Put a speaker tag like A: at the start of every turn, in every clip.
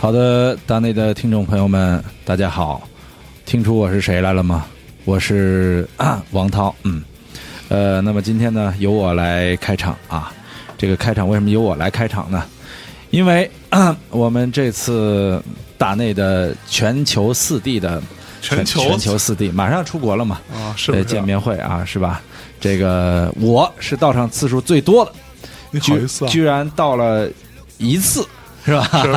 A: 好的，大内的听众朋友们，大家好，听出我是谁来了吗？我是、啊王涛，嗯，呃，那么今天呢，由我来开场啊。这个开场为什么由我来开场呢？因为、啊我们这次大内的全球四地的
B: 全球
A: 全球四地马上出国 了嘛，
B: 啊，是不
A: 对，
B: 是
A: 见？面会啊，是吧？这个我是到场次数最多的，
B: 你好
A: 居
B: 意思啊？
A: 居然到了一次，是吧？
B: 是不是？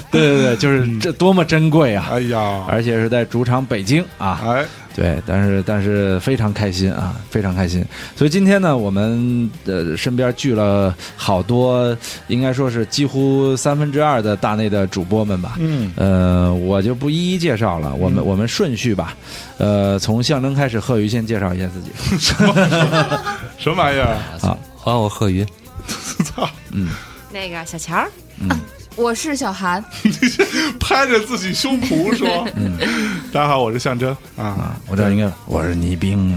B: 嗯
A: 对对对，就是这多么珍贵啊！
B: 哎呀，
A: 而且是在主场北京啊，
B: 哎，
A: 对，但是但是非常开心啊，非常开心。所以今天呢，我们呃身边聚了好多，应该说是几乎三分之二的大内的主播们吧。
B: 嗯，
A: 呃，我就不一一介绍了，我们、我们顺序吧。呃，从象征开始，贺宇先介绍一下自己。
B: 什么玩意 儿？
C: 欢我哦贺云，
B: 操，
D: 那个小乔儿，
A: 嗯
D: 我是小韩，
B: 拍着自己胸脯说：“
A: 嗯
B: 大家好，我是象征啊，
A: 我这应该我是倪 兵。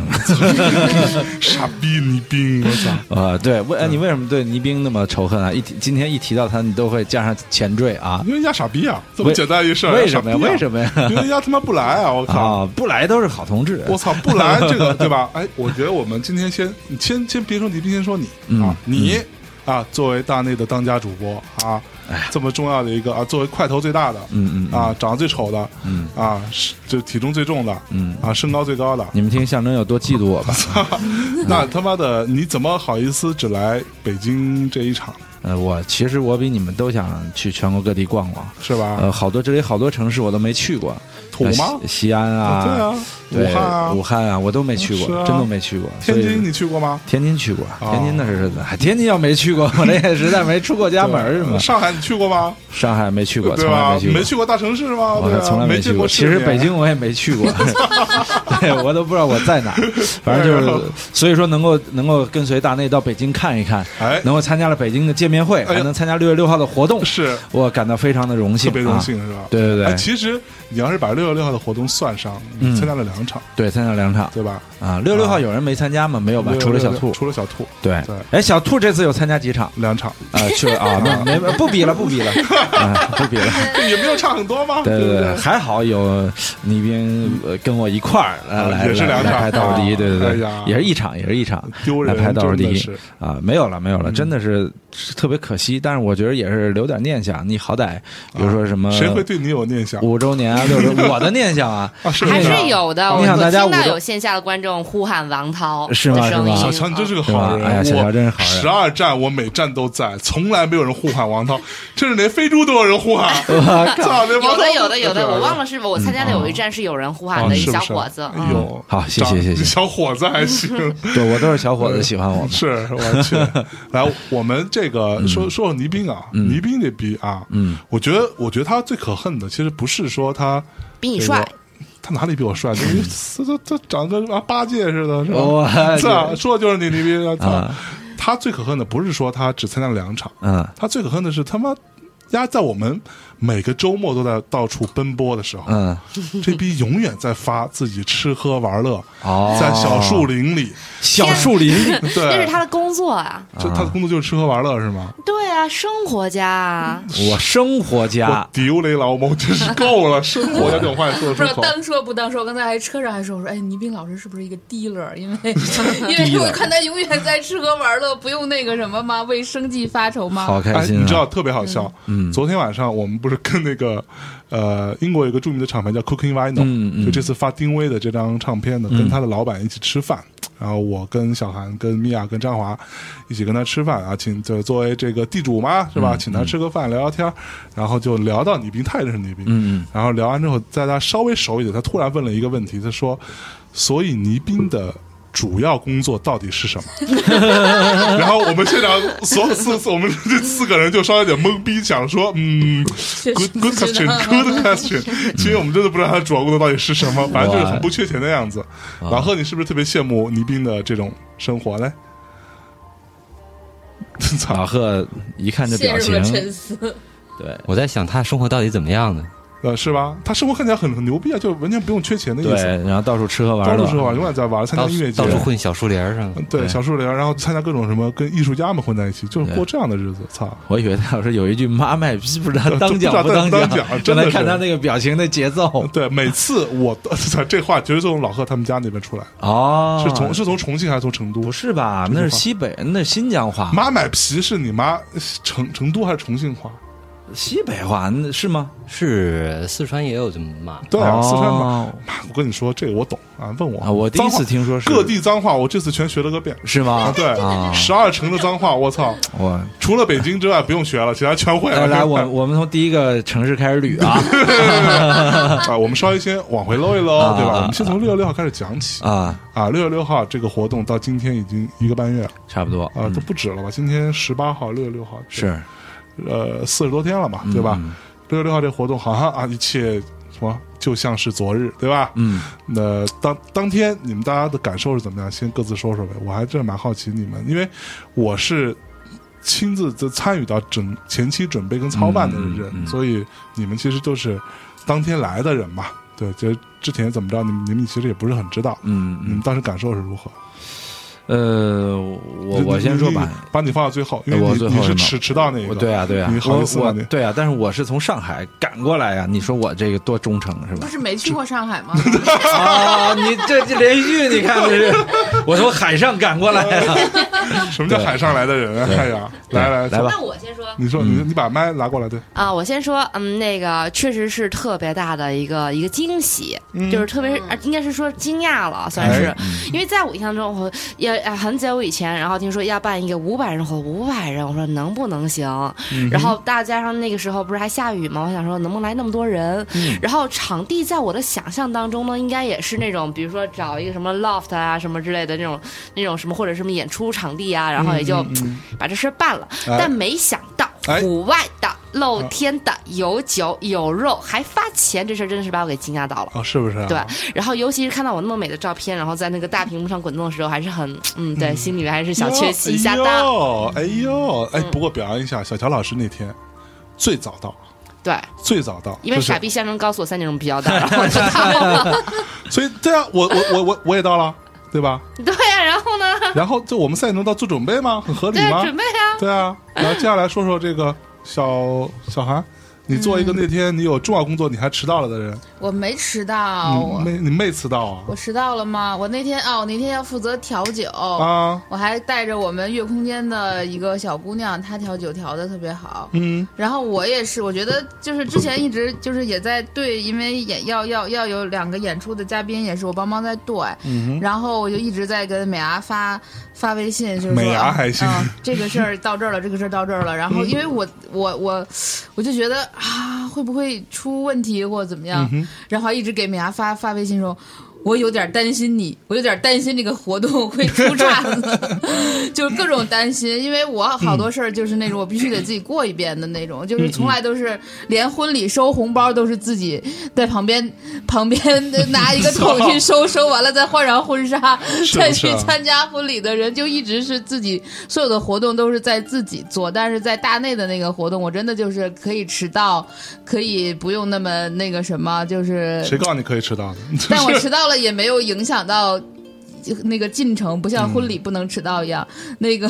B: 傻逼你兵，我 操，
A: 呃，对，为
B: 嗯
A: 哎你为什么对倪兵那么仇恨啊？一提今天一提到他，你都会加上前缀啊？
B: 因为人家傻逼啊，这么简单一事儿，
A: 为什么呀？
B: 人家傻逼啊
A: 为 什？么呀？
B: 因为人家他妈不来啊！我靠！”
A: 啊，不来都是好同志。
B: 我操，不来这 个对吧？哎，我觉得我们今天先先先别说倪斌，先说你啊
A: 嗯，哎
B: 你啊，作为大内的当家主播啊，这么重要的一个啊，作为块头最大的，
A: 嗯嗯嗯
B: 啊，长得最丑的，
A: 嗯
B: 啊，是就体重最重的，
A: 嗯
B: 啊，身高最高 的，
A: 你们听象征有多嫉妒我吧？
B: 那他妈的你怎么好意思只来北京这一场
A: 呃，我其实我比你们都想去全国各地逛逛。
B: 是吧？
A: 呃，好多这里好多城市我都没去过，
B: 土吗
A: 呃西西安啊，
B: 对啊，武汉
A: 武
B: 啊，
A: 汉啊，我都没去过
B: 是，啊
A: 真都没去过。
B: 天
A: 所以
B: 津你去过吗？
A: 天津去过，
B: 哦
A: 天津那是还天津要没去过，我这也实在没出过家门儿是吗
B: 对？呃上海你去过吗？
A: 上海没去过，
B: 对
A: 从来
B: 吧？
A: 没去过，
B: 没去过大城市吗？对
A: 我
B: 啊，
A: 从来
B: 没
A: 去
B: 见
A: 过。
B: 过世
A: 其实
B: 面
A: 北京我也没 去过，对我都不知道我在哪儿，反正
B: 哎
A: 就
B: 呦
A: 是所以说能够能够跟随大内到北京看一看，
B: 哎
A: 能够参加了北京的见面会，
B: 哎呀
A: 还能参加六月六号的活动，
B: 是
A: 我感到非常的荣幸，
B: 特别荣幸
A: 啊。
B: 是吧？
A: 对对对
B: 哎，其实你要是把六月六号的活动算上，你
A: 嗯
B: 参加了两场，
A: 对，参加两场
B: 对吧？
A: 啊。六六号有人没参加吗？没有吧
B: 6，
A: 除了小兔。
B: 除了小兔，
A: 对
B: 对，
A: 哎，小兔这次有参加几场
B: 两场，
A: 啊？去 了啊，没没不比了，不比了，啊不比了。
B: 也没有差很多吗？
A: 对
B: 不
A: 对对，还好有倪兵呃跟我一块儿呃
B: 啊
A: 来
B: 也是
A: 来
B: 两场
A: 来拍倒数第一，
B: 啊
A: 对对对
B: 哎呀，
A: 也是一场，也是一场，
B: 丢人
A: 来拍倒数第
B: 真的
A: 一
B: 是嗯
A: 啊，没有了，没有了，真的是特别可惜。但是我觉得也是留点念想，你好歹比如说什么
B: 啊谁会对你有念想？
A: 五周年啊，六周， 我的念想啊，
B: 啊，是
D: 还
B: 不
D: 是有的。
A: 你
D: 我
A: 想大
D: 我
A: 家
D: 听到
A: 五个
D: 有线下的观众呼喊王涛
A: 是吗
D: 的声音
A: 是吗
B: 哎小强真是个
A: 是
B: 好
A: 吧
B: 人，
A: 哎呀小强
B: 我
A: 真是好人
B: 十二站我每站都在，从来没有人呼喊王涛，甚至连飞猪都有人呼 喊。操，
A: 哦
B: 那
D: 有
B: 王涛
D: 的有的有的，我忘
B: 了。
D: 了是不？我参加的有一站是有人呼喊
B: 啊
D: 的
B: 嗯是不
D: 小
B: 是
D: 伙子，嗯
B: 哎呦，
A: 好谢谢
B: 长
A: 谢谢
B: 小伙子还行，
A: 对我都是小伙
B: 嗯
A: 子喜欢我们，
B: 是我去。来，我们这个说说说倪斌啊，倪斌这逼啊，
A: 嗯，
B: 我觉得我觉得他最可恨的，其实不是说他
D: 比你帅
B: 这，个他哪里比我帅？ 这这这长得跟啊八戒似的，是吧？
A: 我
B: 操，说的就是你倪斌啊！操
A: 啊，
B: 他最可恨的不是说他只参加了两场，
A: 嗯
B: 他最可恨的是他妈压在我们每个周末都在到处奔波的时候，
A: 嗯，
B: 这逼永远在发自己吃喝玩乐，
A: 哦，
B: 在小树 林里，
A: 小树林里，
D: 那是
B: 对，
D: 他的工作啊。
B: 就他的工作就是吃喝玩乐是吗？
D: 对啊，生活家啊。
B: 嗯
A: 我生活家
B: 我。丢雷老母，真是够了！生活家这种话也说得
E: 不
B: 出
E: 知道
B: 口，
E: 当说不当说，刚才还车上还说我说，哎，倪斌老师是不是一个 dealer？因为因为
A: Dealer
E: 我看他永远在吃喝玩乐，不用那个什么吗？为生计发愁吗？
A: 好开
B: 哎，
A: 心、啊
B: 你知道特别好笑。
A: 嗯
B: 昨天晚上我们不是跟那个呃英国有一个著名的厂牌叫 Cooking Vinyl，、
A: 嗯嗯
B: 就这次发丁薇的这张唱片呢，跟他的老板一起吃饭。然后我跟小韩、跟米娅、跟张华一起跟他吃饭啊，请就作为这个地主嘛，是
A: 嗯
B: 吧？请他吃个饭，聊聊天儿，然后就聊到倪斌，他也认识倪斌，
A: 嗯，
B: 然后聊完之后，在他稍微熟一点，他突然问了一个问题，他说：“所以倪斌的主要工作到底是什么？” 然后我们现场所四四我们这四个人就稍微有点懵逼，想说：“嗯，good good question, good question。”其实我们真的不知道他的主要工作到底是什么，反正就是很不缺钱的样子。老贺，你是不是特别羡慕倪斌的这种生活嘞？操
A: 老贺一看这表
E: 陷入了
A: 情，
E: 沉思。
A: 对
C: 我在想他生活到底怎么样呢？
B: 呃，是吧？他生活看起来很很牛逼啊，就完全不用缺钱的意
A: 对
B: 思，，
A: 然后到处吃喝玩
B: 到
A: 乐，
B: 处说玩，啊永远在玩，参加
C: 到
B: 音乐
C: 处
B: 节
C: 到，处混小树林儿上，
B: 嗯对，小树林，然后参加各种什么，跟艺术家们混在一起，就是过这样的日子。操，
A: 我以为他要是有一句妈卖逼，不 知道当
B: 不
A: 讲
B: 知道
A: 当
B: 当
A: 讲
B: 当讲。
A: 刚
B: 真的
A: 才
B: 是
A: 看他那个表情的 节奏，
B: 对，每次我 这话绝对是从老贺他们家那边出来，
A: 哦，
B: 是从是从重庆还是从成都
A: 不？是吧？那是西北，那是新疆话，
B: 妈买皮是你妈成成都还是重庆话？
A: 西北话那是吗？
C: 是四川也有这么骂。
B: 对啊，
A: 哦
B: 四川话。妈我跟你说，这个我懂啊，问我
A: 啊，我第一
B: 脏
A: 次
B: 话
A: 听说是
B: 各地脏话，我这次全学了个遍。
A: 是
B: 啊，
A: 吗？
B: 对，
A: 啊，
B: 十二城的脏话，我操！
A: 我
B: 除了北京之外不用学了，其他全会
A: 来
B: 了。
A: 来，我我们从第一个城市开始捋 啊
B: 啊，我们稍微先往回搂一搂，
A: 啊
B: 对吧？
A: 啊
B: 我们先从六月六号开始讲起
A: 啊，
B: 啊。六月六号这个活动到今天已经一个半月了
A: 差不多
B: 啊，都不止了吧？今天十八号，六月六号
A: 嗯是
B: 呃四十多天了嘛，对吧？
A: 嗯
B: 六月六号这活动好像啊，一切什么就像是昨日，对吧？
A: 嗯，
B: 那当当天你们大家的感受是怎么样？先各自说说呗。我还真的蛮好奇你们，因为我是亲自在参与到整前期准备跟操办的人，
A: 嗯嗯嗯
B: 所以你们其实都是当天来的人嘛。对，就是之前怎么着，你们你们其实也不是很知道。
A: 嗯
B: 你们
A: 嗯
B: 当时感受是如何？
A: 呃，我
B: 你
A: 我先说，吧哎
B: 你。你把你放到最后，因为
A: 我
B: 你
A: 最后
B: 你
A: 是
B: 是
A: 吗
B: 迟迟到那
A: 我
B: 个，
A: 对啊，对啊
B: 你，好
A: 我
B: 意思吗
A: 我
B: 你
A: 对啊，但是我是从上海赶过来呀、你说我这个多忠诚是吧
E: 不？是没去过上海吗？
A: 啊，你这这连续，你看这是，我从海上赶过来呀、
B: 什么叫
A: 对
B: 海上来的人啊？
A: 对
B: 哎呀，来来
A: 来，吧嗯
F: 那，我先说
B: 你说你你把麦拿过来，对，
F: 啊，我先说，嗯，那个确实是特别大的一个一个惊喜，就是特别是、啊应该是说惊讶了，啊算是，
B: 嗯哎
F: 因为在我印象中，我也啊很久以前，然后听说要办一个五百人活动，五百人，我说能不能行？
A: 嗯
B: 嗯
F: 然后大加上那个时候不是还下雨吗？我想说能不能来那么多人？
B: 嗯
F: 然后场地在我的想象当中呢，应该也是那种比如说找一个什么 loft 啊什么之类的那种那种什么或者什么演出场地啊，然后也就把这事儿办了。
B: 嗯哎
F: 但没想到
B: 哎啊
F: 户外的、露天的、有酒有肉还发钱，这事儿真的是把我给惊讶到了。
B: 啊，是不是啊？
F: 对，然后尤其是看到我那么美的照片，然后在那个大屏幕上滚动的时候，还是很，嗯，对，心里面还是想缺席一下嗯的。
B: 哟哎呦，哎呦，哎，不过表扬一下小乔老师那天最早到，
F: 对，
B: 最早到，
F: 因为
B: 就是
F: 傻逼先生告诉我三点钟必须要到，然后我就到了。
B: 所以对啊，我我我我我也到了，对吧？
F: 对呀，然后呢？
B: 然后就我们三点钟到做准备吗？很合理
F: 对
B: 吗
F: 呀，？准备啊。
B: 对啊，然后接下来说说这个小小韩。你做一个那天你有重要工作你还迟到了的人，
E: 我没迟到，
B: 你
E: 哦我
B: 妹你妹迟到啊
E: 我迟到了吗？我那天啊，我那天要负责调酒，
B: 啊
E: 我还带着我们月空间的一个小姑娘，她调酒调的特别好。
B: 嗯
E: 然后我也是，我觉得就是之前一直就是也在对，因为演要要要有两个演出的嘉宾也是我帮忙在对，
B: 嗯
E: 然后我就一直在跟美伢发发微信，就是说
B: 美伢还行
E: 嗯，这个事儿到这儿了，这个事儿到这儿了。然后因为我我我我就觉得啊，会不会出问题或者怎么样，
B: 嗯
E: 然后还一直给美伢发发微信说。我有点担心你，我有点担心这个活动会出岔 子，就是各种担心，因为我好多事儿就是那种我必须得自己过一遍的那种，就是从来都是连婚礼收红包都是自己在旁边旁边拿一个桶 去收，收完了再换上婚纱，
B: 啊是
E: 再
B: 不是
E: 去
B: 啊
E: 参加婚礼的人就一直是自己所有的活动都是在自己做，但是在大内的那个活动，我真的就是可以迟到，可以不用那么那个什么，就是
B: 哼，谁告诉你可以迟 到的？
E: 但我迟到了也没有影响到。那个进程不像婚礼
B: 嗯
E: 不能迟到一样，那 个，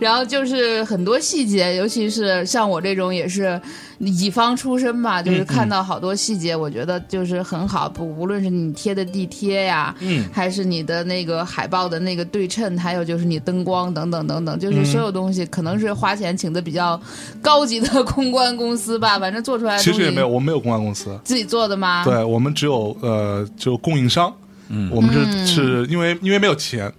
E: 然后就是很多细节，尤其是像我这种也是乙方出身嘛，
B: 嗯
E: 就是看到好多细节，我觉得就是很好。不，无论是你贴的地贴呀，
B: 嗯
E: 还是你的那个海报的那个对称，还有就是你灯光等等等等，
B: 嗯
E: 就是所有东西，可能是花钱请的比较高级的 公关公司吧，反正做出来的
B: 其
E: 东西
B: 实也没有，我们没有公关公司，
E: 自己做的吗？
B: 对我们只有呃，就供应商，
A: 嗯
B: 我们是、是因为因为没有钱，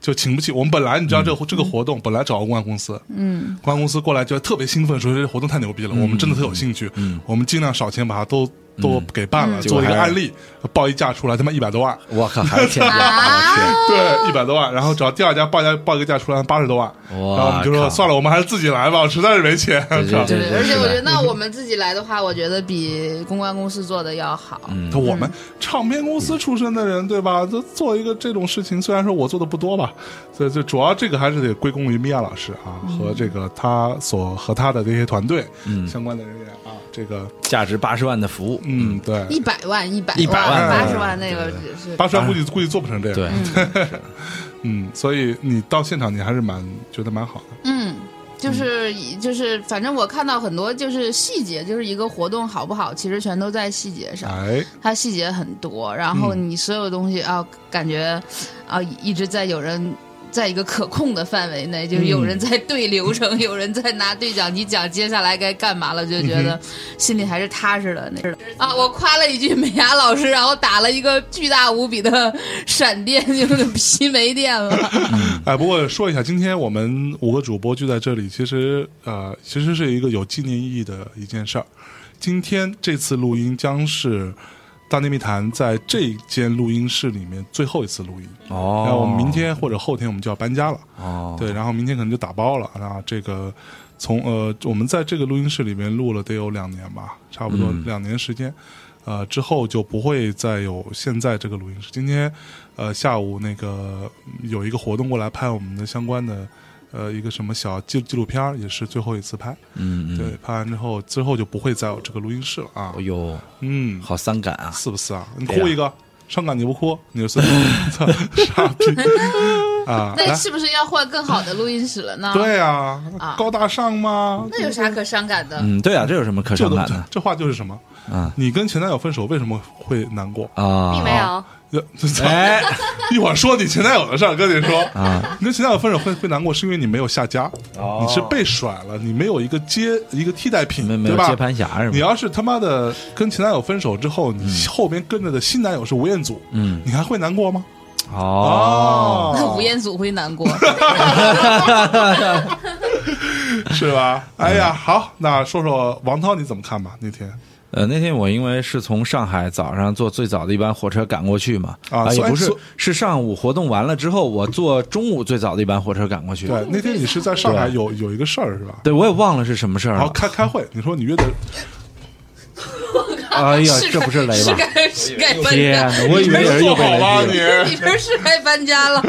B: 就请不起。我们本来你知道这
A: 嗯
B: 个、这个活动本来找公关公司，嗯，哎
A: 嗯
B: 公关公司过来就特别兴奋，说这活动太牛逼了，我们真的特有兴趣，我们尽量少钱把它都都给办
A: 嗯
B: 了，做了一个案例，报一价出来，他妈一百多万，
A: 我靠，还是天价！啊
B: 对，一百多万，然后只要第二家报价报一个价出来八十多万，
A: 我
B: 然后我们就说算了，我们还是自己来吧，实在是没钱。
A: 对对
E: 对，而且我觉得
A: 得
E: 那我们自己来的话，我觉得比公关公司做的要好。
B: 我们唱片公司出身的人，对吧？就做一个这种事情，虽然说我做的不多吧，所以就主要这个还是得归功于米娅老师啊，和这个他所和他的这些团队
A: 嗯
B: 相关的人员啊，这个
A: 价值八十万的服务，
B: 嗯，对，
E: 一百万，一百
A: 100万
E: 八十万那个是
B: 八十万估计估计做不成这样，
A: 对，
B: 嗯，所以你到现场你还是蛮觉得蛮好的，
E: 嗯，就是就是，反正我看到很多就是细节，就是一个活动好不好，其实全都在细节上，
B: 哎，
E: 它细节很多，然后
A: 嗯
E: 你所有东西啊，感觉啊一直在有人。在一个可控的范围
A: 嗯
E: 内，就是有人在对流程， 有人在拿对讲机讲接下来该干嘛了，就觉
A: 嗯
E: 得心里还是踏实的。那是的啊，我夸了一句美牙老师，然后打了一个巨大无比的闪电，就是劈没电 了。
B: 哎，不过说一下，今天我们五个主播聚在这里，其实呃，其实是一个有纪念意义的一件事儿。今天这次录音将是《大内密谈》在这间录音室里面最后一次录音，
A: 哦，
B: 然后我们明天或者后天我们就要搬家了，
A: 哦，
B: 对，然后明天可能就打包了。然后这个从呃，我们在这个录音室里面录了得有两年吧，差不多
A: 嗯
B: 两年时间。呃，之后就不会再有现在这个录音室。今天呃下午那个嗯有一个活动过来拍我们的相关的呃一个什么小纪纪录片儿，也是最后一次拍。
A: 嗯嗯，
B: 对，拍完之后之后就不会再有这个录音室了啊
A: 哎。呦，
B: 嗯，
A: 好伤感啊！
B: 是不是啊？你
A: 对啊
B: 哭一个，伤感你不哭，你就是 操傻逼 啊！
E: 那
B: 来。
E: 是不是要换更好的录音室了呢？
B: 对啊，
E: 啊
B: 高大上吗？
E: 那有啥可伤感的？
A: 嗯，对啊，这有什么可
B: 这
A: 伤
B: 都
A: 感
B: 这
A: 的
B: 这话就是什么？
A: 啊
B: 你跟前男友分手为什么会难过？
F: 并
A: 啊？
F: 没有，
B: 呃
A: 哎
B: 一会儿说你前男友的事儿，跟你说，
A: 啊，
B: 你跟前男友分手会会难过，是因为你没有下家，
A: 哦
B: 你是被甩了，你没有一个接一个替代品
A: 没，没
B: 对
A: 有接
B: 吧？
A: 盘侠是
B: 你
A: 吗？
B: 要是他妈的跟前男友分手之后，你后边跟着的新男友是吴彦祖，
A: 嗯，
B: 你还会难过吗？
A: 哦，
E: 那吴彦祖会难过。
B: 是吧？
A: 嗯
B: 哎呀，好，那说说王涛你怎么看吧？那天
A: 呃，那天我因为是从上海早上坐最早的一班火车赶过去嘛，
B: 啊
A: 也
B: 所以
A: 不是
B: 所，
A: 是上午活动完了之后，我坐中午最早的一班火车赶过去。
B: 对，那天你是在上海
A: 对
B: 有有一个事儿是吧？
A: 对，我也忘了是什么事儿
B: 然后
A: 了。
B: 开开会，你说你约的
A: 哎呀，这不是雷
E: 是
A: 吧？
E: 该是该搬
A: 天
E: 家，
A: 哪，我以为人又被雷
B: 吧
A: 劈了。
E: 你这是该搬家了。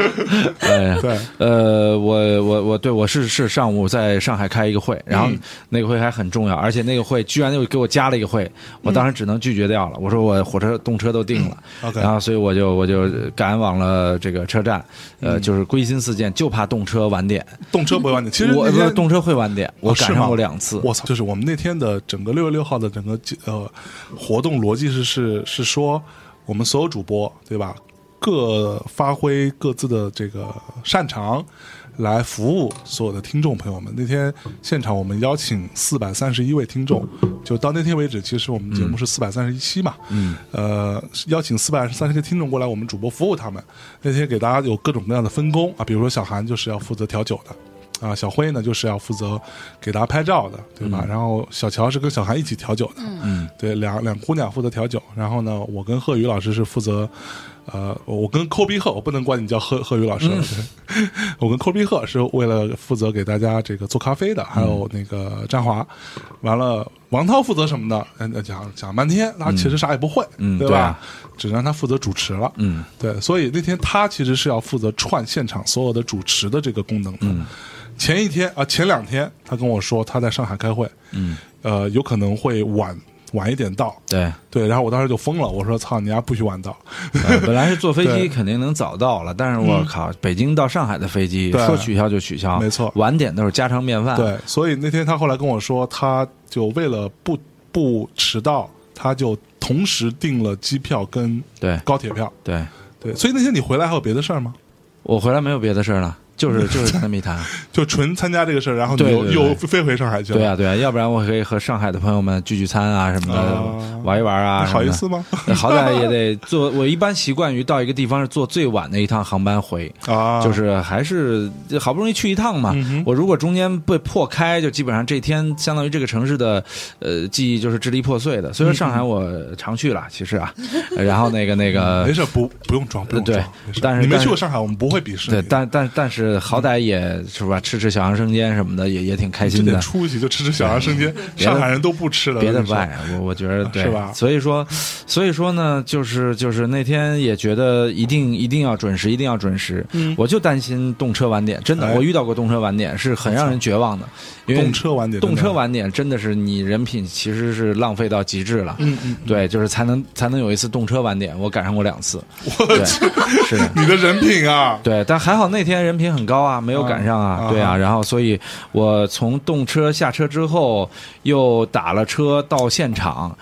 A: 哎呀，
B: 对，
A: 呃，我我我对我是是上午在上海开一个会，
B: 嗯
A: 然后那个会还很重要，而且那个会居然又给我加了一个会，我当时只能拒绝掉了。我说我火车动车都定了，
B: 嗯 OK
A: 然后所以我就我就赶往了这个车站，呃，
B: 嗯
A: 就是归心似箭，就怕动车晚点。
B: 动车不会晚点。其实
A: 我
B: 那
A: 不是
B: 天
A: 动车会晚点，我
B: 哦是
A: 赶上
B: 吗
A: 过两次。
B: 我操，就是我们那天的整个六月六号的整个呃活动逻辑是是是说，我们所有主播对吧，各发挥各自的这个擅长，来服务所有的听众朋友们。那天现场我们邀请四百三十一位听众，就到那天为止，其实我们
A: 嗯
B: 节目是四百三十一期嘛，嗯，呃，邀请四百三十个听众过来，我们主播服务他们。那天给大家有各种各样的分工啊，比如说小韩就是要负责调酒的。啊，小辉呢就是要负责给大家拍照的，对
A: 嗯
B: 吧？然后小乔是跟小韩一起调酒的，嗯，对，两两姑娘负责调酒，然后呢，我跟贺宇老师是负责，呃，我跟抠逼贺，我不能管你叫贺贺宇老师了，
A: 嗯
B: 对 我跟抠逼贺是为了负责给大家这个做咖啡的，还有
A: 嗯
B: 那个张华，完了王涛负责什么呢？嗯，讲讲半天，他其实啥也不会，
A: 嗯
B: 对
A: 对
B: 吧
A: 啊？
B: 只让他负责主持了，
A: 嗯，
B: 对，所以那天他其实是要负责串现场所有的主持的这个功能的。
A: 嗯
B: 前一天啊、前两天他跟我说他在上海开会，嗯，呃，有可能会晚晚一点到，
A: 对、
B: 对，然后我当时就疯了，我说操，你丫不许晚到，
A: 呃本来是坐飞
B: 对嗯
A: 机肯定能早到了，但是我靠，北京到上海的飞机
B: 对
A: 说取消就取消，
B: 没错
A: 晚点都是家常便饭。
B: 对，所以那天他后来跟我说，他就为了不不迟到，他就同时订了机票跟
A: 对
B: 高铁票，
A: 对，
B: 对，所以那天你回来还有别的事儿吗？
A: 我回来没有别的事儿了。 就是就是那么一谈。
B: 就纯参加这个事儿，然后你
A: 对
B: 又
A: 对对
B: 又飞回上海去了，
A: 对啊，对啊，要不然我可以和上海的朋友们聚聚餐啊什么的，
B: 啊
A: 玩一玩啊。
B: 你好意
A: 什
B: 思
A: 么
B: 吗？
A: 的？ 好歹也得坐。我一般习惯于到一个地方是坐最晚的一趟航班回，
B: 啊，嗯
A: 就是还是好不容易去一趟嘛。我如果中间被破开，就基本上这天相当于这个城市的呃记忆就是支离破碎的。所以说上海我常去了，其实 啊，呃然后那个那个
B: 没事，不不用装，不用
A: 对
B: 装，没事
A: 但是
B: 你没
A: 但是
B: 去过上海，我们不会鄙视
A: 对
B: 你，，
A: 但但但是好歹也是吧，吃吃小杨生煎什么的，也也挺开
B: 这
A: 心
B: 点
A: 的。
B: 出息就吃吃小羊生煎，
A: 别的
B: 上海人都不吃了，
A: 别的
B: 我跟你
A: 不
B: 说
A: 爱，我我觉得对，
B: 是吧
A: 所以说，所以说呢，就是就是那天也觉得一定一定要准时，一定要准时。
B: 嗯
A: 我就担心动车晚点，真的，
B: 哎
A: 我遇到过动车晚点是很让人绝望的，因为
B: 动车晚点，
A: 动
B: 真
A: 车
B: 的
A: 晚点真的是你人品其实是浪费到极致了。
B: 嗯嗯，
A: 对，就是才能才能有一次动车晚点，我赶上过两次。对， 是的。
B: 你的人品啊，
A: 对，但还好那天人品很高啊，没有赶上啊，
B: 啊
A: 对
B: 啊
A: 啊，然后所以我从动车下车之后，又打了车到现场。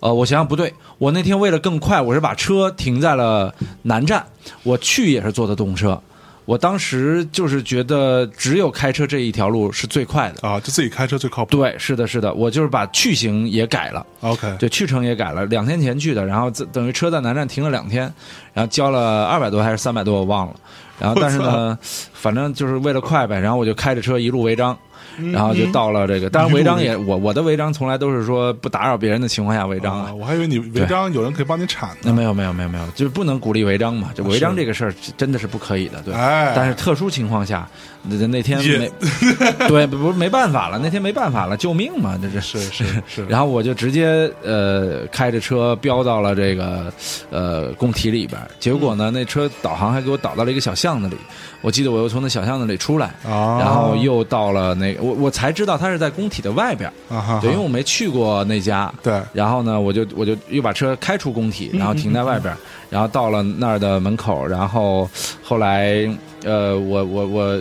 A: 呃，我想想不对，我那天为了更快，我是把车停在了南站，我去也是坐的动车。我当时就是觉得只有开车这一条路是最快的。
B: 啊，就自己开车最靠谱。
A: 对，是的，是的，我就是把去行也改了。
B: OK，
A: 对，去程也改了，两天前去的，然后在等于车在南站停了两天，然后交了二百多还是三百多，我忘了。然后但是呢，反正就是为了快呗，然后我就开着车一路违章，然后就到了这个。当嗯然违章也，我我的违章从来都是说不打扰别人的情况下违章
B: 啊，
A: 啊。
B: 我还以为你违章有人可以帮你铲
A: 那
B: 呢。
A: 没有没有没有没有，就是不能鼓励违章嘛，这违章
B: 是
A: 这个事儿真的是不可以的，对。
B: 哎，
A: 但是特殊情况下，那那天
B: 也
A: 没 对，不是没办法了，那天没办法了，救命嘛，这是
B: 是 是是，
A: 然后我就直接呃开着车飙到了这个呃工体里边儿，结果
B: 嗯
A: 呢那车导航还给我导到了一个小巷子里，我记得我又从那小巷子里出来，
B: 啊，
A: 然后又到了那个我我才知道它是在工体的外边儿，
B: 啊哈哈，
A: 对，因为我没去过那家。
B: 对
A: 然后呢，我就我就又把车开出工体，然后停在外
B: 嗯
A: 边儿，然后到了那儿的门口，然后后来呃我我我。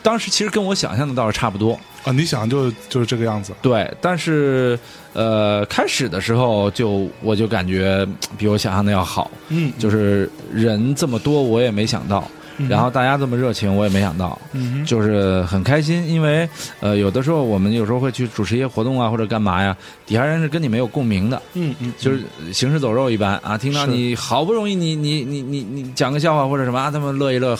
A: 当时其实跟我想象的倒是差不多，
B: 啊，你想就就是这个样子，
A: 对，但是呃，开始的时候就我就感觉嗯比我想象的要好，
B: 嗯
A: 就是人这么多，我也没想到，然后大家这么热情，我也没想到。
B: 嗯哼
A: 就是很开心，因为呃，有的时候我们有时候会去主持一些活动啊，或者干嘛呀，底下人是跟你没有共鸣的，
B: 嗯嗯，
A: 就是行尸走肉一般啊。听到
B: 是
A: 你好不容易你你你你你讲个笑话或者什么啊，他们乐一乐，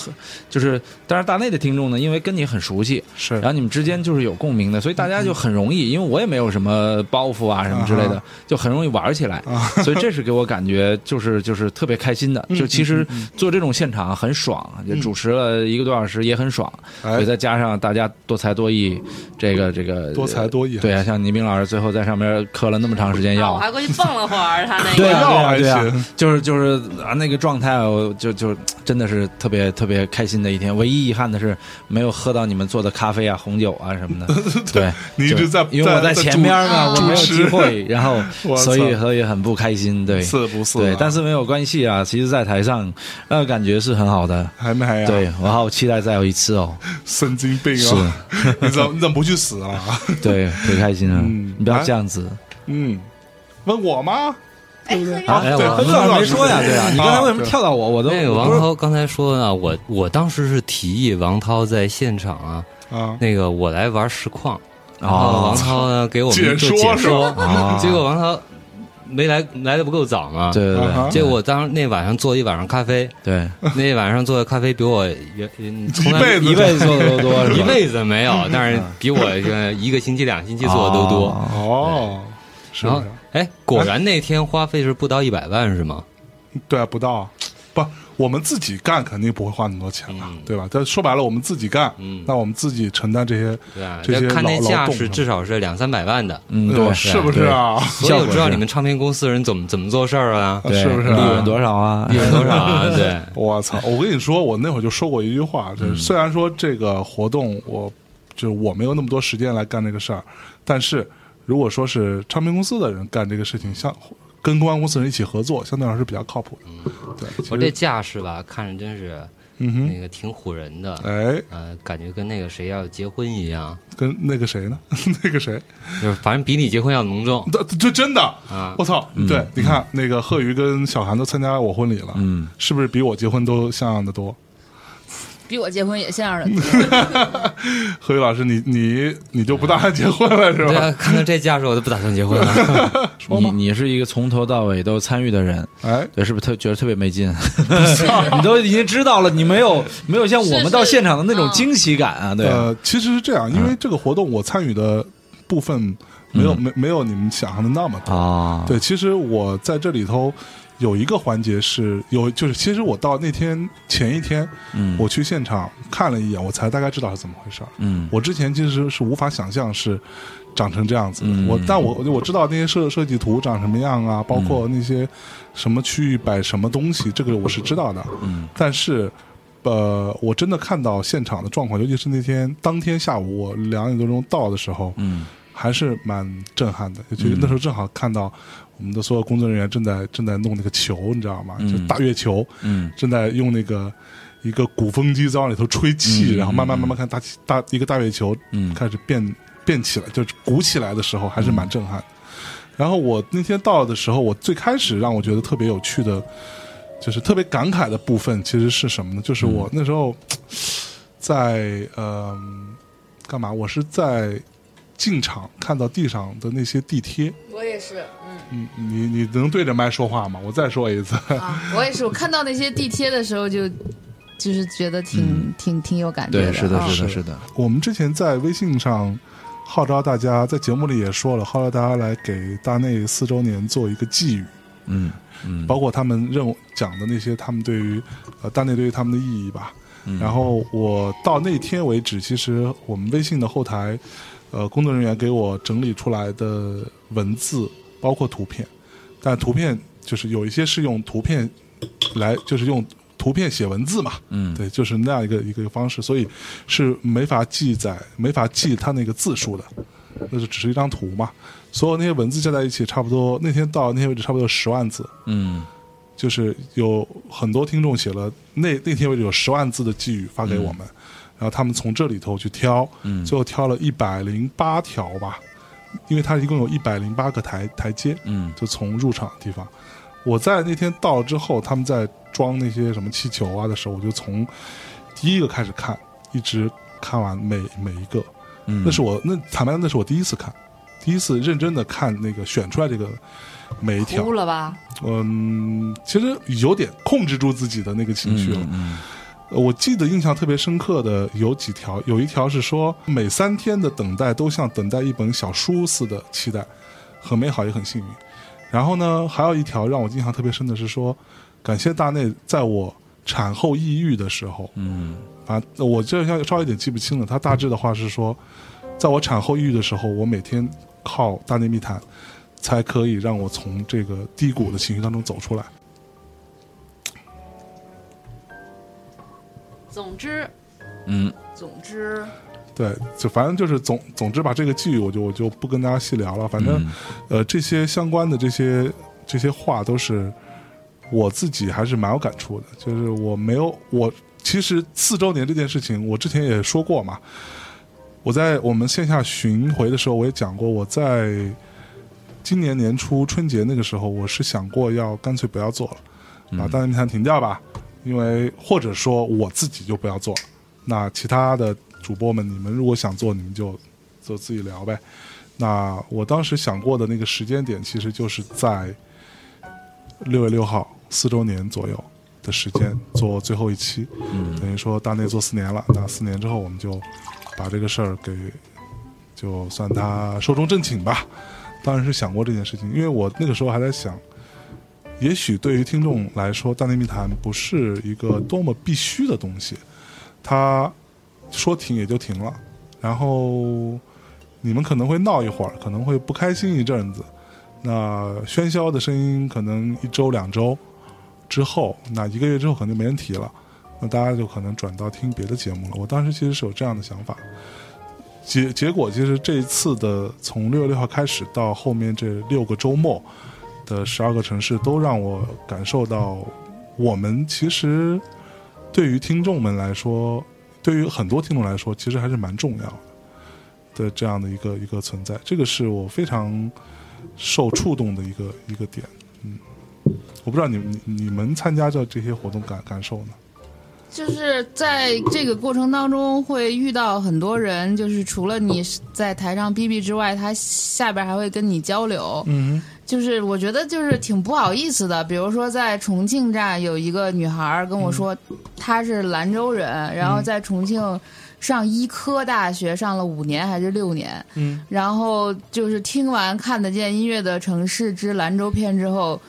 A: 就是但是大内的听众呢，因为跟你很熟悉，
B: 是
A: 然后你们之间就是有共鸣的，所以大家就很容易，因为我也没有什么包袱啊什么之类
B: 嗯啊
A: 的，就很容易玩起来。所以这是给我感觉就是就是特别开心
B: 嗯
A: 的，就其实做这种现场很爽，就主持了一个多小时也很爽，所
B: 哎
A: 以，再加上大家多才多艺，这个这个
B: 多才多艺，
A: 对啊，像倪斌老师最后在上面嗑了那么长时间
F: 啊我
A: 药。
F: 还过去蹦了会儿，他那
A: 对
F: 个。
A: 啊，
B: 药
A: 对啊，
B: 还
A: 对
B: 行
A: 啊，就是就是啊，那个状态，我就就真的是特别特别开心的一天。唯一遗憾的是，没有喝到你们做的咖啡啊、红酒啊什么的。 对，
B: 你一
A: 就
B: 直在
A: 因为我在前边嘛，我
B: 主
A: 没有
B: 持
A: 机会，然后
B: 我操
A: 所以所以很不开心，对，
B: 是不是啊？
A: 对，但是没有关系啊，其实，在台上那个感觉是很好的，
B: 还没呀，
A: 对我好期待再有一次哦，
B: 神经病
A: 是，
B: 啊！你怎么你怎么不去死 啊？
A: 对，很开心啊，
B: 嗯
A: 你不要这样子
B: 嗯，问我吗？对不对？
A: 啊，哎，
B: 对
A: 我
B: 很
A: 们
B: 少
A: 没说呀，对啊，你刚才为什么跳到我，我都
C: 那个
A: 我不
C: 王
A: 是
C: 涛刚才说呢，我我当时是提议王涛在现场啊，
B: 啊？
C: 那个我来玩实况，然后
A: 哦
C: 啊王，涛呢给我们
B: 解
C: 做
B: 说
C: 解
B: 是
C: 说，
A: 啊
C: 结果王涛没来来的不够早嘛，
A: 对对
B: 啊哈
A: 对，
C: 结果我当那晚上做一晚上咖啡，
A: 对
C: 那晚上做的咖啡比我原嗯从来
B: 一辈子
A: 一辈子做的都 多，是 吧
C: 一辈子没有，但是比我这个一个星期、两星期做的都多。
A: 嗯哦
B: 哦，是
C: 然
B: 不
C: 后
B: 是？，
C: 哎，果然那天花费是不到一百万是吗？
A: 哎
B: 对啊，不到，不，我们自己干肯定不会花那么多钱嘛，对吧？但说白了，我们自己干，
C: 嗯
B: 那我们自己承担这些，
C: 对吧？
B: 这些
C: 要看那
B: 劳劳
C: 架
B: 动
A: 啊
C: 势，
B: 嘛
C: 至少是两三百万的。
B: 哎
A: 嗯，对
B: 呦
A: 对，
B: 是不是啊？
C: 所以
A: 效
C: 我
A: 果
C: 知道
A: 是嗯
C: 你们唱片公司的人怎么怎么做事儿啊，
A: 对？
B: 是不是啊
A: 利润多少啊？
C: 利润多少 啊？对，
B: 我操！我跟你说，我那会儿就说过一句话，就是
C: 嗯
B: 虽然说这个活动我就我没有那么多时间来干这个事儿，但是如果说是唱片公司的人干这个事情，像跟公关公司人一起合作，相对来说是比较靠谱的。对，其
C: 嗯我这
B: 实
C: 架势吧，看着真是
B: 嗯哼，
C: 那个挺唬人
A: 嗯
C: 的。
B: 哎，
C: 呃，感觉跟那个谁要结婚一样，
B: 跟那个谁呢？ 那个谁，
C: 就是反正比你结婚要隆 重
B: 这这真的，
C: 啊嗯
B: 我。操！对，你看那个贺宇跟小韩都参加我婚礼了，
A: 嗯，
B: 是不是比我结婚都像样的多？
E: 比我结婚也像人。
B: 何宇老师，你你你就不打算结婚了是
C: 对啊
B: 吧？，
C: 看到这架势，我都不打算结婚了。
A: 你你是一个从头到尾都参与的人，
B: 哎，
A: 对，是不是特觉得特别没劲？ 你都已经知道了，你没有没有像我们到现场的那种惊喜感啊？嗯对，
B: 呃，其实是这样，因为这个活动我参与的部分没
A: 嗯
B: 有没没有你们想象的那么多。
A: 啊，
B: 对，其实我在这里头有一个环节是有，就是其实我到那天前一天，
A: 嗯
B: 我去现场看了一眼，我才大概知道是怎么回事儿。
A: 嗯
B: 我之前其实是无法想象是长成这样子的。
A: 嗯
B: 我但我我知道那些设设计图长什么样啊，包括那些什么区域摆什么东西，这个我是知道的。
A: 嗯，
B: 但是。呃，我真的看到现场的状况，尤其是那天当天下午我两点多钟到的时候，
A: 嗯
B: 还是蛮震撼的。就那时候正好看到我们的所有工作人员正在正在弄那个球，你知道吗？
A: 嗯
B: 就大月球，
A: 嗯
B: 正在用那个一个鼓风机在往里头吹气，
A: 嗯
B: 然后慢慢慢慢看大气大一个大月球
A: 嗯
B: 开始变变起来，就是鼓起来的时候，还是蛮震撼的。然后我那天到的时候，我最开始让我觉得特别有趣的，就是特别感慨的部分，其实是什么呢？就是我那时候在呃干嘛？我是在进场看到地上的那些地贴。
E: 我也是
B: 嗯，你你能对着麦说话吗？我再说一次。
E: 啊，我也是。我看到那些地贴的时候就，就是觉得挺、挺挺有感觉
A: 嗯对，是的，
E: 啊
A: 是的，是的，
B: 我们之前在微信上号召大家，在节目里也说了，号召大家来给大内四周年做一个寄语，
A: 嗯嗯，
B: 包括他们认为讲的那些他们对于呃大内对于他们的意义吧。
A: 嗯
B: 然后我到那天为止，其实我们微信的后台，呃，工作人员给我整理出来的文字，包括图片，但图片就是有一些是用图片来，就是用图片写文字嘛，
A: 嗯
B: 对，就是那样一个一个方式，所以是没法记载、没法记它那个字数的，那就只是一张图嘛。所有那些文字加在一起，差不多那天到那天为止，差不多有十万字。
A: 嗯
B: 就是有很多听众写了那那天为止有十万字的寄语发给我们，然后他们从这里头去挑，
A: 嗯
B: 最后挑了一百零八条吧，因为它一共有一百零八个台台阶，
A: 嗯
B: 就从入场的地方。我在那天到了之后，他们在装那些什么气球啊的时候，我就从第一个开始看，一直看完每每一个。
A: 嗯，
B: 那是我那坦白讲，那是我第一次看，第一次认真的看那个选出来这个每一条
F: 哭。了吧？
B: 嗯，其实有点控制住自己的那个情绪了。
A: 嗯
B: 呃我记得印象特别深刻的有几条，有一条是说每三天的等待都像等待一本小书似的期待，很美好也很幸运。然后呢，还有一条让我印象特别深的是说，感谢大内在我产后抑郁的时候，
A: 嗯
B: 啊，我这要稍微有点记不清了。他大致的话是说，在我产后抑郁的时候，我每天靠大内密谈，才可以让我从这个低谷的情绪当中走出来。
F: 总之，
A: 嗯
E: 总之，
B: 对，就反正就是总总之把这个寄语，我就我就不跟大家细聊了。反正、
A: 嗯
B: 呃，这些相关的这些这些话都是我自己还是蛮有感触的。就是我没有我其实四周年这件事情，我之前也说过嘛。我在我们线下巡回的时候，我也讲过，我在今年年初春节那个时候，我是想过要干脆不要做了，把大内密谈停掉吧，因为或者说我自己就不要做了。那其他的主播们，你们如果想做，你们就就自己聊呗。那我当时想过的那个时间点，其实就是在六月六号四周年左右的时间做最后一期，
A: 嗯
B: 等于说大内做四年了。那四年之后，我们就把这个事儿给就算它寿终正寝吧。当然是想过这件事情，因为我那个时候还在想，也许对于听众来说，《大内密谈》不是一个多么必须的东西，它说停也就停了，然后你们可能会闹一会儿，可能会不开心一阵子，那喧嚣的声音可能一周两周之后，那一个月之后可能就没人提了，那大家就可能转到听别的节目了。我当时其实是有这样的想法，结结果其实这一次的从六月六号开始到后面这六个周末的十二个城市，都让我感受到，我们其实对于听众们来说，对于很多听众来说，其实还是蛮重要的的这样的一个一个存在。这个是我非常受触动的一个一个点。嗯，我不知道你你你们参加这这些活动感感受呢？
E: 就是在这个过程当中会遇到很多人，就是除了你在台上逼逼之外，他下边还会跟你交流。
B: 嗯
E: 就是我觉得就是挺不好意思的。比如说在重庆站有一个女孩儿跟我说，她是兰州人，然后在重庆上医科大学上了五年还是六年，
B: 嗯，
E: 然后就是听完《看得见音乐的城市之兰州篇》之后，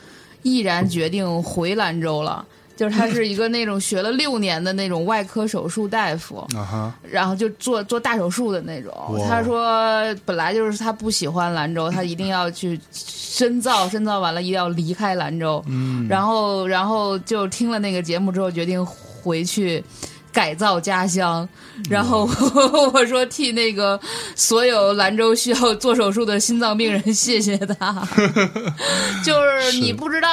E: 毅然决定回兰州了。就是她是一个那种学了六年的那种外科手术大夫，
B: 啊哈，
E: 然后就做做大手术的那种
B: 哇。
E: 他说本来就是他不喜欢兰州，他一定要去深造，深造完了一定要离开兰州。
B: 嗯，
E: 然后然后就听了那个节目之后，决定回去。改造家乡，然后 我说替那个所有兰州需要做手术的心脏病人谢谢他。就是你不知道，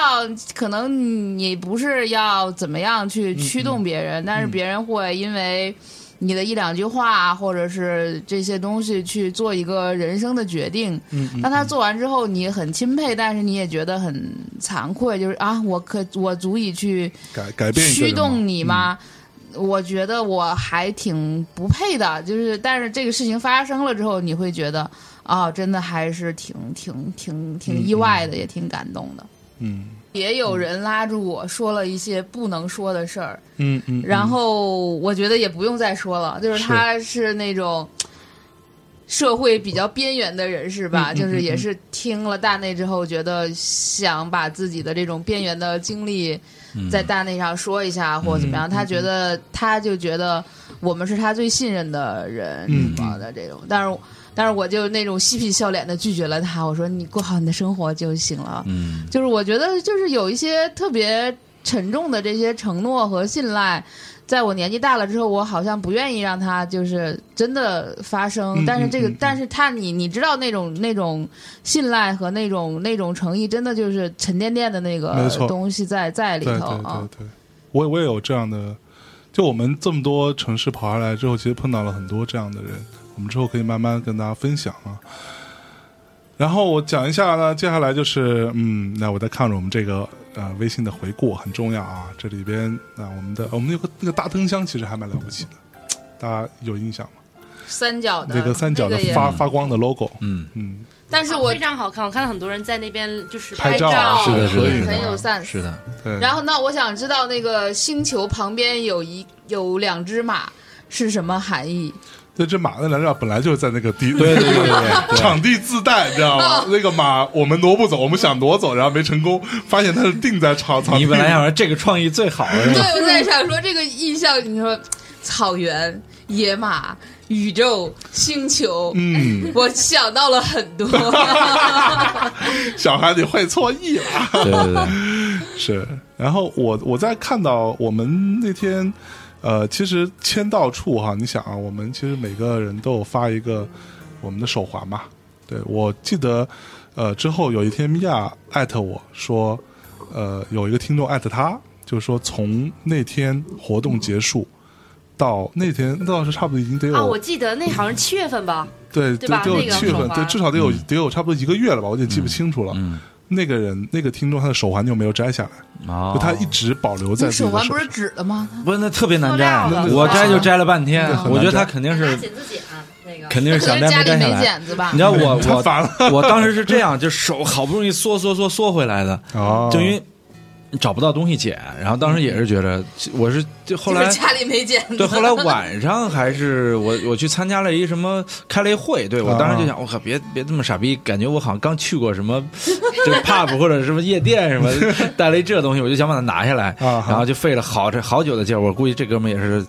E: 可能你不是要怎么样去驱动别人，但是别人会因为你的一两句话或者是这些东西去做一个人生的决定。
B: 嗯
E: 当他做完之后，你很钦佩，但是你也觉得很惭愧，就是啊，我可我足以去
B: 改改变一个
E: 驱
B: 人嘛
E: 动你？吗？
B: 嗯
E: 我觉得我还挺不配的，就是但是这个事情发生了之后，你会觉得啊、真的还是挺挺挺挺意外的，也挺感动的。
B: 嗯
E: 也有人拉住我说了一些不能说的事儿，
B: 嗯嗯，嗯
E: 然后我觉得也不用再说了，就是
B: 是
E: 他是那种社会比较边缘的人士吧，
B: 嗯嗯
E: 就是
B: 嗯
E: 也
B: 嗯
E: 是听了大内之后，觉得想把自己的这种边缘的经历
A: 嗯
E: 在大内上说一下，或者怎么
B: 嗯
E: 样。他觉得他就觉得我们是他最信任的人
B: 嗯
E: 什么的这种，但是但是我就那种嬉皮笑脸的拒绝了他，我说你过好你的生活就行了。
A: 嗯
E: 就是我觉得就是有一些特别沉重的这些承诺和信赖，在我年纪大了之后，我好像不愿意让它就是真的发生。
B: 嗯
E: 但是这个，
B: 嗯嗯
E: 但是他你你知道那种那种信赖和那种那种诚意，真的就是沉甸甸的那
B: 没
E: 个
B: 错
E: 东西在在里
B: 对
E: 头
B: 对
E: 啊
B: 对。对，我也我也有这样的，就我们这么多城市跑下来之后，其实碰到了很多这样的人，我们之后可以慢慢跟大家分享啊。然后我讲一下呢，接下来就是嗯，那我再看着我们这个呃微信的回顾很重要啊，这里边啊、我们的我们有个那个大灯箱其实还蛮了不起的，大家有印象吗？
E: 三角的
B: 那个三角的
E: 嗯那个也
B: 发发光的 logo，
A: 嗯，
B: 嗯，
E: 但是我
F: 非常好看，我看到很多人在那边就是
B: 拍
E: 照
B: 啊，
E: 是
A: 的是的
B: 合影啊
E: 很有 sense。
A: 是的，
B: 对，
E: 然后那我想知道那个星球旁边有一有两只马是什么含义？
B: 对，这马的燃料本来就是在那个地，
A: 对对对 对对对
B: 场地自带，你知道吗？那个马我们挪不走，我们想挪走，然后没成功，发现它是定在场场地。
A: 你本来想说这个创意最好的是吧？
E: 对，我在想说这个意象，你说草原、野马、宇宙、星球，
B: 嗯，
E: 我想到了很 多。
B: 小孩你会错意了。
A: 对对对，
B: 是，然后我我在看到我们那天，呃，其实签到处哈，你想啊，我们其实每个人都有发一个我们的手环嘛。对我记得，呃，之后有一天米娅艾特我说，呃，有一个听众艾特他，就是说从那天活动结束。到那天，那倒是差不多已经得有、
F: 啊，我记得那好像七月份吧，
B: 对
F: 对
B: 得
F: 吧
B: 得有
F: 那个
B: 七月份
F: 手，环
B: 对，至少得有、得有差不多一个月了吧，我有点记不清楚了。
A: 嗯，
B: 那个人，那个听众，他的手环就没有摘下来。
A: 哦
B: 就，他一直保留在
E: 那
B: 自己
E: 手
B: 的
E: 环
B: 手
E: 不是纸的吗？
A: 不是那特别难摘啊
F: 塑料
B: 的，
A: 我摘就摘了半天
B: 对，很
A: 我觉得
B: 难摘
A: 他肯定是
F: 剪子剪啊那个
A: 肯定是
E: 可
A: 想
E: 能
A: 摘
E: 家里
A: 摘下
E: 没
A: 来。
E: 剪子吧
A: 你知？道我
B: 太烦
A: 我我当时是这样，就手好不容易缩缩缩缩回来的，
B: 哦
A: 就因为找不到东西捡，然后当时也是觉得我是就后 来
E: 就是家里没剪子。
A: 对，后来晚上还是我我去参加了一什么开了一会，对我当时就
B: 哦
A: 想，我靠，别别这么傻逼，感觉我好像刚去过什么这个 pub 或者什么夜店什么，带了一这东西，我就想把它拿下来，
B: 啊哈
A: 然后就费了好这好久的劲儿，我估计这哥们也是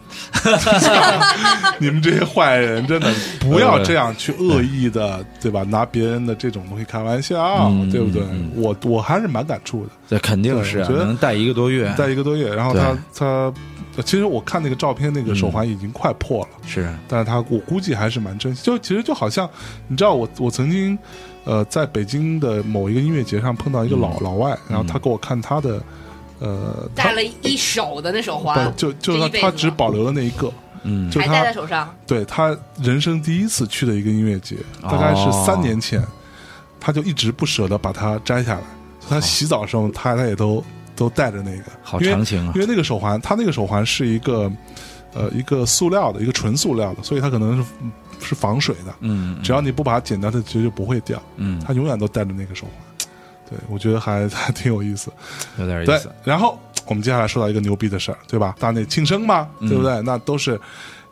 B: 你们这些坏人，真的不要这样去恶意的，对吧？拿别人的这种东西开玩笑，
A: 嗯
B: 对不对？
A: 嗯
B: 我我还是蛮感触的，
A: 这肯定是啊
B: 对我觉得
A: 能带一个多月，
B: 在一个多月，然后他他，其实我看那个照片，那个手环已经快破了，
A: 是啊
B: 但是他我估计还是蛮珍惜。就其实就好像，你知道我我曾经，呃，在北京的某一个音乐节上碰到一个老、
A: 嗯
B: 老外，然后他给我看他的，呃，他
F: 戴了一手的那手
B: 不
F: 环，
B: 就就
F: 哦这
B: 他
F: 一辈子
B: 他
F: 吧
B: 只保留了那一个，
A: 嗯
B: 就
F: 还
B: 他
F: 戴在手上，
B: 对他人生第一次去的一个音乐节，
A: 哦
B: 大概是三年前，他就一直不舍得把它摘下来。他洗澡的时候，他他也都都戴着那个，
A: 好
B: 因为
A: 长情啊
B: 因为那个手环，它那个手环是一个呃一个塑料的，一个纯塑料的，所以它可能是是防水的。
A: 嗯，
B: 只要你不把它剪掉，它绝对不会掉。
A: 嗯
B: 它永远都戴着那个手环。对，我觉得还还挺有意思。
A: 有点意
B: 对
A: 思，，
B: 然后我们接下来说到一个牛逼的事儿，对吧？大内庆生嘛，对不对？那都是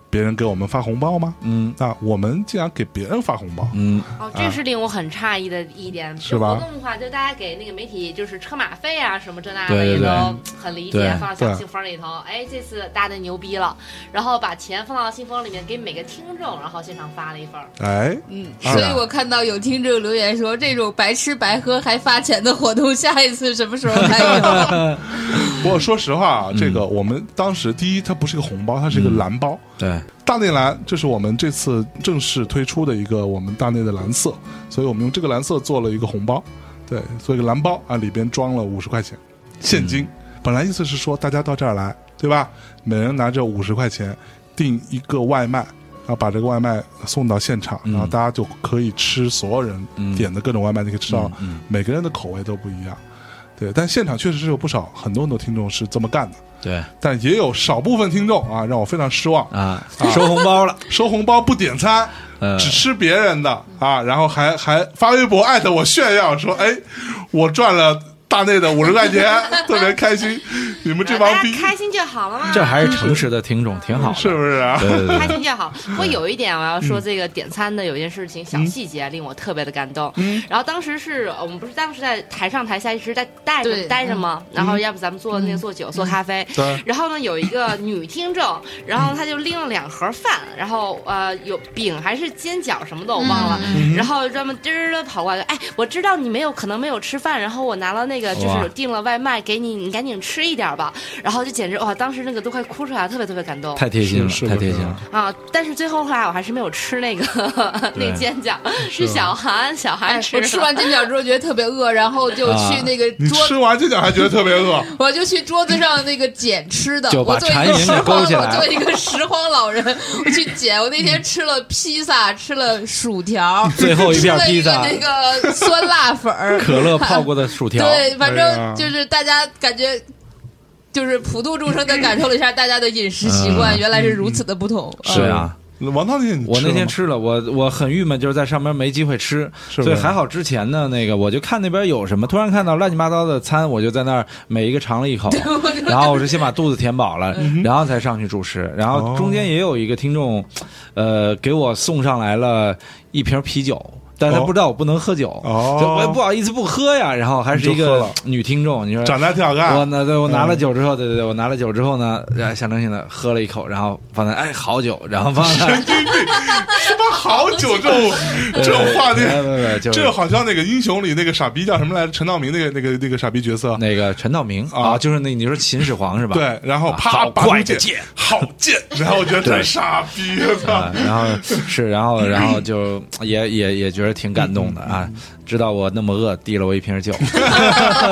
B: 别人给我们发红包吗？
A: 嗯
B: 那我们竟然给别人发红包，
A: 嗯
F: 哦，这是令我很诧异的一点。
B: 是
F: 就
B: 吧
F: 活动的话，就大家给那个媒体就是车马费啊什么这那的
A: 对对
F: 也
A: 对
F: 都很理
A: 对
F: 解，放到小
B: 对
F: 信封里头。哎，这次大的牛逼了，然后把钱放到信封里面给每个听众，然后现场发了一份儿。
B: 哎，
E: 嗯，
B: 啊
E: 所以我看到有听众留言说，这种白吃白喝还发钱的活动，下一次什么时候还 有？
B: 不过说实话啊，
A: 嗯
B: 这个我们当时第一，它不是一个红包，它是一个蓝包。
A: 对，
B: 大内蓝，这是我们这次正式推出的一个我们大内的蓝色，所以我们用这个蓝色做了一个红包，对，做一个蓝包啊，里边装了五十块钱现
A: 嗯
B: 金。本来意思是说大家到这儿来，对吧？每人拿着五十块钱订一个外卖，然后把这个外卖送到现场，
A: 嗯
B: 然后大家就可以吃所有人
A: 嗯
B: 点的各种外卖，你可以吃到
A: 嗯
B: 每个人的口味都不一样。对，但现场确实是有不少很多很多听众是这么干的，
A: 对
B: 但也有少部分听众啊让我非常失望，
A: 啊，收红包了，
B: 收红包不点餐，
A: 呃，
B: 只吃别人的啊，然后还还发微博艾特我炫耀说，哎，我赚了大内的五十块钱， 特别开心。你们这帮
F: 大家
B: 逼
F: 哎开心就好了嘛。
A: 这还是诚实的听众，挺好的，
B: 是不是啊？
A: 对对对
F: 开
A: 对，
F: 心就好。不过有一点我要说，这个点餐的有一件事情小细节令我特别的感动。然后当时是呃我们不是当时在台上台下一直在带着
E: 对
F: 待着吗？然后要不咱们做那个做酒做咖啡。
B: 对
F: 然后呢，有一个女听众，然后她就拎了两盒饭，然后呃有饼还是煎饺什么的我忘了，
E: 嗯
F: 然后专门嘚儿的跑过来，哎，我知道你没有可能没有吃饭，然后我拿了那个就
A: 哇
F: 是订了外卖给你，你赶紧吃一点吧。然后就简直哇，当时那个都快哭出来了，特别特别感动。
A: 太贴心了
B: 是，
A: 太贴心了，。
F: 啊！但是最后后来我还是没有吃那个那
A: 对
F: 煎饺，是小韩小
E: 哎
F: 韩吃
E: 我
F: 的。
E: 吃完煎饺之后觉得特别饿，然后就
A: 啊
E: 去那个
B: 你
E: 桌，
B: 吃完这点还觉得特别饿，
E: 我就去桌子上那个捡吃的。
A: 就把
E: 我作为一个
A: 馋瘾
E: 拾
A: 给
E: 荒，
A: 勾
E: 我
A: 起来了
E: 作为一个拾荒老人，我去捡。我那天吃了披萨，吃了薯条，
A: 最后一
E: 吃
A: 片
E: 了
A: 披
E: 一个
A: 萨，
E: 那个酸辣粉儿，啊
A: 可乐泡过的薯条，
E: 对，反
B: 哎呀
E: 正就是大家感觉。就是普度众生的感受了一下大家的饮食习惯，
A: 嗯
E: 原来是如此的不同。
A: 是啊，
B: 王涛那天你
A: 我那天
B: 吃
A: 吃了，我我很郁闷，就是在上面没机会吃，
B: 是不
A: 所
B: 是
A: 以还好之前呢，那个我就看那边有什么，突然看到乱七八糟的餐，我就在那儿每一个尝了一口，然后我是先把肚子填饱了，然后才上去主食。然
B: 哦
A: 后中间也有一个听众，呃，给我送上来了一瓶啤酒。但是他
B: 哦
A: 不知道我不能喝酒，
B: 哦
A: 就我也不好意思不喝呀。然后还是一
B: 你就喝
A: 个
B: 了
A: 女听众，你说
B: 了长得还嗯挺好看，啊
A: 我拿对我拿了酒之后，对对对，我拿了酒之后呢，呃象征性的喝了一口，然后放在哎好酒，然后放 在
B: 他妈好久这 种 这种话题。
A: 呃没没没，就是
B: 这好像那个英雄里那个傻逼叫什么来着？陈道明那个那个那个傻逼角色，
A: 那个陈道明
B: 啊
A: 啊，就是那你说秦始皇是吧？
B: 对，然后
A: 啊
B: 啪
A: 好
B: 拔出
A: 快的
B: 剑
A: 剑，
B: 好剑，然后我觉得真
A: 对
B: 傻逼，我操
A: 啊，！然后是，然后然后就也也也觉得挺感动的啊，知道我那么饿，递了我一瓶酒，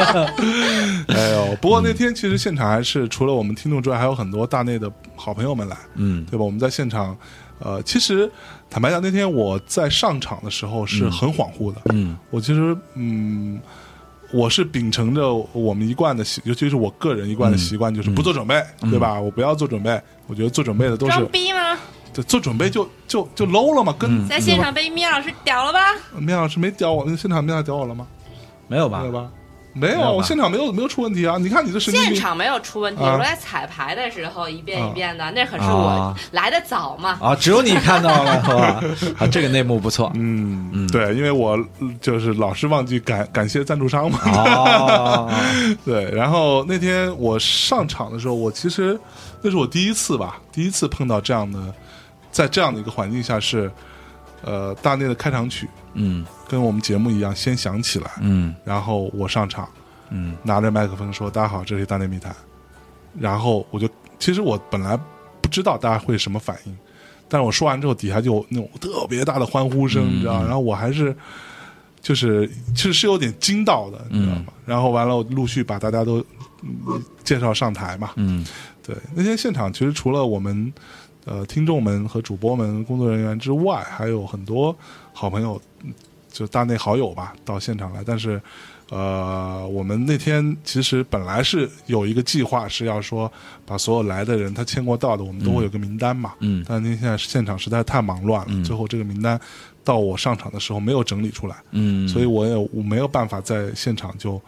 B: 哎呦，不过那天其实现场还是除了我们听众之外，还有很多大内的好朋友们来，
A: 嗯
B: 对吧？我们在现场，呃，其实坦白讲，那天我在上场的时候是很恍惚的，
A: 嗯
B: 我其实嗯。我是秉承着我们一贯的习，尤其是我个人一贯的习惯，就是不做准备，
A: 嗯
B: 对吧？我不要做准备，我觉得做准备的都
F: 装
B: 是
F: 逼吗？
B: 对做准备就就就 low 了嘛。
A: 嗯
B: 跟
F: 在现场被米老师屌了吧？
B: 面老师没屌我，那现场面老师屌我了吗？
A: 没有
B: 没
A: 吧
B: 有？吧？没
A: 啊没有吧
B: 有，我现场没有没有出问题啊！你看你这神经
F: 现
B: 病，
F: 场没有出问题，
B: 啊
F: 我在彩排的时候一遍一遍的，那可是我
A: 啊
F: 来的早嘛。
A: 啊，只有你看到了，好吧？啊，这个内幕不错。
B: 嗯，对，因为我嗯就是老是忘记感感谢赞助商嘛。
A: 哦，
B: 对，然后那天我上场的时候，我其实那是我第一次吧，第一次碰到这样的，在这样的一个环境下是，呃，大内的开场曲
A: 嗯
B: 跟我们节目一样，先响起来，
A: 嗯
B: 然后我上场
A: 嗯
B: 拿着麦克风说：“大家好，这是大内密谈。”然后我就其实我本来不知道大家会什么反应，但是我说完之后，底下就有那种特别大的欢呼声，你知道？然后我还是就是其实是有点惊到的，你知道吗？然后完了，我陆续把大家都、嗯介绍上台嘛。
A: 嗯
B: 对，那天现场其实除了我们呃听众们和主播们、工作人员之外，还有很多好朋友嗯就大内好友吧，到现场来。但是，呃，我们那天其实本来是有一个计划，是要说把所有来的人他签过到的，我们都会有个名单嘛。
A: 嗯
B: 但您现在现场实在太忙乱了，最后这个名单到我上场的时候没有整理出来，
A: 嗯，
B: 所以我也我没有办法在现场就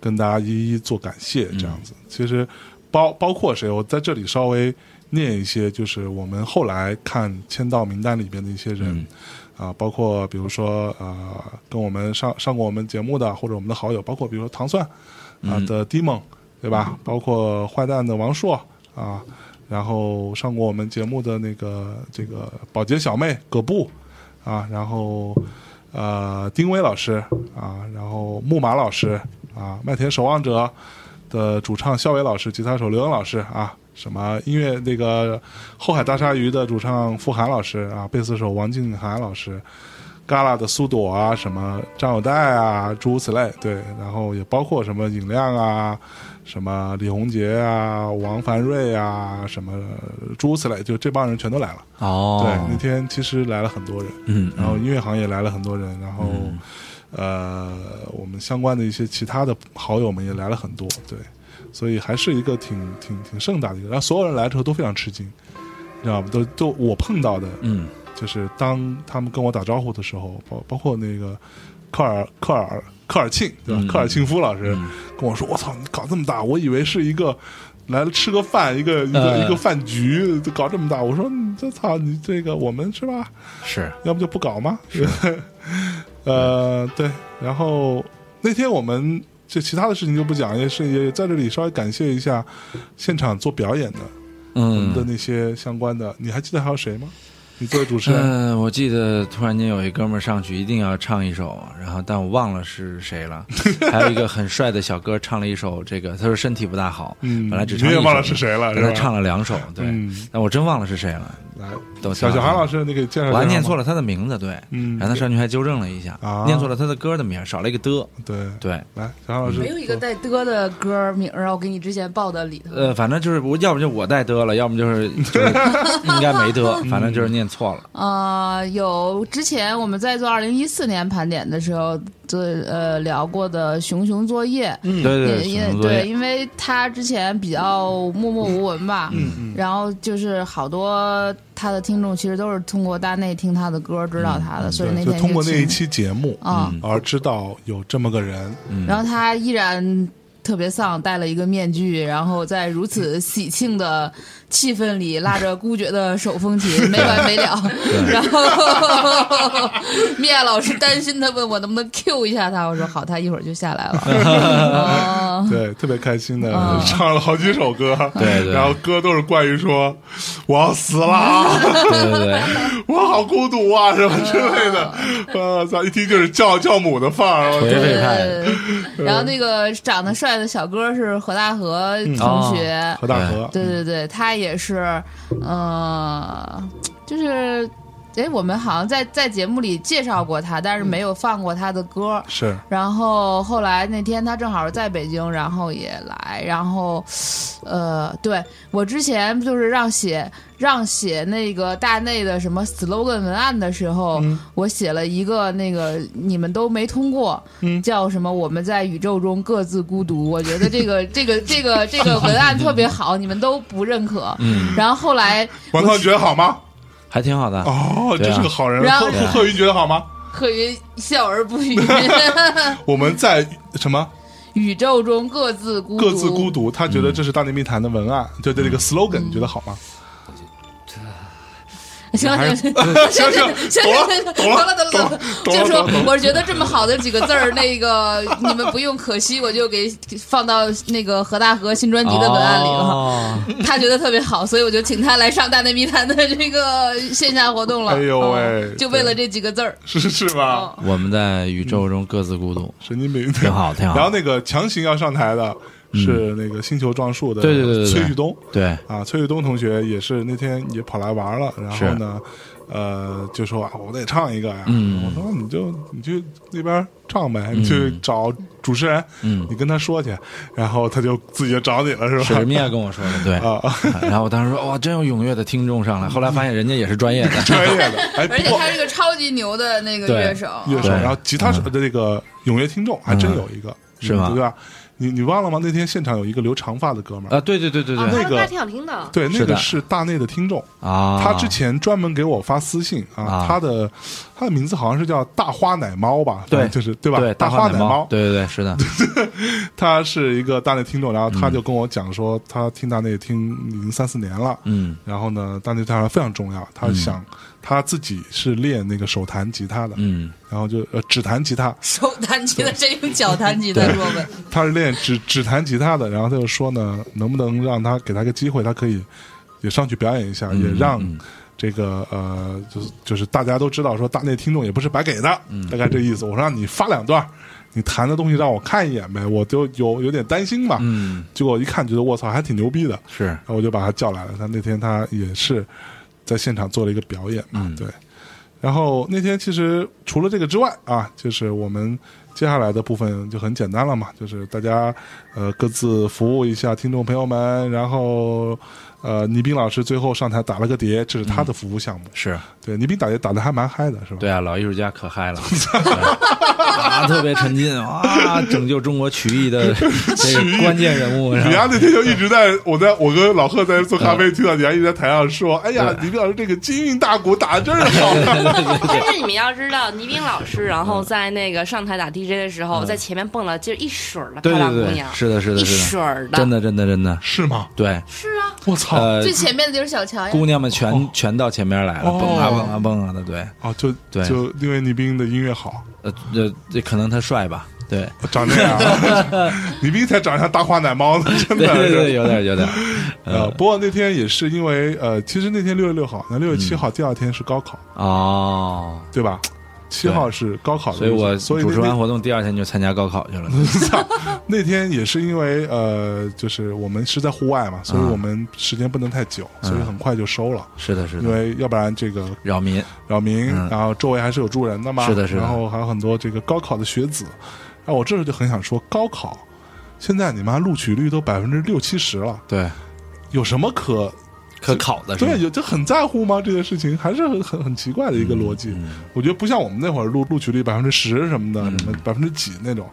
B: 跟大家一一做感谢这样子。
A: 嗯
B: 其实包包括谁，我在这里稍微念一些，就是我们后来看签到名单里边的一些人。
A: 嗯
B: 啊，包括比如说呃，跟我们上上过我们节目的或者我们的好友，包括比如说糖蒜啊
A: 嗯
B: 的 Demon，对吧？包括坏蛋的王硕啊，然后上过我们节目的那个这个保洁小妹葛布啊，然后呃丁薇老师啊，然后木马老师啊，麦田守望者的主唱肖伟老师，吉他手刘英老师啊。什么音乐那个后海大鲨鱼的主唱傅涵老师啊，贝斯手王静涵老师，Gala 的苏朵啊，什么张友代啊，诸如此类，对，然后也包括什么尹亮啊，什么李洪杰啊，王凡瑞啊，什么诸如此类，就这帮人全都来了。
A: 哦，
B: 对，那天其实来了很多人，
A: 嗯，
B: 然后音乐行业来了很多人，然后、呃，我们相关的一些其他的好友们也来了很多，对，所以还是一个挺挺挺盛大的一个，然后所有人来之后都非常吃惊，你知道吗？都都我碰到的，
A: 嗯
B: 就是当他们跟我打招呼的时候，包包括那个克尔克尔克尔沁对吧？
A: 嗯
B: 克尔沁夫老师
A: 嗯
B: 跟我说：“我操，你搞这么大，我以为是一个来吃个饭，一个一个、
A: 呃
B: 一个饭局，就搞这么大。”我说：“你这操，你这个我们是吧？
A: 是，
B: 要不就不搞嘛。” 呃，对，然后那天我们。这其他的事情就不讲，也是也在这里稍微感谢一下现场做表演的、我们的
A: 嗯
B: 那些相关的。你还记得还有谁吗？你作为主持人，
A: 嗯，我记得突然间有一哥们儿上去一定要唱一首，然后但我忘了是谁了， 还有一个很帅的小哥唱了一首这个，他说身体不大好，
B: 嗯，
A: 本来只
B: 你
A: 唱
B: 也
A: 一
B: 忘
A: 首
B: 了是谁了，
A: 但
B: 是
A: 他
B: 吧？
A: 唱了两首，对，
B: 嗯，
A: 但我真忘了是谁了，
B: 来，
A: 都
B: 小小韩老
A: 师，
B: 师，你给介绍，
A: 我还念错
B: 了，
A: 了他的名字，对，
B: 嗯，
A: 然后他上去还纠正了一下
B: 啊，
A: 念错了他的歌的名儿，少了一个的。
B: 对，
A: 对，
B: 来，小韩老师，
E: 没有一个
B: 说
E: 带的的歌名儿啊，我给你之前报的里头。
A: 呃，反正就是我，要不就我带的了，要 么就是就是应该没的，反正就是念错了。
E: 呃，有之前我们在做二零一四年盘点的时候，做呃聊过的《熊熊作业》
B: 嗯
A: 对
E: 因
A: 对，熊
E: 因
A: 熊作
E: 对，
A: 业
E: 因为他之前比较默默无闻吧，然后就是好多他的听众其实都是通过大内听他的歌知道他的，所以
B: 对
E: 那
B: 就
E: 天
B: 通过那
E: 请
B: 一期节目
E: 啊，
A: 嗯
B: 而知道有这么个人，
E: 然后他依然特别丧，戴了一个面具，然后在如此喜庆的气氛里拉着孤绝的手风琴没完没了。然后米娅老师担心的问我能不能 Q 一下他，我说好，他一会儿就下来了。哦
B: 对，特别开心的
E: 啊
B: 唱了好几首歌，
A: 对对
B: 然后歌都是关于说我要死 了，啊
A: 对对对，
B: 我好孤独啊，什么之类的，
E: 嗯
B: 啊，操，一听就是教教母的范儿，我
A: 颓废派，
E: 对，然后那个长得帅的小哥是何大河同学，
B: 何大
A: 哎
B: 河，
E: 对对对，他也是，呃，就是，哎，我们好像在在节目里介绍过他，但是没有放过他的歌。
B: 是，
E: 然后后来那天他正好在北京，然后也来，然后，呃，对我之前就是让写让写那个大内的什么 slogan 文案的时候，
B: 嗯
E: 我写了一个那个你们都没通过，
B: 嗯
E: 叫什么我们在宇宙中各自孤独。我觉得这 个这个这个这个文案特别好，你们都不认可。然后后来
B: 嗯王涛你觉得好吗？
A: 还挺好的。
B: 哦，
A: 对啊
B: 这是个好人，
E: 然
B: 贺
E: 后
B: 贺贺云觉得好吗？
E: 贺云笑而不 语，
B: 我们在什么？
E: 宇宙中各自孤独，嗯
B: 各自孤独，他觉
A: 嗯
B: 得这是大内密谈的文案，对对，这个 slogan，你觉得 好吗？
E: 行
B: 还
E: 行
B: 是
E: 行
B: 行
E: 行
B: 行
E: 行行，
B: 懂
E: 了
B: 了
E: 懂
B: 懂
E: 了
B: 了
E: 懂了，
B: 懂了
E: 就说
B: 懂了
E: 我觉得这么好的几个字儿，那个你们不用可惜，我就给放到那个何大河新专辑的文案里了。
A: 哦
E: 他觉得特别好，所以我就请他来上大内密谈的这个线下活动了。
B: 哎呦喂啊
E: 嗯就为了这几个字儿。
B: 是是吧？
E: 哦
A: 我们在宇宙中各自孤独，
B: 神经病，
A: 挺好挺好
B: 然后那个强行要上台的是那个星球撞树的
A: 嗯对对对对对
B: 崔旭东
A: 对，
B: 啊，崔旭东同学也是那天也跑来玩了，然后呢，呃，就说啊，我得唱一个呀，
A: 嗯
B: 我说你就你去那边唱呗，你去找主持人，
A: 嗯
B: 你跟他说去，然后他就自己就找你了，是吧？
A: 史密亚跟我说的，对。
B: 啊，
A: 然后我当时说，哇，真有踊跃的听众上来。后来发现人家也是专业的，
B: 专业的， 哎，
E: 而
B: 不
E: 且
B: 过
E: 他是个超级牛的那个
A: 对
E: 乐手，
B: 乐手，
A: 对嗯
B: 然后吉他手的那个踊跃听众还真有一个，
A: 是吗
B: 对吧？你你忘了吗？那天现场有一个留长发的哥们儿，
A: 啊，对对对对
F: 啊，他
A: 对
B: 那
F: 的
B: 个
F: 歌挺好听的。
B: 对，那
A: 是
B: 个
A: 的
B: 是大内的听众，
A: 啊，
B: 他之前专门给我发私信啊
A: 啊，
B: 他的他的名字好像是叫大花奶猫吧，
A: 对
B: 反正就是对吧？
A: 对
B: 大
A: 花
B: 奶
A: 猫
B: 猫，，
A: 对对对，是的，
B: 他是一个大内听众，然后他就跟我讲说，他听大内听已经三四年了，
A: 嗯
B: 然后呢，大内对他来说非常重要，他想他自己是练那个手弹吉他的，
A: 嗯
B: 然后就呃只弹吉他，
E: 手弹吉他，真用脚弹吉他说呗。
B: 他是练只只弹吉他的，然后他就说呢，能不能让他给他个机会，他可以也上去表演一下，
A: 嗯
B: 也让这个呃，就是就是大家都知道说大内听众也不是白给的，大概这意思。我让你发两段，你弹的东西让我看一眼呗，我就有有点担心嘛。
A: 嗯，
B: 结果一看觉得我操，还挺牛逼的，
A: 是
B: 然后我就把他叫来了。他那天他也是在现场做了一个表演嘛，
A: 嗯
B: 对。然后那天其实除了这个之外啊，就是我们接下来的部分就很简单了嘛，就是大家呃各自服务一下听众朋友们，然后呃倪斌老师最后上台打了个碟，这是他的服务项目。
A: 是，
B: 对，倪斌打碟打的还蛮嗨的，是吧？
A: 嗯对啊，老艺术家可嗨了，对啊，特别沉浸啊，拯救中国曲艺的这个关键人物，
B: 李
A: 然
B: 安
A: 后
B: 那天就一直在，我在我跟老贺在做咖
A: 嗯
B: 啡，听到李安一直在台上说：“哎呀，倪斌老师这个金韵大鼓打的真是好。”
F: 但是你们要知道，倪斌老师，然后在那个上台打 DJ 的时候，在前面蹦了就是一水儿的
A: 对
F: 漂亮
A: 对
F: 姑
A: 对，
F: 娘，
A: 是的，是的，
F: 一
A: 是
F: 水儿
A: 的，真的真的真的，
B: 是吗？
A: 对，
E: 是啊，
B: 我操！
A: 呃，
E: 最前面的就是小乔呀。
A: 姑娘们全全到前面来了，
B: 哦
A: 蹦啊蹦啊蹦啊的，对，
B: 哦，就
A: 对
B: 就因为倪斌的音乐 好，
A: 呃呃，这可能他帅吧， 对，
B: 长这样， 倪斌才长得像大花奶 猫呢，真
A: 对
B: 的
A: 对
B: 是。
A: 对，嗯有点 有点，
B: 呃，不过那天也是因为呃，其实那天六月六号，那六月七号第二天是高考，
A: 嗯哦，
B: 对吧？七号是高考的日
A: 所以
B: 子，
A: 我
B: 所以
A: 主持
B: 那
A: 完活动第二天就参加高考去 了，
B: 那天也是因为呃，就是我们是在户外嘛，所以
A: 嗯
B: 我们时间不能太久，所以很快就收了，
A: 是的，是
B: 因
A: 的，
B: 为要不然这个
A: 扰民，
B: 扰民，
A: 嗯
B: 然后周围还是有住人的嘛，
A: 是的是的
B: 然后还有很多这个高考的学子，然后我这时候就很想说，高考现在你妈录取率都百分之六七十了，
A: 对，
B: 有什么可
A: 可考的是吧
B: 对有就很在乎吗？这件事情还是很很很奇怪的一
A: 嗯
B: 个逻辑，我觉得不像我们那会儿录录取率百分之十什么的，什么
A: 嗯
B: 百分之几那种，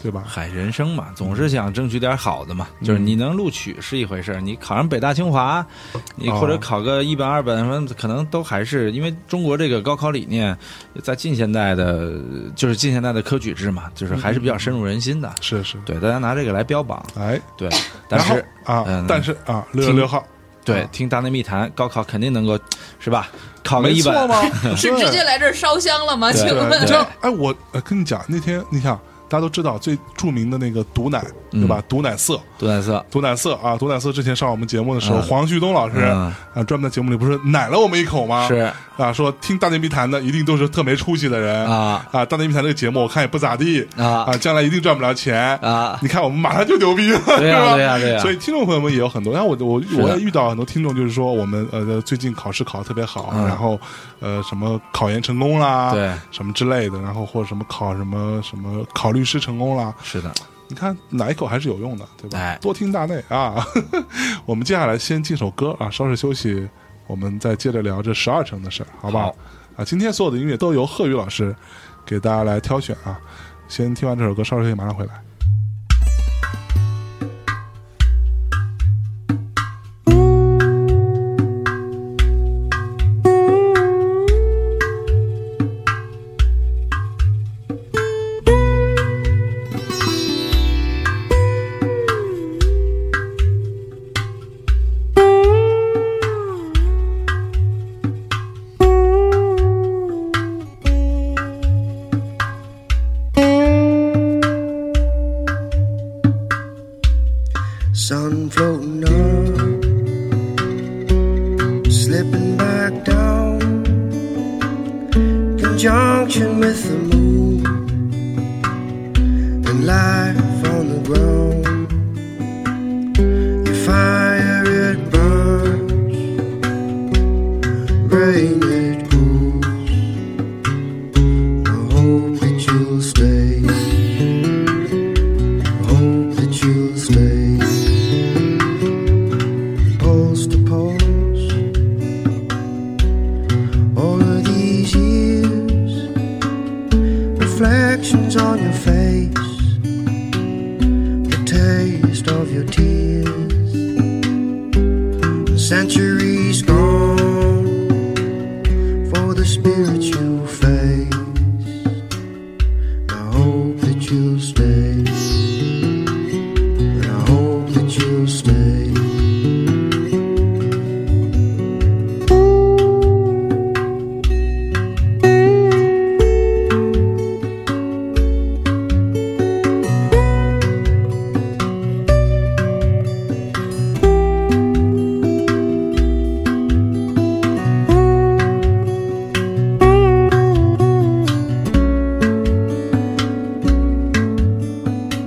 B: 对吧？
A: 嗨，人生嘛，总是想争取点好的
B: 嗯
A: 嘛。就是你能录取是一回事儿，你考上北大清华，你
B: 哦
A: 或者考个一本二本，反正可能都还是因为中国这个高考理念，在近现代的，就是近现代的科举制嘛，就是还是比较深入人心的。
B: 是是，
A: 对，大家拿这个来标榜。
B: 哎，
A: 对，但
B: 然后
A: 是
B: 啊，
A: 嗯
B: 但是啊，六月
A: 听
B: 六号，
A: 对
B: 啊，
A: 听大内密谈，高考肯定能够，是吧？考个
B: 没
A: 一
B: 错
A: 本，
B: 吗？
E: 是
B: 对
E: 直接来这儿烧香了吗？
A: 对
E: 请
B: 对，你
E: 问
B: 知道，哎，我呃跟你讲，那天你想，大家都知道最著名的那个毒奶，
A: 嗯
B: 对吧？毒奶色，
A: 杜南色，
B: 毒奶色啊，毒奶色之前上我们节目的时候，
A: 嗯
B: 黄旭东老师
A: 嗯
B: 啊，专门在节目里不是奶了我们一口吗？
A: 是
B: 啊，说听大内密谈的一定都是特没出息的人
A: 啊
B: 啊！大内密谈这个节目我看也不咋地
A: 啊
B: 啊，将来一定赚不了钱
A: 啊
B: 你看我们马上就牛逼了，
A: 对呀
B: 是吧
A: 对呀对呀
B: 所以听众朋友们也有很多，然后我我
A: 的
B: 我也遇到很多听众，就是说我们呃最近考试考得特别好，
A: 嗯
B: 然后呃什么考研成功啦，
A: 对
B: 什么之类的，然后或者什么考什么什么考律师成功啦，
A: 是的，
B: 你看哪一口还是有用的，对吧？
A: 哎
B: 多听大内啊！ 我们接下来先进首歌啊，稍事休息，我们再接着聊这十二城的事儿，好不好？
A: 好
B: 啊，今天所有的音乐都由贺宇老师给大家来挑选啊。先听完这首歌，稍事休息，马上回来。
G: Sun floating up, slipping back down, conjunction with the moon, and life on the ground. that you'll stay. And I hope that you'll stay.
B: Stay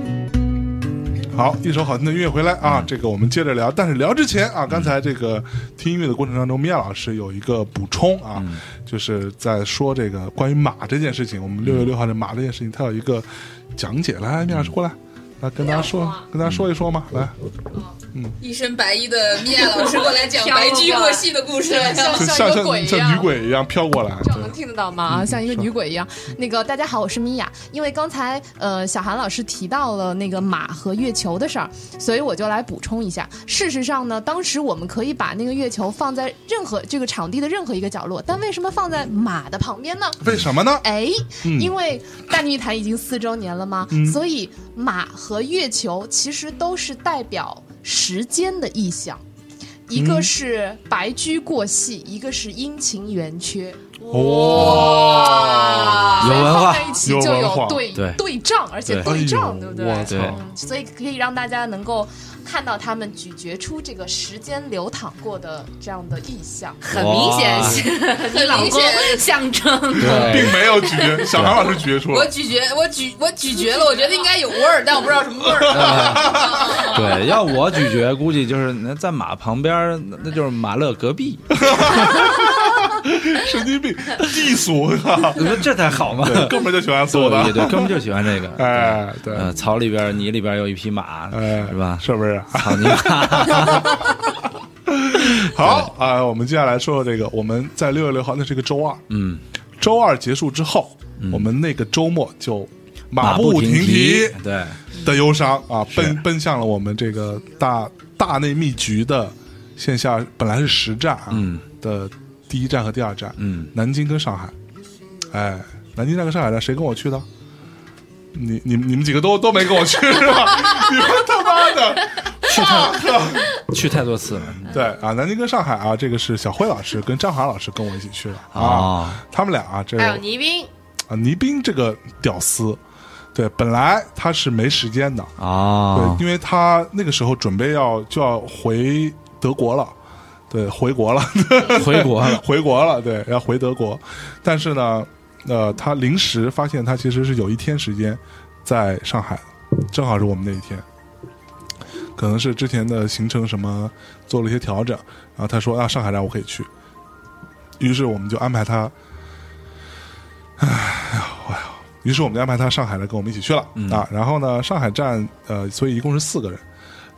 B: 好，一首好听的音乐回来
A: 嗯
B: 啊，这个我们接着聊。但是聊之前啊，刚才这个听音乐的过程当中，米娅老师有一个补充啊，
A: 嗯
B: 就是在说这个关于马这件事情，我
A: 嗯
B: 们六月六号这马这件事情，它有一个讲解。来，米娅老师过来，
A: 嗯
B: 来跟大家说，跟大家说一说嘛，来。
E: 一身白衣的米娅老师过来讲白驹过隙的故事，
H: 像
B: 就
H: 像
B: 像
H: 一个鬼一
B: 像女
H: 样。
B: 鬼一样飘过来，
H: 这样能听得到吗？啊，像一个女鬼一样。那个大家好，我是米娅。因为刚才呃小韩老师提到了那个马和月球的事儿，所以我就来补充一下。事实上呢，当时我们可以把那个月球放在任何这个场地的任何一个角落，但为什么放在马的旁边呢？
B: 对为什么呢？
H: 哎，
B: 嗯
H: 因为大逆坛已经四周年了嘛，所以马和月球其实都是代表时间的意象，一个是白驹过隙，一个是阴晴圆缺，
B: 哦哇，
H: 所以
A: 有文化
H: 放在一起就
B: 有文化
H: 有对
C: 对
H: 对仗，而且
C: 对
H: 对仗，对
B: 哎呦
H: 不
B: 我
H: 对？
B: 操
C: 对
H: 所以可以让大家能够看到他们咀嚼出这个时间流淌过的这样的意象。
F: 很明显，
E: 很
F: 老
E: 明
F: 公
E: 显。
F: 象征。
A: 对，
B: 并没有咀嚼，小韩老师咀嚼出
E: 我
B: 来，
E: 咀嚼，我咀，我咀嚼了，我觉得应该有味儿，但我不知道什么味儿。
A: 对，要我咀嚼，估计就是那在马旁边儿，那那就是马勒隔壁，
B: 神经病，低俗啊！
A: 你说这才好嘛！
B: 对，哥们儿就喜欢做
A: 对对
B: 的，
A: 对，根本就喜欢这个。
B: 哎，对，
A: 呃，草里边儿泥里边儿有一匹马，
B: 哎，
A: 是吧？
B: 是不是？
A: 草泥马，
B: 好啊，我们接下来说说这个，我们在六月六号，那是个周二，
A: 嗯，
B: 周二结束之后，我们那个周末就马
A: 不
B: 停
A: 蹄
B: 蹄，
A: 对，
B: 的忧伤啊，
A: 是
B: 奔奔向了我们这个大大内密局的线下，本来是十站啊、
A: 嗯
B: 的第一站和第二站，
A: 嗯，
B: 南京跟上海，哎，南京站跟上海站谁跟我去的？你你你们几个都都没跟我去是吧？ 你们他妈的！
A: 去太多次了
B: 对啊，南京跟上海啊，这个是小辉老师跟张涵老师跟我一起去的啊，
A: 哦
B: 他们俩啊，这个
F: 还有倪斌，
B: 啊倪斌这个屌丝，对，本来他是没时间的，
A: 哦
B: 对，，因为他那个时候准备要就要回德国了，对，回国了，
A: 回国了，
B: 回国了，对，要回德国。但是呢，呃，他临时发现他其实是有一天时间在上海，正好是我们那一天。可能是之前的行程什么做了一些调整，然后他说啊，上海站我可以去，于是我们就安排他，哎呀，哎呀，于是我们就安排他上海站跟我们一起去了、啊。然后呢，上海站呃，所以一共是四个人，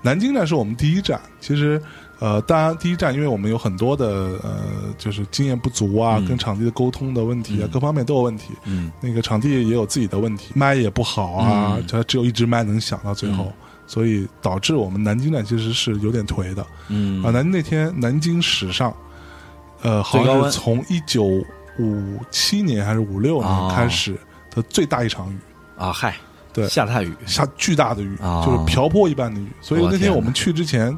B: 南京站是我们第一站，其实。呃，当然，第一站，因为我们有很多的呃，就是经验不足啊，跟场地的沟通的问题啊，各方面都有问题。
A: 嗯，
B: 那个场地也有自己的问题，麦也不好啊，它、只有一支麦能响到最后，所以导致我们南京站其实是有点颓的。
A: 嗯
B: 啊，南京那天南京史上，呃，好
A: 最高
B: 像
A: 温
B: 是从一九五七年还是五六年
A: 哦
B: 开始的最大一场雨，
A: 啊，嗨，
B: 对
A: 下大雨，
B: 下巨大的雨，
A: 哦
B: 就是瓢泼一般的雨。所以
A: 我
B: 那天
A: 天
B: 我们
A: 哪
B: 去之前，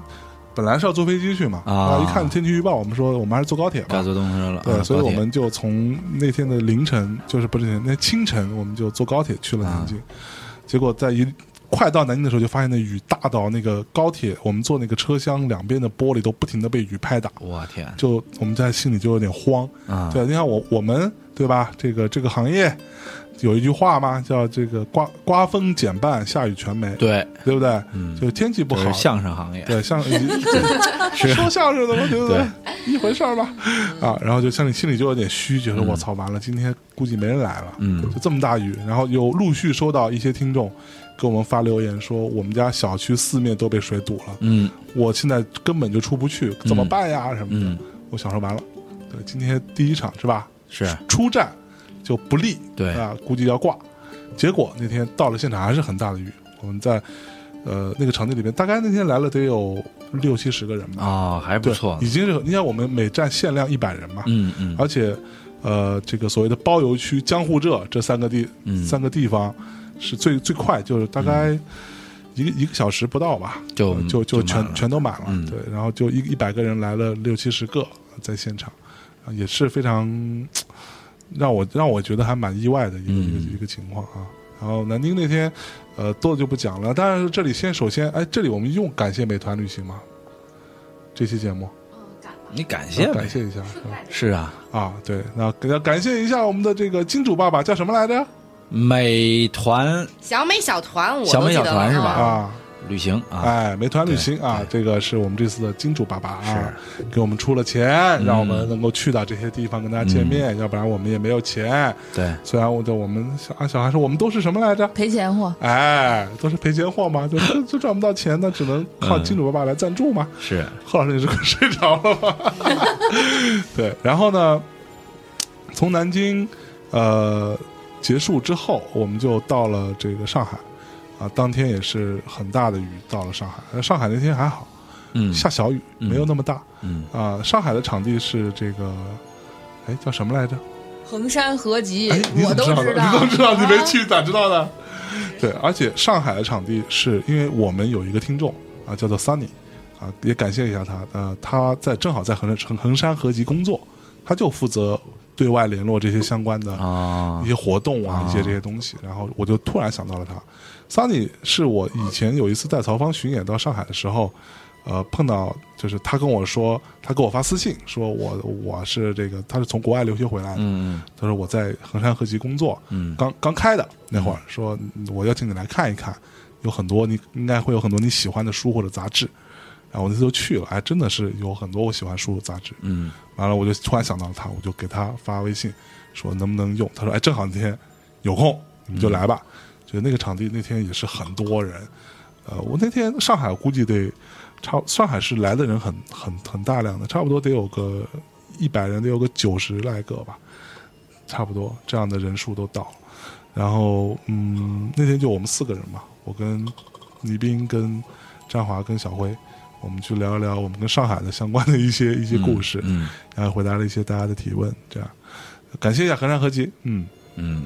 B: 本来是要坐飞机去嘛，
A: 啊
B: 后来一看天气预报，我们说我们还是坐高铁
A: 该
B: 吧。
A: 坐动车了，
B: 对，
A: 啊
B: 所以
A: 高
B: 我
A: 铁
B: 们就从那天的凌晨，就是不是凌晨那清晨，我们就坐高铁去了
A: 啊
B: 南京。结果在一快到南京的时候，就发现那雨大到那个高铁，我们坐那个车厢两边的玻璃都不停的被雨拍打。
A: 我天
B: 就我们在心里就有点慌。
A: 啊，
B: 对，你看我我们对吧？这个这个行业有一句话嘛，叫这个刮刮风减半，下雨全没，
A: 对，
B: 对不对？
A: 嗯
B: 就是天气不
A: 这
B: 好
A: 是，相声行业，
B: 对 像说相声的嘛，对不对？一回事儿吧。
A: 嗯
B: 啊，然后就像你心里就有点虚，觉得我操完了，今天估计没人来了。
A: 嗯
B: 就这么大雨，然后有陆续收到一些听众给我们发留言说，我们家小区四面都被水堵了，
A: 嗯
B: 我现在根本就出不去，怎么办呀？什么的。
A: 嗯，
B: 我想说完了，对，今天第一场是吧？
A: 是
B: 出战就不利，
A: 对，
B: 啊，估计要挂。结果那天到了现场还是很大的雨，我们在呃那个场地里面，大概那天来了得有六七十个人吧，
A: 哦，还不
B: 对啊
A: 错，
B: 已经是你看我们每站限量一百人嘛，
A: 嗯嗯
B: 而且呃这个所谓的包邮区、江户浙这三个地、
A: 嗯
B: 三个地方，是最最快，就是大概一个、一个小时不到吧，
A: 就
B: 呃就
A: 嗯就
B: 全
A: 满了
B: 全都满了。
A: 嗯
B: 对，然后就一一百个人来了六七十个在现场，啊也是非常让我让我觉得还蛮意外的一个、一
A: 嗯
B: 个一个情况啊。然后南京那天，呃，多的就不讲了。当然，这里先首先，哎，这里我们用感谢美团旅行吗？这期节目，
A: 你感谢呗
B: 啊感，谢一下，是吧
A: 是啊，
B: 啊，对，那给大家感谢一下我们的这个金主爸爸，叫什么来着？
A: 美团
F: 小美小团，我
A: 小
F: 都
A: 美
F: 记
A: 小
F: 得
A: 团
F: 了
A: 是吧？
F: 啊
B: 啊，
A: 旅行啊，
B: 哎，美团旅行啊，这个是我们这次的金主爸爸啊，给我们出了钱，让我们能够去到这些地方跟大家见
A: 嗯
B: 面，要不然我们也没有钱。
A: 对，
B: 虽然我的我们小啊小孩说我们都是什么来着？
E: 赔钱货。
B: 哎，都是赔钱货嘛，就就就赚不到钱那只能靠
A: 嗯
B: 金主爸爸来赞助嘛。
A: 是
B: 贺老师，你是快睡着了 吗？对，然后呢，从南京呃结束之后，我们就到了这个上海啊，当天也是很大的雨到了上海，呃上海那天还好，
A: 嗯，
B: 下小雨，
A: 嗯
B: 没有那么大
A: 嗯
B: 啊。上海的场地是这个，哎，叫什么来着？
E: 衡山合集
B: 哎，你
E: 我
B: 怎么
E: 都知
B: 知道的？
E: 道，啊
B: 你都知道？你没去咋知道的？对，而且上海的场地是因为我们有一个听众啊，叫做 Sunny 啊，也感谢一下他。呃，他在正好在衡衡衡山合集工作，他就负责对外联络这些相关的
A: 啊
B: 一，些活动啊，一些这些东西。然后我就突然想到了他，Sunny 是我以前有一次带曹芳巡演到上海的时候，呃，碰到就是他跟我说，他给我发私信说我我是这个他是从国外留学回来的，
A: 嗯
B: 他说我在衡山合集工作，
A: 嗯
B: 刚刚开的那会儿，说嗯我邀请你来看一看，有很多你应该会有很多你喜欢的书或者杂志。然后我那次就去了，哎，真的是有很多我喜欢书杂志。
A: 嗯
B: 完了，我就突然想到他，我就给他发微信说能不能用。他说哎，正好那天有空，你们就来吧。就那个场地那天也是很多人，呃，我那天上海估计得差上海是来的人很很很大量的，差不多得有个一百人，得有个九十来个吧，差不多这样的人数都到了。然后嗯，那天就我们四个人嘛，我跟倪斌、跟张华、跟小辉。我们去聊一聊我们跟上海的相关的一些一些故事，
A: 嗯
B: 然后回答了一些大家的提问，这样感谢一下衡山合集，嗯，
A: 嗯，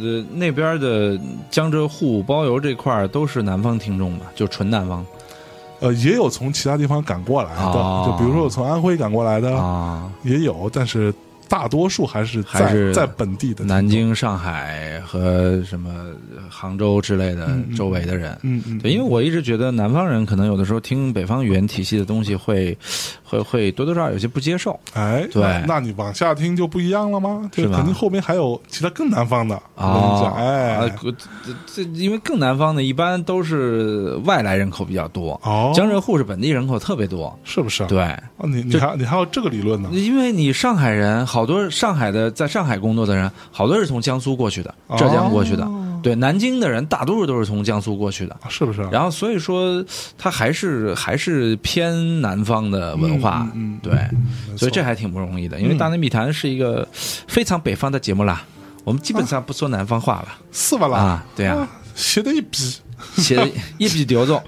A: 呃，那边的江浙沪包邮这块儿都是南方听众吧，就纯南方
B: 呃，也有从其他地方赶过来的，
A: 哦
B: 就比如说我从安徽赶过来的、
A: 啊，
B: 也有，但是大多数还是在
A: 还是
B: 在本地的
A: 南，京、上海和什么杭州之类的
B: 嗯嗯
A: 周围的人，
B: 嗯嗯，
A: 对，因为我一直觉得南方人可能有的时候听北方语言体系的东西会，会会多多少少有些不接受
B: 哎，
A: 对
B: 那那你往下听就不一样了吗？就是
A: 吧
B: 肯定后面还有其他更南方的，我跟你
A: 啊
B: 讲，哎。
A: 啊这这因为更南方的一般都是外来人口比较多，
B: 哦，
A: 江浙沪是本地人口特别多，
B: 是不是？
A: 对，
B: 哦，你你
A: 这
B: 还你还有这个理论呢？
A: 因为你上海人好多上海的在上海工作的人，好多是从江苏过去的，
B: 哦
A: 浙江过去的，对，南京的人大多数都是从江苏过去的。
B: 啊是不是？
A: 然后，所以说，它还是还是偏南方的文化，
B: 嗯嗯嗯
A: 对，
B: 没错
A: 所以这还挺不容易的，因为《大内密谈》是一个非常北方的节目啦，我们基本上不说南方话了
B: 是吧啦？
A: 啊，对啊，
B: 啊，写的一逼。
A: 写一笔丢着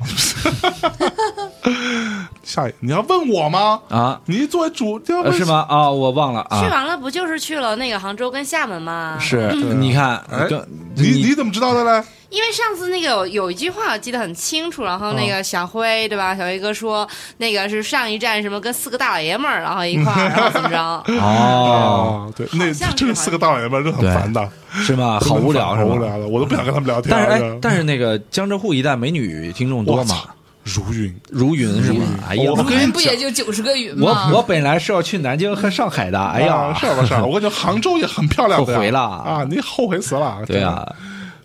B: 下一，你要问我吗？
A: 啊，
B: 你作为主要
A: 呃
B: 问
A: 是？吗？啊，我忘了
F: 去
A: 啊，
F: 完了不就是去了那个杭州跟厦门吗？
A: 是，
B: 对啊
A: 你看
B: 哎，
A: 跟
B: 你你怎么知道的嘞？
F: 因为上次那个有有一句话我记得很清楚，然后那个小辉、对吧？小辉哥说那个是上一站什么跟四个大老爷们儿然后一块儿，然后怎么着？
A: 哦，
B: 哦，对，那
F: 好像是
B: 这四个大爷们，这很
A: 对
B: 烦的，
A: 是吗？
B: 真的
A: 好无聊
B: 很
A: 是
B: 好无
A: 吧？
B: 聊的，我都不想跟他们聊天。
A: 但是
B: 这
A: 哎
B: 个，
A: 但是那个江浙沪一带美女听众多
B: 我
A: 嘛
B: 操，，如云，哦
A: 如云是吗？哎呀
B: 我
A: 妈
E: 你
A: 呀，
E: 们不也就九十个云
A: 我
E: 吗？
A: 我本来是要去南京和上海的，哎呀
B: 啊，是吧是吧？我感觉杭州也很漂亮的呀，
A: 后悔了
B: 啊！你后悔死了，
A: 对
B: 真 的
A: 啊，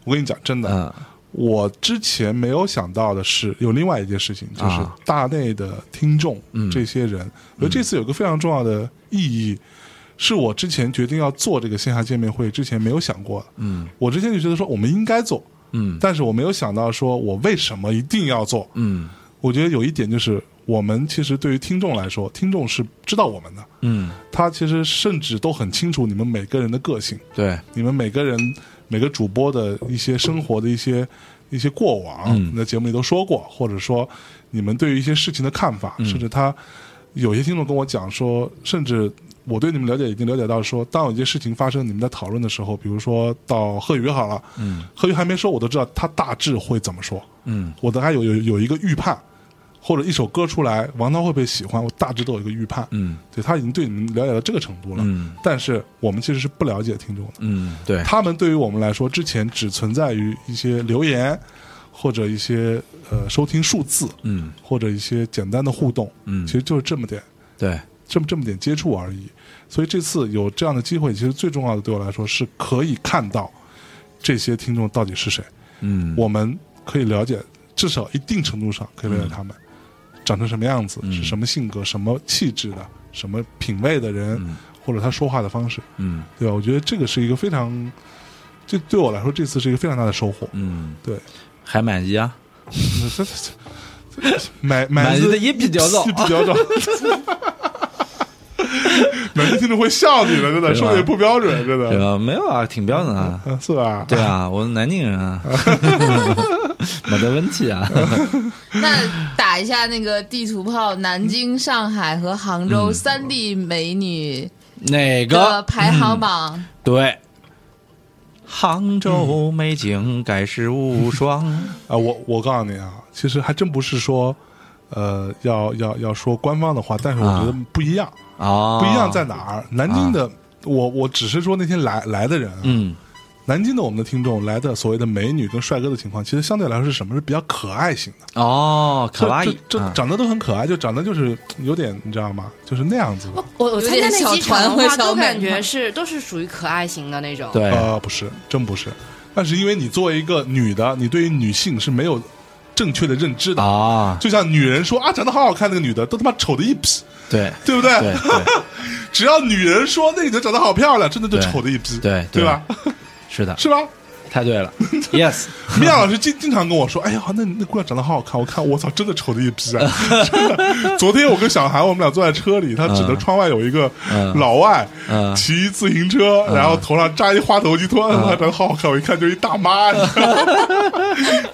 B: 我跟你讲，真的，
A: 嗯
B: 我之前没有想到的是，有另外一件事情，就是
A: 啊
B: 大内的听众
A: 嗯
B: 这些人，我觉得这次有个非常重要的意义，是我之前决定要做这个线下见面会之前没有想过的。
A: 嗯
B: 我之前就觉得说我们应该做，
A: 嗯
B: 但是我没有想到说我为什么一定要做。
A: 嗯
B: 我觉得有一点就是，我们其实对于听众来说，听众是知道我们的，
A: 嗯，
B: 他其实甚至都很清楚你们每个人的个性。
A: 对，
B: 你们每个人每个主播的一些生活的一些一些过往，
A: 嗯嗯
B: 你在节目里都说过，或者说你们对于一些事情的看法，甚至他有些听众跟我讲说，甚至我对你们了解已经了解到说，当有一件事情发生，你们在讨论的时候，比如说到贺宇好了，嗯，贺宇还没说，我都知道他大致会怎么说，
A: 嗯，
B: 我大概有有有一个预判，或者一首歌出来，王涛会不会喜欢，我大致都有一个预判，
A: 嗯
B: 对他已经对你们了解到这个程度了，
A: 嗯
B: 但是我们其实是不了解听众的，
A: 嗯，对，
B: 他们对于我们来说，之前只存在于一些留言，或者一些呃收听数字，
A: 嗯
B: 或者一些简单的互动，
A: 嗯
B: 其实就是这么点，
A: 对，
B: 这么这么点接触而已。所以这次有这样的机会，其实最重要的对我来说是可以看到这些听众到底是谁，
A: 嗯，
B: 我们可以了解，至少一定程度上可以了解他们、长成什么样子，
A: 嗯
B: 是什么性格、什么气质的、什么品味的人，
A: 嗯
B: 或者他说话的方式。
A: 嗯
B: 对吧？啊我觉得这个是一个非常，这对我来说这次是一个非常大的收获。
A: 嗯，
B: 对，
A: 还满意啊？
B: 这这这买买
A: 满意的也比较早
B: 也比较早。 买的听众会笑你的，真的
A: 对吧
B: 说的也不标准，真
A: 对
B: 的，
A: 吧？没有啊，挺标准啊。
B: 啊是吧？
A: 对啊，我是南宁 人啊， 没得问题啊。
E: 那打一下那个地图炮，南京、上海和杭州三地美女
A: 哪
E: 的
A: 个？
E: 排行榜，
A: 对，嗯杭州美景盖世无 双。
B: 啊，我我告诉你啊，其实还真不是说，呃，要要要说官方的话，但是我
A: 啊
B: 觉得不一样，
A: 啊，
B: 不一样在哪儿？南京的，我我只是说那些来来的人啊，
A: 嗯
B: 南京的我们的听众来的所谓的美女跟帅哥的情况，其实相对来说是什么？是比较可爱型的，
A: 哦，可拉
B: 就
A: 伊
B: 就就
A: 啊
B: 长得都很可爱，就长得就是有点你知道吗？就是那样子的。
F: 我我参加那几场
E: 有
F: 的
E: 点小
F: 话，
E: 团
F: 都
E: 会
F: 感
E: 小
F: 觉
E: 美
F: 是都是属于可爱型的那种。
A: 啊对
B: 呃，不是，真不是。但是因为你作为一个女的，你对于女性是没有正确的认知的。
A: 啊，
B: 就像女人说啊，长得好好看那个女的，都他妈丑的一批，
A: 对
B: 对不对？
A: 对对
B: 只要女人说那个女的长得好漂亮，真的就
A: 对
B: 丑的一批，
A: 对
B: 对吧？
A: 是的，
B: 是吧？
A: 太 对了，yes，
B: 米娅老师经经常跟我说：“哎呀，那那姑娘长得好好看，我看我操，真的丑的一批啊！” 真的。昨天我跟小韩我们俩坐在车里，他指着
A: 嗯
B: 窗外有一个
A: 嗯
B: 老外、
A: 嗯
B: 骑一自行车，然后头上扎一花头巾，突然她长得好好看，我一看就是一大妈，你知道 吗？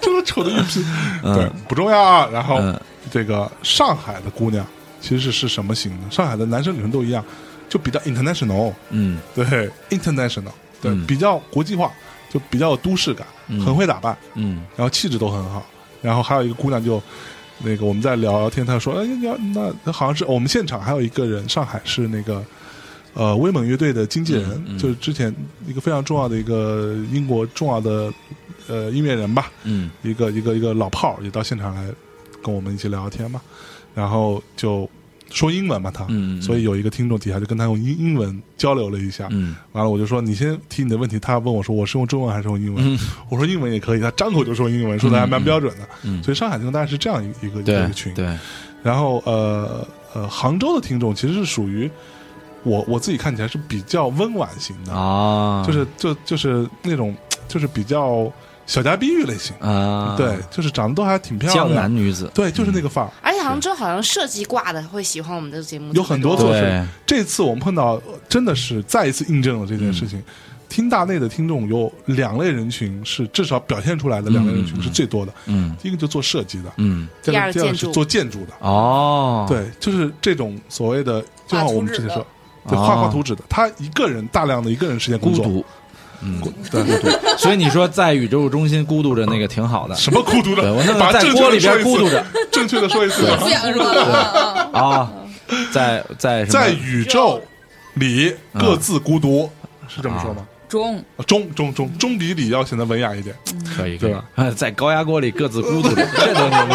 B: 真的丑的一批。对，不重要啊。然后、
A: 嗯
B: 这个上海的姑娘其实是什么型的？上海的男生女生都一样，就比较 international。
A: 嗯
B: 对，international，对，
A: 嗯
B: 比较国际化，就比较有都市感，很会打扮，
A: 嗯
B: 然后气质都很好。然后还有一个姑娘就，那个我们在聊聊天，她说，哎，你要那那好像是哦我们现场还有一个人，上海是那个。呃，威猛乐队的经纪人，
A: 嗯嗯
B: 就是之前一个非常重要的一个英国重要的呃音乐人吧，
A: 嗯
B: 一个一个一个老炮儿也到现场来跟我们一起聊聊天嘛，然后就说英文嘛他，
A: 嗯嗯
B: 所以有一个听众底下就跟他用英英文交流了一下，
A: 嗯
B: 完了我就说你先提你的问题，他问我说我是用中文还是用英文，
A: 嗯
B: 我说英文也可以，他张口就说英文，说的还蛮标准的，
A: 嗯，
B: 所以上海听众大概是这样一个一个一
A: 对
B: 个群，
A: 对，
B: 然后呃呃杭州的听众其实是属于我我自己看起来是比较温婉型的，
A: 啊，
B: 就是就就是那种就是比较小家碧玉类型。
A: 啊，
B: 对，就是长得都还挺漂亮
A: 江
B: 的，
A: 南女子，
B: 对，就是那个范儿。
F: 而且杭州好像设计挂的会喜欢我们的节目，
B: 有很多
F: 特别
B: 作
A: 对
B: 者这次我们碰到，呃真的是再一次印证了这件事
A: 嗯
B: 情。听大内的听众有两类人群是至少表现出来的两类人群是最多的，
A: 嗯
B: 第一个就做设计的，
A: 嗯，
B: 第
F: 第
B: 二
F: 二
B: 个第二个
F: 建
B: 是
F: 筑
B: 做建筑的。
A: 哦，
B: 对，就是这种所谓的，就像我们之前说，对，画画图纸的，他一个人大量的一个人时间工
A: 哦孤
B: 作，
A: 独，嗯，
B: 对对对，
A: 所以你说在宇宙中心孤独着那个挺好的
B: 什么孤独
A: 对
B: 的？
A: 我那个
B: 把
A: 在
B: 正确
A: 锅
B: 的
A: 里
B: 说
A: 边
B: 一次
A: 咕嘟着，
B: 正确的说一
A: 嗯
B: 次，
E: 不想说了。
A: 啊，在在什么
B: 在宇宙里
A: 嗯
B: 各自孤独，是这么说
A: 啊
B: 吗？啊
E: 中，
B: 中中中中比里要显得文雅一点，
A: 可以，
B: 对
A: 吧？啊在高压锅里各自孤独着，这都牛 逼！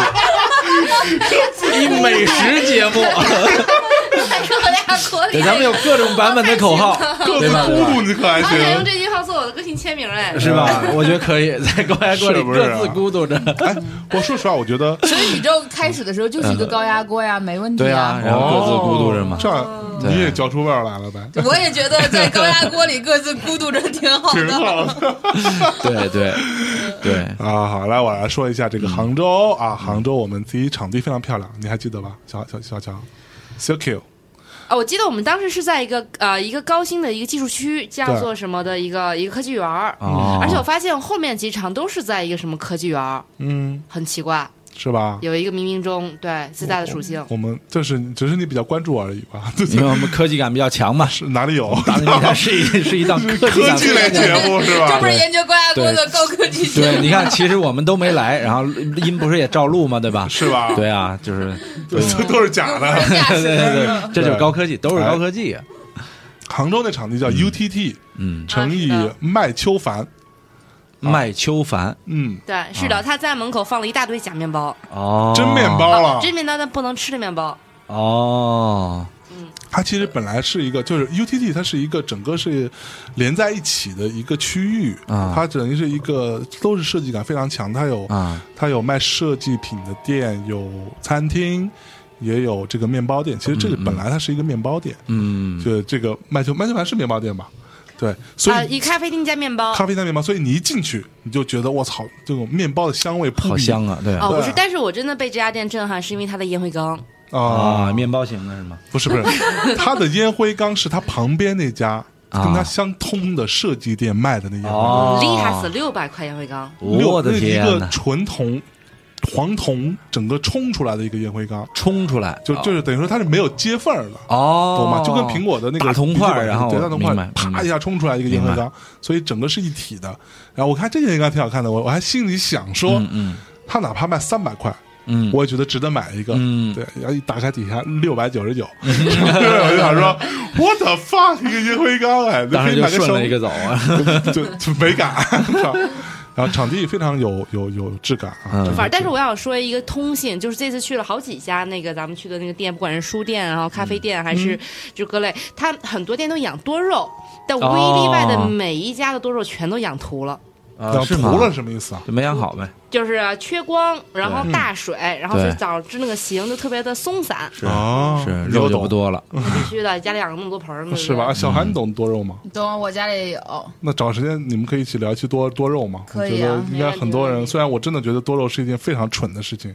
A: 一美食节目，
F: 在各家国
A: 对，
F: 里。
A: 咱们有各种版本的口号，
B: 各
A: 对
B: 自
A: 吧？
B: 孤独，你可
F: 而
B: 还
F: 且啊用
B: 行？
F: 这句话做我的个性签名哎，
A: 是吧？我觉得可以在高压锅里
B: 是不是啊
A: 各自孤独着，
B: 哎，我说实话，我觉得
E: 所以宇宙开始的时候就是一个高压锅呀，没问题
A: 对啊，然后各自孤独着嗯嘛
B: 哦这。样
A: 对
B: 你也嚼出味儿来了呗，
A: 啊
E: 我也觉得在高压锅里各自孤独着挺好
B: 挺
E: 的。
B: 好的
A: 对对对，
B: 啊。好，来我来说一下这个杭州
A: 嗯
B: 啊，杭州我们第一场地非常漂亮，你还记得吧？小小小乔 s i l Q
F: 哦，我记得我们当时是在一个呃一个高新的一个技术区，叫做什么的一个一个科技园儿、
A: 哦
F: 而且我发现后面几场都是在一个什么科技园儿，
B: 嗯，
F: 很奇怪。
B: 是吧？
F: 有一个冥冥中对自带的属
A: 哦
F: 性。
B: 我们就是只是你比较关注而已吧， 对
A: 因为我们科技感比较强嘛，
B: 是哪里有？
A: 打你 看是一是一档科技
B: 科
A: 感
B: 技类节目是吧
E: 专？门研究高压锅的高科技节目
A: 对，你看，其实我们都没来，然后音不是也照录吗？对吧？
B: 是吧？
A: 对啊，就是
B: 对，都都是假的。
E: 驾
A: 对
E: 驶
A: 对
E: 的
A: 对，这就是高科技，都是高科技。啊
B: 杭州那场地叫 UTT，
A: 嗯，
B: 乘以麦秋凡，啊
A: 麦秋凡
B: 嗯，
F: 对，是的，他在门口放了一大堆假面包，啊
A: 哦，
B: 真面包了。
F: 这面包但不能吃的面包。
A: 哦，
B: 它其实本来是一个，就是 UTT，它是一个整个是连在一起的一个区域，
A: 啊
B: 它等于是一个都是设计感非常强，它有
A: 啊，
B: 它有卖设计品的店，有餐厅，也有这个面包店。其实这个
A: 嗯嗯
B: 本来它是一个面包店，
A: 嗯，
B: 就这个麦秋麦秋凡是面包店吧？对，所
F: 啊，
B: 以
F: 一咖啡厅加面包。
B: 咖啡店面包，所以你一进去你就觉得我操，这种面包的香味扑鼻
A: 好香啊，对
F: 哦，
A: 啊，
F: 不是
B: 对，
F: 但是我真的被这家店震撼，是因为它的烟灰缸。
B: 啊！
A: 啊，面包型的是吗？
B: 不是不是， 它的烟灰缸是它旁边那家跟
A: 啊
B: 它相通的设计店卖的那烟灰
A: 哦
F: 厉害死，六百块烟灰缸，
B: 六
A: 我
B: 那
A: 的
B: 是一
A: 天
B: 个
A: 哪，
B: 纯铜、黄铜整个冲出来的一个烟灰缸，
A: 冲出来
B: 就就是等于说它是没有接缝儿的，
A: 哦，
B: 懂吗？就跟苹果的那个
A: 大铜
B: 笔记
A: 块儿
B: 本
A: 然后
B: 对大铜块
A: 明
B: 儿
A: 白明
B: 啪
A: 白
B: 一下冲出来一个烟灰缸，所以整个是一体的。然后我看这个应该挺好看的，我我还心里想说
A: 嗯，嗯
B: 它哪怕卖三百块，
A: 嗯，
B: 我也觉得值得买一个。
A: 嗯
B: 对，然后一打开底下六百九十 九，我就想说，what the fuck 一个烟灰缸哎，
A: 当
B: 可以
A: 时就
B: 买个
A: 顺
B: 手
A: 了一个走啊，
B: 就就没敢。 然后场地非常有有有质感啊，
A: 嗯
F: 反正，但是我想说一个通信，就是这次去了好几家那个咱们去的那个店，不管是书店，然后咖
A: 嗯
F: 啡店，还是就各类，它很多店都养多肉，但无一例外的
A: 哦
F: 每一家的多肉全都养秃了。
A: 啊
B: 然后
A: 是
B: 涂
A: 吗
B: 了是什么意思啊？
A: 就没养好呗，
F: 就是缺光，然后
A: 对
F: 大水，然后
A: 对
F: 就导致那个形就特别的松散，
A: 是
B: 哦
A: 是
B: 你又
A: 肉就
B: 懂
A: 不嗯多 了，
F: 必须的。家里养了那么多盆儿嘛，
B: 是吧？
F: 对
B: 小韩懂多肉吗？
E: 懂，我家里也
A: 啊
E: 有，
B: 那找时间你们可以一起聊一期多多肉吗？
E: 可以
B: 我觉
E: 啊
B: 得应该很多
F: 没问
B: 人，
F: 题
B: 虽然我真的觉得多肉是一件非常蠢的事 情，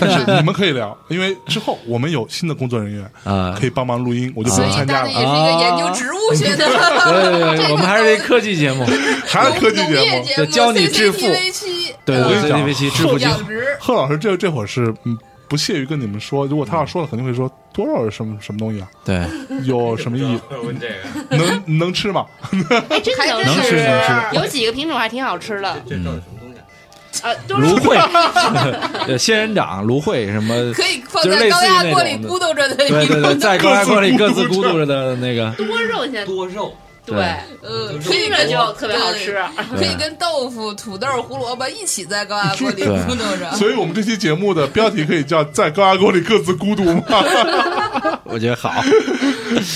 B: 但是你们可以聊，因为之后我们有新的工作人员
A: 啊
B: 可以帮忙录音，我就不
E: 所
B: 用
E: 以
B: 参
E: 大
B: 加
E: 内也
B: 了。
E: 是一个研究植物学的，
A: 对对对，我们还是一科技 节目，
B: 还有科技
E: 农
B: 节
E: 业
B: 目，
E: 节目
A: 对教你致富
E: CCTV 七，
A: 对
B: 我跟
A: 对
B: 你
A: 对
B: 讲
A: ，CCTV 七致富
E: 嗯
A: 经
E: 养殖，
B: 贺老师这这会儿是嗯不屑于跟你们说，如果他要说了，肯定会说多肉是什么什么东西啊？
A: 对，
B: 有什么意义？能能吃吗？
F: 哎，真的
A: 能吃能吃
F: 有几个品种还挺好吃的。这
C: 嗯
F: 到底什么东西？
A: 芦
F: 呃，多肉
A: 荟， 呃仙人掌、芦荟什么，
E: 可以放
A: 就是
E: 在
A: 类
E: 高
A: 似于
E: 压
A: 那
E: 锅
A: 种
E: 里
A: 的
E: 咕嘟着 的
A: 对
E: 一
A: 对
E: 个
A: 对，在高压锅里各自孤独着的那个，
F: 多肉现在
C: 多肉，
A: 对，
E: 嗯，可以
F: 听着
E: 跟
F: 就特别好吃。啊
E: 可以跟豆腐、土豆、胡萝卜一起在高压锅里
A: 对
E: 咕嘟着。
B: 所以我们这期节目的标题可以叫“在高压锅里各自孤独”吗？
A: 我觉得好，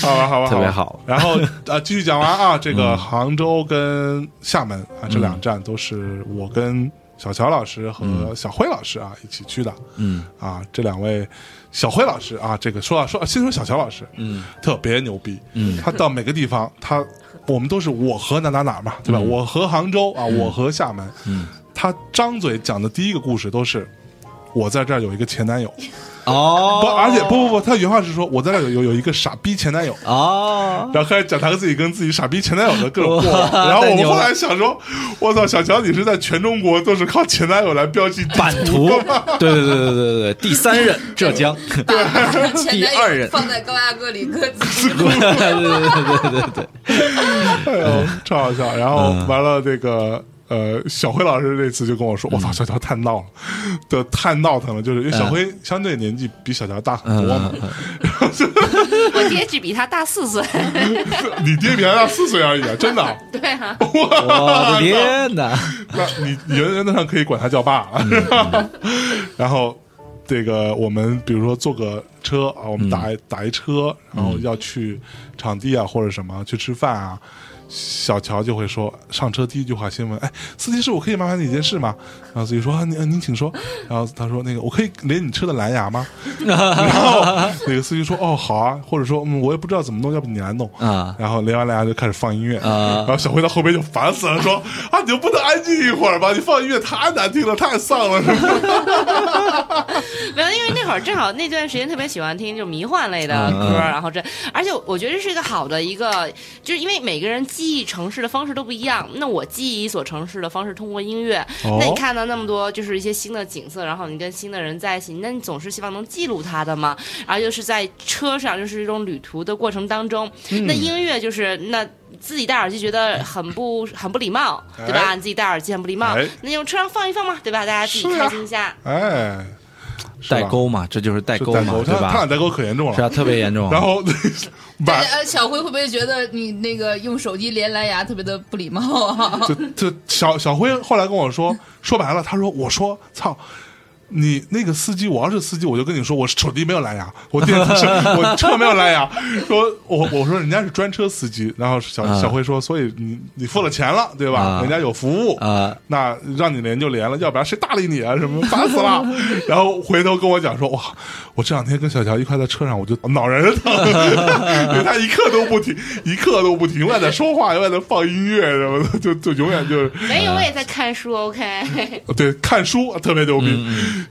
B: 好吧，好吧，
A: 特别
B: 吧
A: 好。
B: 然后啊，继续讲完啊，这个杭州跟厦门啊这两站都是我跟小乔老师和小辉老师啊一起去的
A: 嗯
B: 啊，这两位小辉老师啊，这个说到说先说小乔老师，
A: 嗯
B: 特别牛逼，
A: 嗯
B: 他到每个地方，他我们都是我和哪哪哪嘛，对吧？
A: 嗯
B: 我和杭州啊，我和厦门，
A: 嗯，
B: 他张嘴讲的第一个故事都是。我在这儿有一个前男友，不，
A: 哦
B: 而且不不不，他原话是说我在这儿有有有一个傻逼前男友，
A: 哦，
B: 然后开始讲他自己跟自己傻逼前男友的各种过往。
A: 哇
B: 然后我
A: 太
B: 们
A: 牛了
B: 后来想说，我操，小乔，你是在全中国都是靠前男友来标记地
A: 版
B: 图
A: 图
B: 的吗？，
A: 对对对对对对，第三任浙 江，
E: 把前
A: 第二
E: 男友
A: 任
E: 放在高压锅里各自
A: 对对对 对对，
B: 哎呦，超好笑。然后完了这个。呃，小辉老师这次就跟我说：“我操，小乔太闹了，的太闹腾了，就是因为小辉相对年纪比小乔大很多嘛，
F: 我爹只比他大四岁，
B: 你爹比他大四岁而已啊，真的。
F: 对啊，
A: 我的天哪，
B: 那你原原则上可以管他叫爸， 然后这个我们比如说坐个车啊，我们打一、打一车，然后要去场地啊或者什么去吃饭啊，小乔就会说上车第一句话先问，哎，司机师傅可以麻烦你一件事吗？然后司机说啊，您您请说，然后他说那个我可以连你车的蓝牙吗？然后那个司机说哦好啊，或者说嗯我也不知道怎么弄，要不你来弄
A: 啊
B: 然后连完蓝牙就开始放音乐然
A: 啊
B: 后小辉到后边就烦死了，说啊你就不能安静一会儿吗？你放音乐太难听了，太丧了，是吧？
F: 没有，因为那会儿正好那段时间特别喜欢听就迷幻类的歌，
A: 嗯嗯
F: 然后这，而且我觉得这是一个好的一个，就是因为每个人记记忆城市的方式都不一样。那我记忆一所城市的方式通过音乐，
B: 哦
F: 那你看到那么多就是一些新的景色，然后你跟新的人在一起，那你总是希望能记录它的嘛。然后又是在车上，就是一种旅途的过程当中，
B: 嗯
F: 那音乐就是那。自己戴耳机觉得很不很不礼貌，对吧？
B: 哎
F: 你自己戴耳机很不礼貌，
B: 哎
F: 那用车上放一放嘛，对吧？大家自己
B: 是啊
F: 开心一下。
B: 哎，是吧
A: 代沟嘛，这就是代
B: 是
A: 沟
B: 代
A: 嘛，
B: 沟，
A: 对
B: 他他俩
A: 吧？
B: 代沟可严重
A: 是啊，
B: 了。
A: 特别严重。
B: 然后
E: 大
B: 晚
E: 家呃，小辉会不会觉得你那个用手机连蓝牙特别的不礼貌啊？
B: 就就小小辉后来跟我说，说白了，他说我说操。你那个司机，我要是司机，我就跟你说，我手机没有蓝牙，我电是我车没有蓝牙。 说我我说人家是专车司机，然后小、
A: 啊
B: 小辉说，所以你你付了钱了，对吧？
A: 啊
B: 人家有服务
A: 啊，
B: 那让你连就连了，要不然谁搭理你啊？什么烦死了！然后回头跟我讲说，哇，我这两天跟小乔一块在车上，我就脑仁疼， 因为他一刻都不停，一刻都不停，外在说话，外在放音乐什么的，就就永远就是
F: 没
A: 嗯
F: 有，我也在看书。OK，
B: 对看书特别牛逼。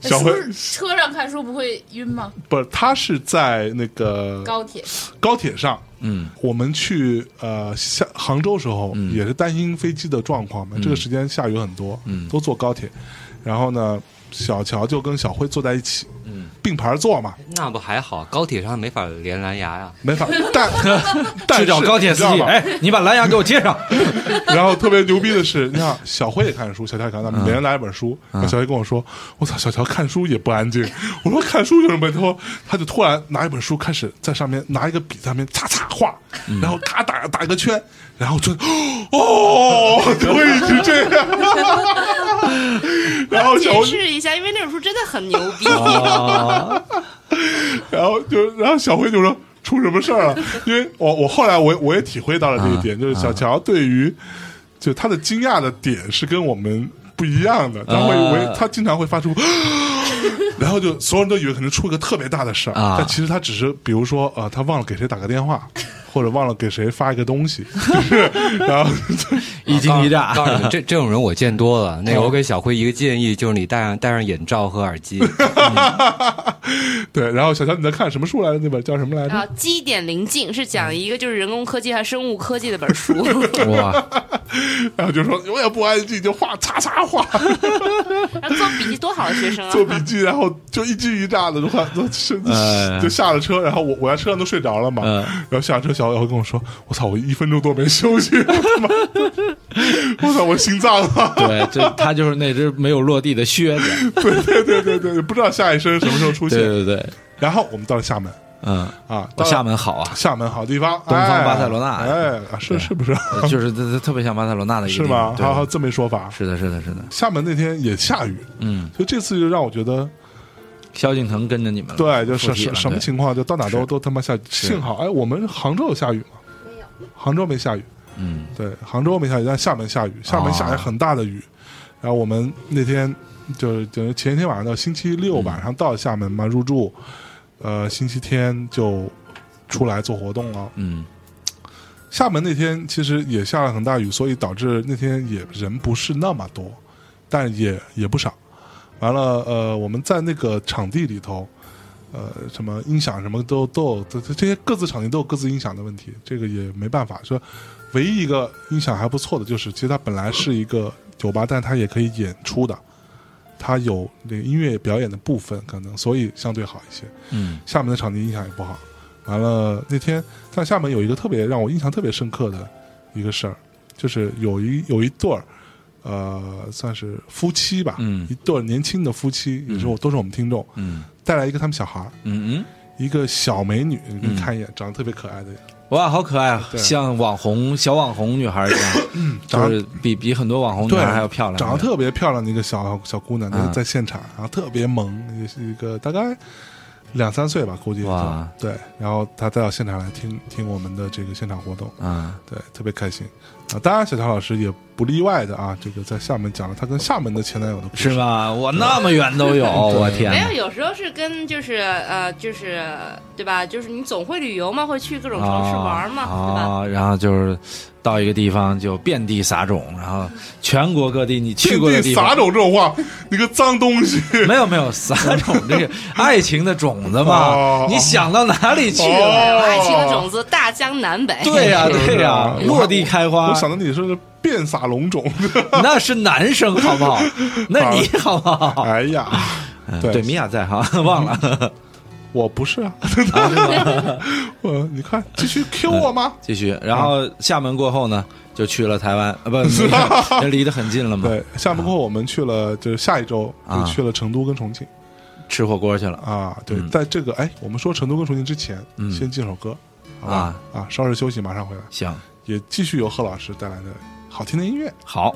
B: 小辉
E: 是不是车上看书不会晕吗？
B: 不是他是在那个
E: 高铁
B: 高铁上，
A: 嗯，
B: 我们去呃下杭州时候、也是担心飞机的状况嘛，
A: 嗯
B: 这个时间下雨很多，嗯，都坐高铁，然后呢，小乔就跟小辉坐在一起，嗯，并排坐嘛，
C: 那不还好？高铁上没法连蓝牙呀、
B: 没法， 但但
A: 去
B: 是
A: 找高铁司
B: 你知
A: 机，
B: 道吧啊
A: 哎，你把蓝牙给我接上。
B: 然后特别牛逼的是，你看小辉也看书，小乔也看书，咱们连着拿一本书。然后小辉跟我说：“我操，小乔看书也不安静。” 我说：“看书有什么？”他说：“他就突然拿一本书，开始在上面拿一个笔，在上面擦擦画，然后咔打打一个圈，然后就哦，就会一直这样。 然
A: 嗯
B: 后小
F: 解
B: 辉
F: 释一
A: 哦
F: 下，因为那本书真的很牛 逼。
A: 啊，
B: 然后就，然后小辉就说出什么事儿了？ 因为我我后来我我也体会到了
A: 啊
B: 这一点，就是小乔对于就他的惊讶的点是跟我们不一样的，他会
A: 啊
B: 为他经常会发出。然后就所有人都以为可能出一个特别大的事儿，
A: 啊
B: 但其实他只是比如说呃，他忘了给谁打个电话，或者忘了给谁发一个东西，就是然后
A: 一惊一哦乍
C: 啊告诉你们，这这种人我见多了。那个，我给小辉一个建议，就是你戴上戴上眼罩和耳 机。
B: 对，然后小乔你在看什么书来着？那本叫什么来着？
F: 啊，《基点临近》是讲一个就是人工科技和生物科技的本 书，
A: 哇，
B: 然后就说永远不安静，就画叉叉画。
F: 然啊后做笔记多好的学生啊！
B: 做笔记，然后就一惊一乍的，就快就
A: 哎
B: 就下了车，然后我我在车上都睡着了嘛，
A: 嗯
B: 然后下了车，小姚跟我说：“我操，我一分钟都没休息，我他妈，我操，我心脏啊！
A: 对，这他就是那只没有落地的靴子。
B: 对对对对对，不知道下一声什么时候出
A: 对
B: 现。
A: 对对，
B: 然后我们到了厦门
A: 嗯，
B: 啊，
A: 我
B: 到了
A: 厦门好啊，
B: 厦门好地方，
A: 东方
B: 哎
A: 巴塞罗那
B: 哎，啊是
A: 对
B: 是不是？
A: 就是它它特别像巴塞罗那的一
B: 是
A: 个地
B: 吗
A: 方。？对
B: 还有这么一说法，
A: 是的，是的，是的，
B: 厦门那天也下雨，
A: 嗯，
B: 所以这次就让我觉得，
A: 萧敬腾跟着你们了，
B: 对，就是
A: 附体
B: 什
A: 了
B: 什么
A: 对
B: 情况，就到哪都
A: 是
B: 都他妈下雨。
A: 是
B: 幸好，哎，我们杭州有下雨吗？没有，杭州没下雨。
A: 嗯
B: 对，杭州没下雨，但厦门下雨，厦门下着很大的雨。然后我们那天就就前一天晚上到星期六晚上到厦门嘛，入住，呃，星期天就出来做活动了。
A: 嗯
B: 厦门那天其实也下了很大雨，所以导致那天也人不是那么多，但也也不少。完了，呃，我们在那个场地里头，呃，什么音响什么都都有，这这这些各自场地都有各自音响的问题，这个也没办法。说唯一一个音响还不错的就是，其实它本来是一个酒吧，但它也可以演出的，它有那个音乐表演的部分，可能所以相对好一些。
A: 嗯
B: 厦门的场地印象也不好。完了那天在厦门有一个特别让我印象特别深刻的一个事儿，就是有一有一对儿，呃，算是夫妻吧，
A: 嗯
B: 一对儿年轻的夫妻，也是我、都是我们听众，
A: 嗯
B: 带来一个他们小孩儿，
A: 嗯嗯，
B: 一个小美女，
A: 嗯
B: 你看一眼，长得特别可爱的，
A: 哇，好可爱啊，
B: 对嗯
A: 像网红小网红女孩一样，
B: 长
A: 就是比比很多网红女孩还要漂亮，
B: 长得特别漂亮的一个小小姑娘，就是
A: 嗯
B: 在现场，然后特别萌，也是一个大概两三岁吧，估计也就
A: 哇
B: 对，然后她带到现场来听听我们的这个现场活动，
A: 啊，
B: 对，特别开心啊！当然，小乔老师也不例外的啊，这个在厦门讲了他跟厦门的前男友的故事，
A: 是吧？我那么远 都有，我天
F: 没
A: 哪
F: 有，！有时候是跟就是呃，就是对吧？就是你总会旅游嘛，会去各种城市玩嘛，对吧？
A: 啊，然后就是到一个地方就遍地撒种，然后全国各地你 去过的
B: 遍
A: 地
B: 地
A: 方
B: 撒种这种话，你个脏东 西！
A: 没有没有撒种这个爱情的种子嘛
B: 哦，
A: 你想到哪里去了？
B: 哦
F: 爱情的种子，大江南北。
A: 对 啊呀、
B: 是
A: 对呀、
B: 是是
A: 落地开花
B: 我，想到你说是遍撒龙种，
A: 那是男生好 不好？那你好不好？
B: 哎呀，对
A: 啊对，米娅在哈， 忘了，
B: 我不是啊， 我你看继
A: 嗯
B: 续 Q 我吗？
A: 继续。然后厦门过后呢，就去了台湾， 啊，不，是离得很近了嘛，
B: 对，下门过后我们去了，就是下一周
A: 嗯啊
B: 就去了成都跟重庆
A: 吃火锅去了
B: 啊。对
A: 嗯，
B: 在这个哎，我们说成都跟重庆之前
A: 嗯，
B: 先进首歌，好吧？啊，稍事休息，马上回来，
A: 行，
B: 也继续由贺老师带来的好听的音乐。
A: 好，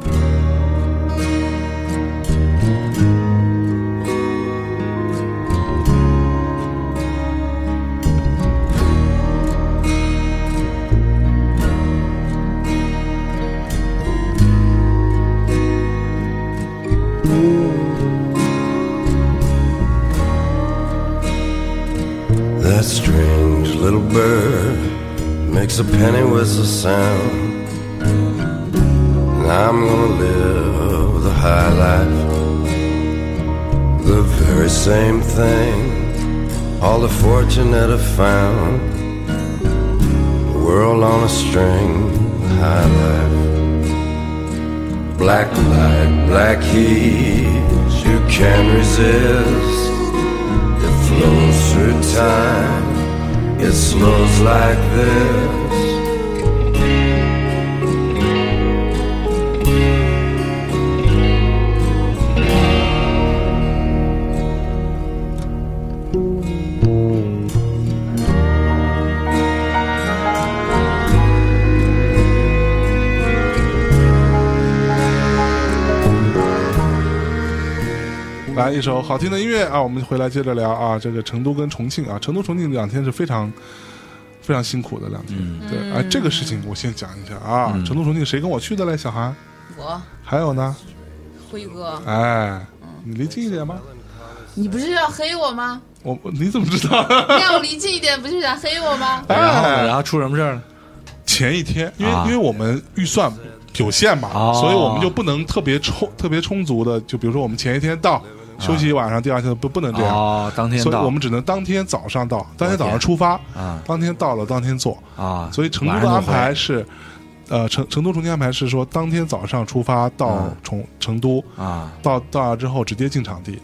I: That strange little bird makes a penny whistle sound. And I'm gonna live the high life. The very same thing, all the fortune that I found. The world on a string, the high life. Black light, black heat, you can't resist. It flows through time. It slows like this.
B: 来一首好听的音乐啊，我们回来接着聊啊，这个成都跟重庆啊，成都重庆两天是非常非常辛苦的两天，
A: 嗯
B: 对，哎，这个事情我先讲一下啊，成都重庆谁跟我去的嘞？小韩，
E: 我
B: 还有呢，
E: 辉哥，
B: 哎，你离近一点吗？
E: 你不是要黑我吗？
B: 我你怎么知道？
E: 你让我离近一点，不就想黑我吗？
A: 然后呢
B: 哎
A: 然后出什么事儿了？
B: 前一天，因为、
A: 啊
B: 因为我们预算有限嘛，
A: 哦
B: 所以我们就不能特别充特别充足的，就比如说我们前一天到休息一晚上，第二天不不能这样。
A: 哦，当天
B: 所以
A: 到
B: 我们只能当天早上到，当天早上
A: 天
B: 出发，
A: 啊
B: 当天到了当天做，
A: 啊，
B: 所以成都
A: 晚
B: 的
A: 上
B: 安
A: 就回
B: 排是，呃，成成都重庆安排是说当天早上出发到
A: 嗯
B: 重成都，
A: 啊
B: 到到那之后直接进场地，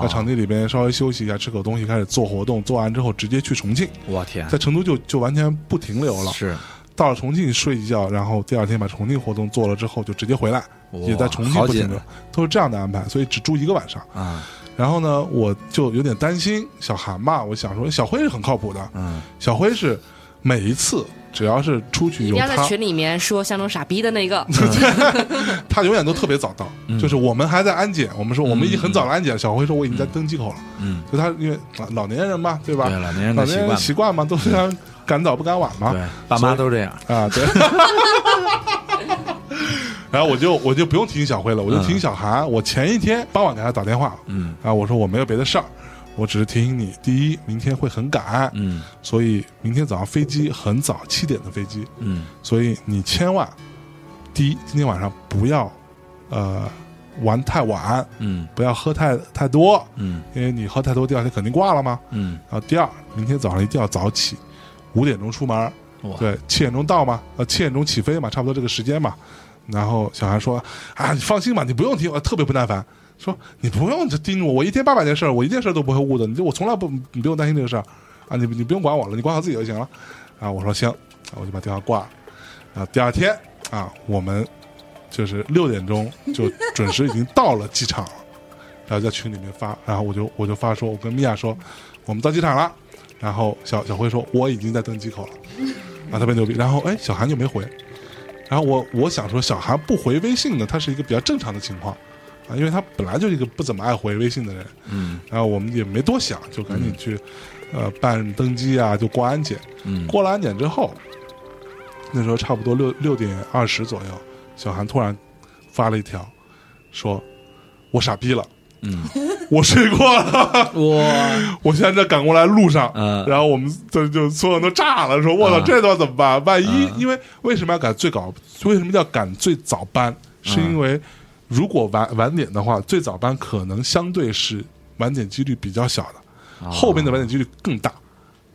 F: 哦
B: 在，场地里边稍微休息一下，吃口东西，开始做活动，做完之后直接去重庆，
A: 我天，
F: 哎
B: 在成都就就完全不停留了，
A: 是
B: 到了重庆睡一觉，然后第二天把重庆活动做了之后就直接回来，也在重庆
A: 好
B: 不
A: 紧
B: 停
F: 啊
B: 留，都是这样的安排，所以只住一个晚上。
A: 啊，
B: 然后呢，我就有点担心小韩嘛，我想说小辉是很靠谱的，
A: 嗯，
B: 小辉是每一次只要是出去
F: 一
B: 有
F: 定要在
B: 他，
F: 群里面说像成傻逼的那个，
A: 嗯
B: 他永远都特别早到，就是我们还在安检，我们说我们已经很早了安检，小辉说我已经在登机口了，
A: 嗯，
B: 就他因为啊老年人嘛，对吧？
A: 对，老年人
B: 老年
A: 的习
B: 人
A: 惯
B: 习惯嘛，都非常赶早不赶晚嘛
A: 嘛，，对，爸妈都这样，
B: 啊，对。 然后我就我就不用提醒小辉了，我就提醒小韩。我前一天傍晚给他打电话，
A: 嗯
B: 啊，我说我没有别的事儿，我只是提醒你，第一，明天会很赶，
A: 嗯
B: 所以明天早上飞机很早，七点的飞机，
A: 嗯
B: 所以你千万，第一，今天晚上不要，呃，玩太晚，
A: 嗯
B: 不要喝太太多，
A: 嗯
B: 因为你喝太多，第二天肯定挂了嘛。
A: 嗯，
B: 然后第二，明天早上一定要早起，五点钟出门儿
A: 哇，
B: 对，七点钟到嘛，呃，七点钟起飞嘛，差不多这个时间嘛。然后小韩说：“啊，你放心吧，你不用听。”呃我特别不耐烦，说：“你不用就盯着我，我一天八百件事儿，我一件事儿都不会误的，你就我从来不，你不用担心这个事儿啊，你你不用管我了，你管好自己就行了。”啊，我说行，啊我就把电话挂了。啊，第二天啊，我们就是六点钟就准时已经到了机场了，然后在群里面发，然后我就我就发说，我跟米娅说，我们到机场了，然后小小辉说我已经在登机口了，啊，特别牛逼，然后哎，小韩就没回，然后我我想说小韩不回微信呢，他是一个比较正常的情况。啊，因为他本来就是一个不怎么爱回微信的人，
A: 嗯
B: 然后我们也没多想，就赶紧去，呃，办登机啊，就过安检。
A: 嗯，
B: 过了安检之后，那时候差不多六六点二十左右，小韩突然发了一条，说我傻逼了，嗯， 我睡过了，
A: 哇，
B: 我现在在赶过来路上，
A: 嗯
B: 然后我们就就所有人都炸了，说我操，
A: 嗯
B: 这段怎么办？万一、因为为什么要赶最早？为什么叫赶最早班？是
A: 嗯
B: 因为如果晚晚点的话，最早班可能相对是晚点几率比较小的，
A: 啊
B: 后面的晚点几率更大，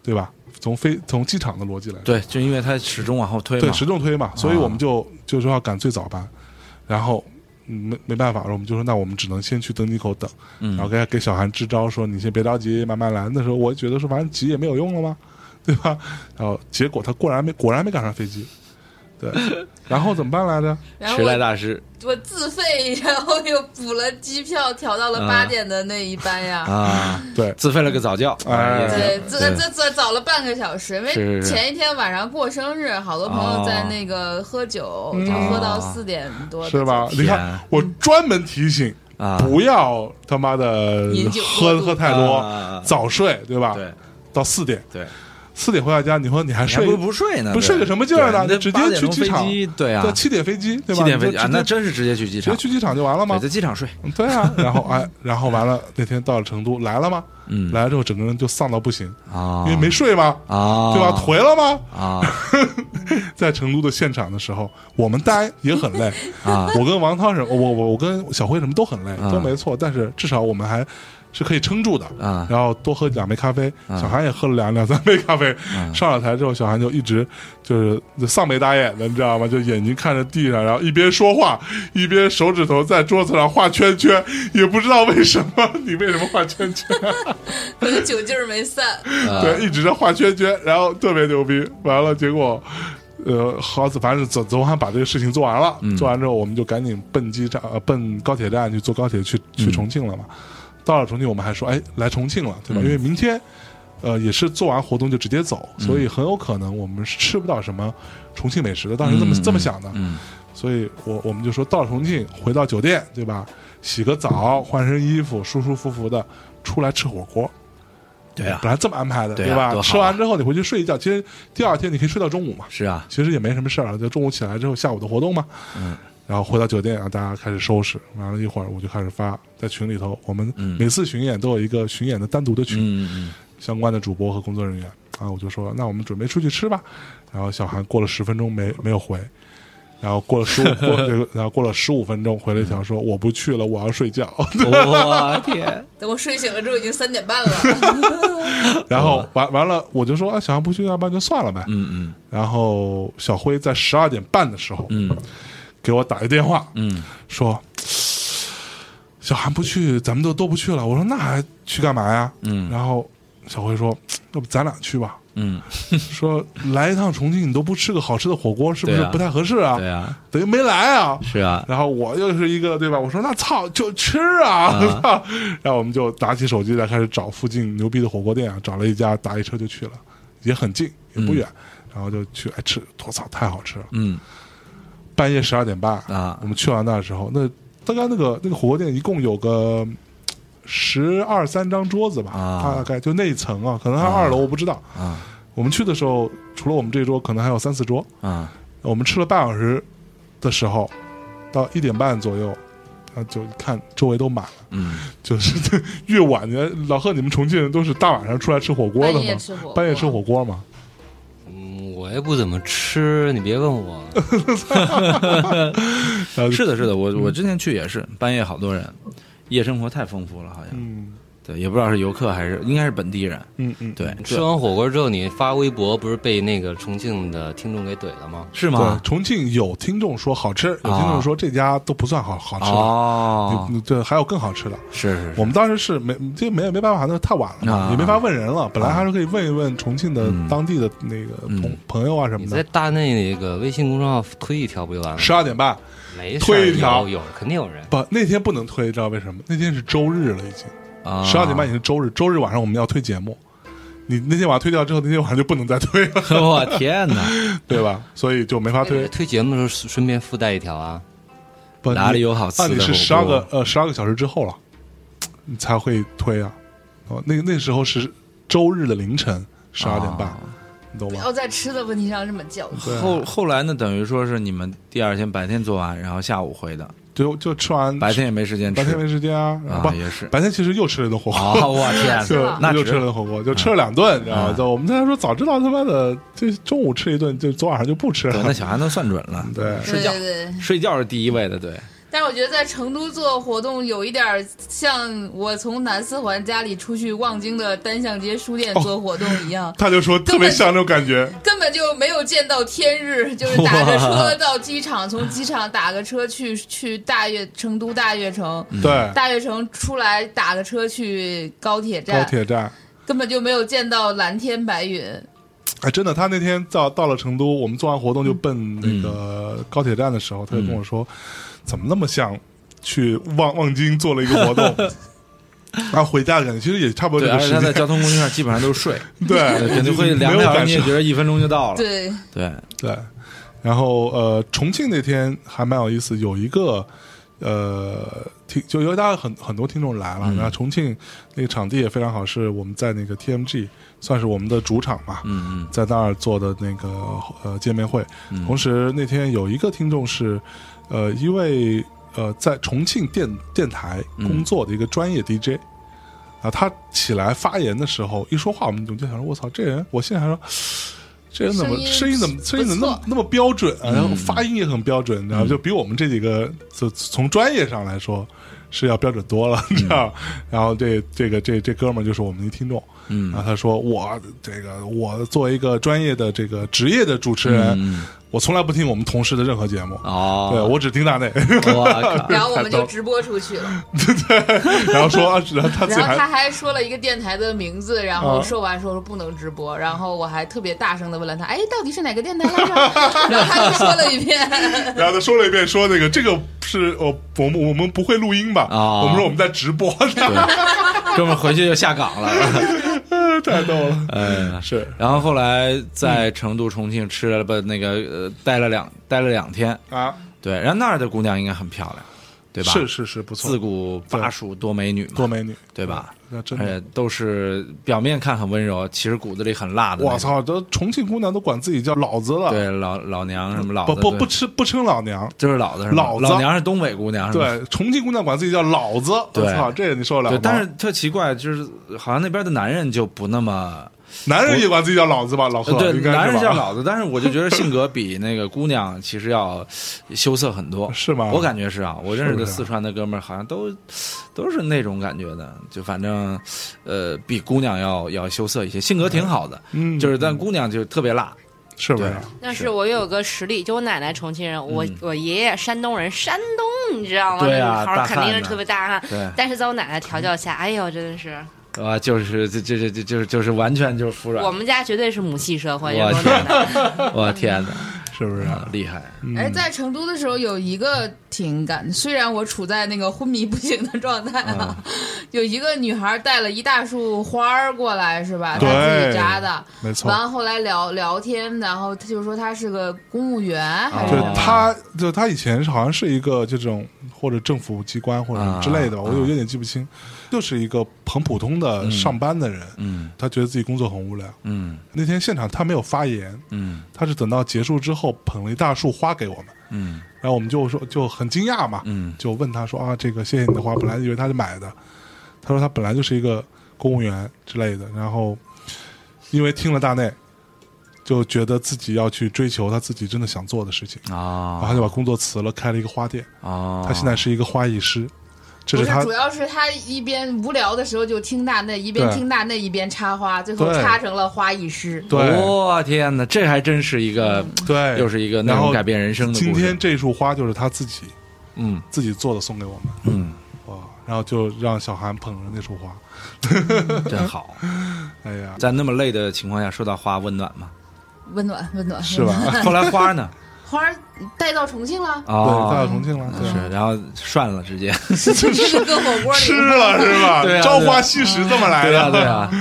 B: 对吧？从飞从机场的逻辑来说，
A: 对，就因为它始终往后推嘛啊
B: 对，，始终推嘛，所以我们就就说要赶最早班，然后嗯没没办法，然后我们就说那我们只能先去登机口等，
A: 嗯
B: 然后给给小韩支招说你先别着急，慢慢来。那时候我也觉得说反正急也没有用了嘛， 对吧？然后结果他果然没果然没赶上飞机， 对，然后怎么办来着？
E: 然后
A: 时代
E: 我
A: 大师
E: 我自费，然后又补了机票，调到了八
A: 啊
E: 点的那一班呀。
A: 啊，
B: 对，
A: 自费了个早教，
B: 哎
E: 对，
A: 对
E: 这这这早了半个小时，因
A: 是
E: 为
A: 是
E: 前一天晚上过生日，好多朋友
B: 哦
E: 在那个喝酒，就喝到四点多，
B: 嗯是吧？？你
A: 天
B: 看我专门提醒。
A: 啊
B: 不要他妈的
E: 饮酒过
B: 喝
E: 度
B: 喝太多，
A: 啊啊啊
B: 早睡对吧？
A: 对
B: 到四点，
A: 对，
B: 四点回到家，你说你还
A: 你还
B: 睡
A: 不如不睡呢，
B: 不
A: 对
B: 睡个什么劲儿呢？
A: 对
B: 你直接
A: 那八点
B: 去
A: 钟
B: 机场
A: 飞机，对啊，
B: 七点飞机，对吧？
A: 七点飞机
B: 你就
A: 啊，
B: 直接
A: 那真是直接去机
B: 直接
A: 场，
B: 去机场就完了
A: 对，
B: 吗
A: 在？机场睡，
B: 对啊，然后哎，然后完了那天到了成都来了吗？
A: 嗯
B: 来了之后整个人就丧到不行，
A: 啊，
B: 因为没睡嘛，
A: 啊，
B: 对吧？颓了吗？
A: 啊
B: 在成都的现场的时候，我们大家也很累
A: 啊，
B: 我跟王涛什么，我我我跟小辉什么都很累，
A: 啊
B: 都没错，但是至少我们还。是可以撑住的
A: 啊
B: 然后多喝两杯咖啡。
A: 啊
B: 小韩也喝了两两三杯咖啡，
A: 啊
B: 上了台之后，小韩就一直就是就丧眉打眼的，你知道吗？就眼睛看着地上，然后一边说话，一边手指头在桌子上画圈圈，也不知道为什么，你为什么画圈圈？
E: 我的酒劲儿没散，
A: 啊
B: 对，一直在画圈圈，然后特别牛逼。完了，结果，呃，好，反正总总算把这个事情做完了。
A: 嗯
B: 做完之后，我们就赶紧奔机站，呃，奔高铁站去坐高铁去去
A: 嗯
B: 重庆了嘛。到了重庆，我们还说，哎，来重庆了，
A: 嗯
B: 对吧？因为明天，呃，也是做完活动就直接走，
A: 嗯
B: 所以很有可能我们是吃不到什么重庆美食的。当时这么、
A: 嗯
B: 这么想的，
A: 嗯
B: 所以我我们就说到了重庆，回到酒店，对吧？洗个澡，换身衣服，舒舒服服的出来吃火锅。
A: 对啊，
B: 本来这么安排的，
A: 对啊
B: 吧？
A: 多好啊
B: 吃完之后你回去睡一觉，其实第二天你可以睡到中午嘛，
A: 是啊，
B: 其实也没什么事儿，就中午起来之后下午的活动嘛。
A: 嗯。
B: 然后回到酒店，啊然后大家开始收拾。完了一会儿，我就开始发在群里头。我们
A: 嗯
B: 每次巡演都有一个巡演的单独的群，
A: 嗯嗯
B: 相关的主播和工作人员啊，我就说那我们准备出去吃吧。然后小韩过了十分钟没没有回，然后过了十五过然后过了十五分钟回了一条说我不去了，我要睡 觉。
A: 嗯，我天，
E: 等我睡醒了之后已经三点 半了。
B: 然后完完了，我就说啊，小韩不去，要不然就算了呗。
A: 嗯
B: 然后小辉在十二点半的时候
A: 嗯嗯
B: 给我打一电话，
A: 嗯，
B: 说小韩不去，咱们都都不去了。我说那还去干嘛呀？
A: 嗯
B: 然后小辉说，要不咱俩去吧？
A: 嗯，
B: 说来一趟重庆，你都不吃个好吃的火锅，是不是
A: 对啊
B: 不太合适啊？
A: 对啊，
B: 等于没来啊。
A: 是啊，
B: 然后我又是一个对吧？我说那操就吃啊！ 然后我们就拿起手机来开始找附近牛逼的火锅店啊，找了一家打一车就去了，也很近也不远，然后就去哎吃，我操太好吃了！
A: 嗯
B: 半夜十二点半
A: 啊
B: 我们去完那时候，那大概那个那个火锅店一共有个十二三张桌子吧，
A: 啊
B: 大概就那一层啊，可能还有二楼我不知道。
A: 啊
B: 我们去的时候，除了我们这一桌，可能还有三四桌。
A: 啊
B: 我们吃了半小时的时候，到一点半左右，啊，就看周围都满了，
A: 嗯，
B: 就是 越晚，你看老贺，你们重庆人都是大晚上出来吃火锅的
E: 半夜
B: 嘛，
E: 吃火锅
B: 半夜吃火锅嘛，
C: 嗯，我也不怎么吃，你别问我。
B: 然后就是
A: 的，是的，我我之前去也是，半夜好多人，夜生活太丰富了，好像
B: 嗯
A: 对，也不知道是游客还是应该是本地人，
B: 嗯嗯，
A: 对，
C: 吃完火锅之后，你发微博不是被那个重庆的听众给怼了吗？
A: 是
B: 对
A: 吗，？
B: 重庆有听众说好吃，有听众说这家都不算好好吃的。
A: 哦，
B: 你你对，还有更好吃的。
A: 是是
B: 我们当时是没这没没办法，那太晚了嘛，
A: 啊
B: 也没法问人了。本来还是可以问一问重庆的
A: 嗯
B: 当地的那个
A: 嗯
B: 朋、朋友啊什
C: 你
B: 么
C: 在
B: 的。
C: 大内那个微信公众号推一条不就完了？
B: 十二点半
C: 没事儿，
B: 推一条
C: 有有肯定有人。
B: 不，那天不能推，知道为什么？那天是周日了，已经
A: 啊，
B: 十二点半已经是周日，周日晚上我们要推节目。你那天晚上推掉之后，那天晚上就不能再推了，
A: 我天哪，
B: 对吧？所以就没法推。
C: 推节目的时候顺便附带一条啊，
B: 不
A: 哪里
B: 你
A: 有好吃的
B: 啊，你是
A: 火锅
B: 十二个呃十二个小时之后了，你才会推啊。哦，那那时候是周日的凌晨十二点半，
A: 啊
B: 你懂
E: 然
B: 吗？
E: 后在吃的问题上这么较劲，
B: 对啊
A: 后后来呢，等于说是你们第二天白天做完，然后下午回的，
B: 就就吃完
A: 嗯白天也没时间吃，
B: 白天没时间啊，
A: 啊
B: 不
A: 也是
B: 白天其实又吃了一顿火锅，
A: 哦， 我天，
B: 就
A: 那
B: 又吃
A: 值嗯啊
B: 了一顿火锅，就吃了两顿，你知道吗？就我们大家说早知道他妈的，这中午吃一顿，就昨晚上就不吃
A: 对
B: 了
A: 那。小孩能算准了，
B: 对，
E: 对对对。
A: 睡觉是第一位的，对，
E: 但是我觉得在成都做活动有一点儿像我从南四环家里出去望京的单向街书
B: 哦
E: 店做活动一样，
B: 他就说特别像那种感觉，
E: 根本就没有见到天 日，就是打着车到机场，从机场打个车去去大悦成都大悦城，
B: 对，
E: 大悦城出来打个车去高铁
B: 高
E: 站，
B: 铁站。
E: 根本就没有见到蓝天白云。
B: 哎，真的，他那天到到了成都，我们做完活动就奔那
A: 嗯
B: 个高铁站的时候，他就跟我说，怎么那么像去望望京做了一个活动， 然后回家的感觉，其实也差不多
A: 对，
B: 这
A: 而
B: 个
A: 且
B: 时
A: 他在
B: 间，
A: 交通工具上基本上都是 睡，
B: 对，
A: 肯定会
B: 没
A: 凉
B: 有
A: 凉，
B: 感
A: 你
B: 受
A: 也，觉得一分钟就到 了，
E: 对，
A: 对，
B: 对。然后呃，重庆那天还蛮有意思，有一个呃听，就因为大家很很多听众来了，然后重庆那个场地也非常好，是我们在那个 TMG 算是我们的主场吧，
A: 嗯
B: 在那儿做的那个呃见面会。
A: 嗯
B: 同时那天有一个听众是，呃，一位呃在重庆电电台
A: 嗯
B: 工作的一个专业 DJ，、啊，他起来发言的时候一说话，我们总就想说，我操，这人，我现在还说。 这人怎么声
E: 声
B: 音
E: 音
B: 怎么声音怎么
E: 不
B: 那
E: 错
B: 么那么标准啊？然后发音也很标
A: 嗯
B: 准，然后就比我们这几个就从专业上来说是要标准多了，你知道？然后这这个这这哥们儿就是我们一听众，
A: 嗯
B: 然后他说我这个我作为一个专业的这个职业的主持人，
A: 嗯，
B: 我从来不听我们同事的任何节目，
A: 哦，
B: 对我只听大内，
A: 我靠，
E: 然后我们就直播出去了。
B: 然后说，啊然后 他自己
E: 然后他
B: 还。啊
E: 还说了一个电台的名字，然后说完说说不能直播，然后我还特别大声的问了他，哎，到底是哪个电台来着？ 然后他又说了 一遍，
B: 然后他说了一遍，说那个这个是我我们我们不会录音吧？
A: 啊
B: 我们说我们在直播，
A: 哥们儿回去就下岗了，
B: 太逗了。
A: 嗯。
B: 是
A: 然后后来在成都、重庆吃了不那个呃，待了两待了两天，
B: 啊，
A: 对，然后那儿的姑娘应该很漂亮，对吧？
B: 是是是，不错，
A: 自古巴蜀多美女嘛，
B: 多美女，
A: 对吧？
B: 那真
A: 而
B: 的，
A: 且都是表面看很温柔，其实骨子里很辣的。
B: 我！操，都重庆姑娘都管自己叫老子了，
A: 对，老老娘什么老
B: 不
A: 子
B: 不不
A: 对嗯
B: 吃不称老娘，
A: 就是老子是吧
B: 老子
A: 老娘是东北姑娘是吧？
B: 对，重庆姑娘管自己叫老子，我
A: 对
B: 操，这你受得了
A: 对
B: 吗？，
A: 但是特奇怪，就是好像那边的男人就不那 么
B: 男人也管自己叫老子吧，老贺，
A: 对，
B: 应该
A: 男人
B: 是吧，
A: 叫老子，但是我就觉得性格比那个姑娘其实要羞涩很多
B: 是吗？
A: 我感觉是啊，我认识
B: 是不
A: 的
B: 是
A: 四川的哥们儿好像都都是那种感觉的，就反正呃比姑娘要要羞涩一些，性格挺好的，
B: 嗯，
A: 就是但姑娘就特别辣，
B: 是不是
A: 对？
F: 但是我有个实例，就我奶奶重庆人，我、
A: 嗯
F: 我爷爷山东人，山东你知道吗？
A: 对啊
F: 那女孩
A: 大
F: 儿肯定
A: 汉
F: 是
A: 呢
F: 特别大汗。
A: 对，
F: 但是在我奶奶调教下，哎呦，真的是，
A: 啊，就是这这这这就是就是完全就是服软
F: 我，们家绝对是母系社会。
A: 我
F: 有我奶奶
A: 我天哪，
B: 是不是？
A: 啊厉害！
B: 嗯
E: 哎，在成都的时候有一个挺感，虽然我处在那个昏迷不醒的状态啊，
B: 嗯
E: 有一个女孩带了一大束花儿过来，是吧？她自
B: 对
E: 己扎的。
B: 没错
E: 完，了后来聊聊天，然后她就说她是个公务员，还
B: 就是是
A: 哦
B: 他，就他以前是好像是一个就这种或者政府机关或者什么之类的吧，
A: 啊
B: 我有有点记不清，就是一个很普通的上班的人，
A: 嗯
B: 他觉得自己工作很无聊。
A: 嗯
B: 那天现场他没有发言，
A: 嗯
B: 他是等到结束之后捧了一大束花给我们，
A: 嗯
B: 然后我们就说就很惊讶嘛，
A: 嗯
B: 就问他说啊，这个谢谢你的花，本来以为他是买的，他说他本来就是一个公务员之类的，然后因为听了大内，就觉得自己要去追求他自己真的想做的事情，然后
A: 啊
B: 他就把工作辞了，开了一个花店，
A: 啊！
B: 他现在是一个花艺师，这
E: 不
B: 是他
E: 主要是他一边无聊的时候就听大内，一边
B: 对
E: 听大内一边插花，最后
B: 对
E: 插成了花艺师。
B: 对
A: 我天哪，这还真是一个
B: 对，
A: 又是一个那
B: 然后
A: 种改变人生的
B: 今
A: 故事
B: 天这束花就是他自己
A: 嗯
B: 自己做的送给我们，
A: 嗯，
B: 哇，然后就让小韩捧着那束花，
A: 真好，
B: 哎呀，
A: 在那么累的情况下收到花温暖嘛。
E: 温暖，温暖，
B: 是吧？
A: 后来花呢？
E: 花儿带到重庆了，
B: 对，带
A: 啊
B: 到，重庆了，对。
A: 是，然后涮 了直接。
E: 就是跟火锅里
B: 吃了是吧？
A: 对啊
B: 朝花夕拾这么来
A: 对
B: 的，
A: 啊，对啊，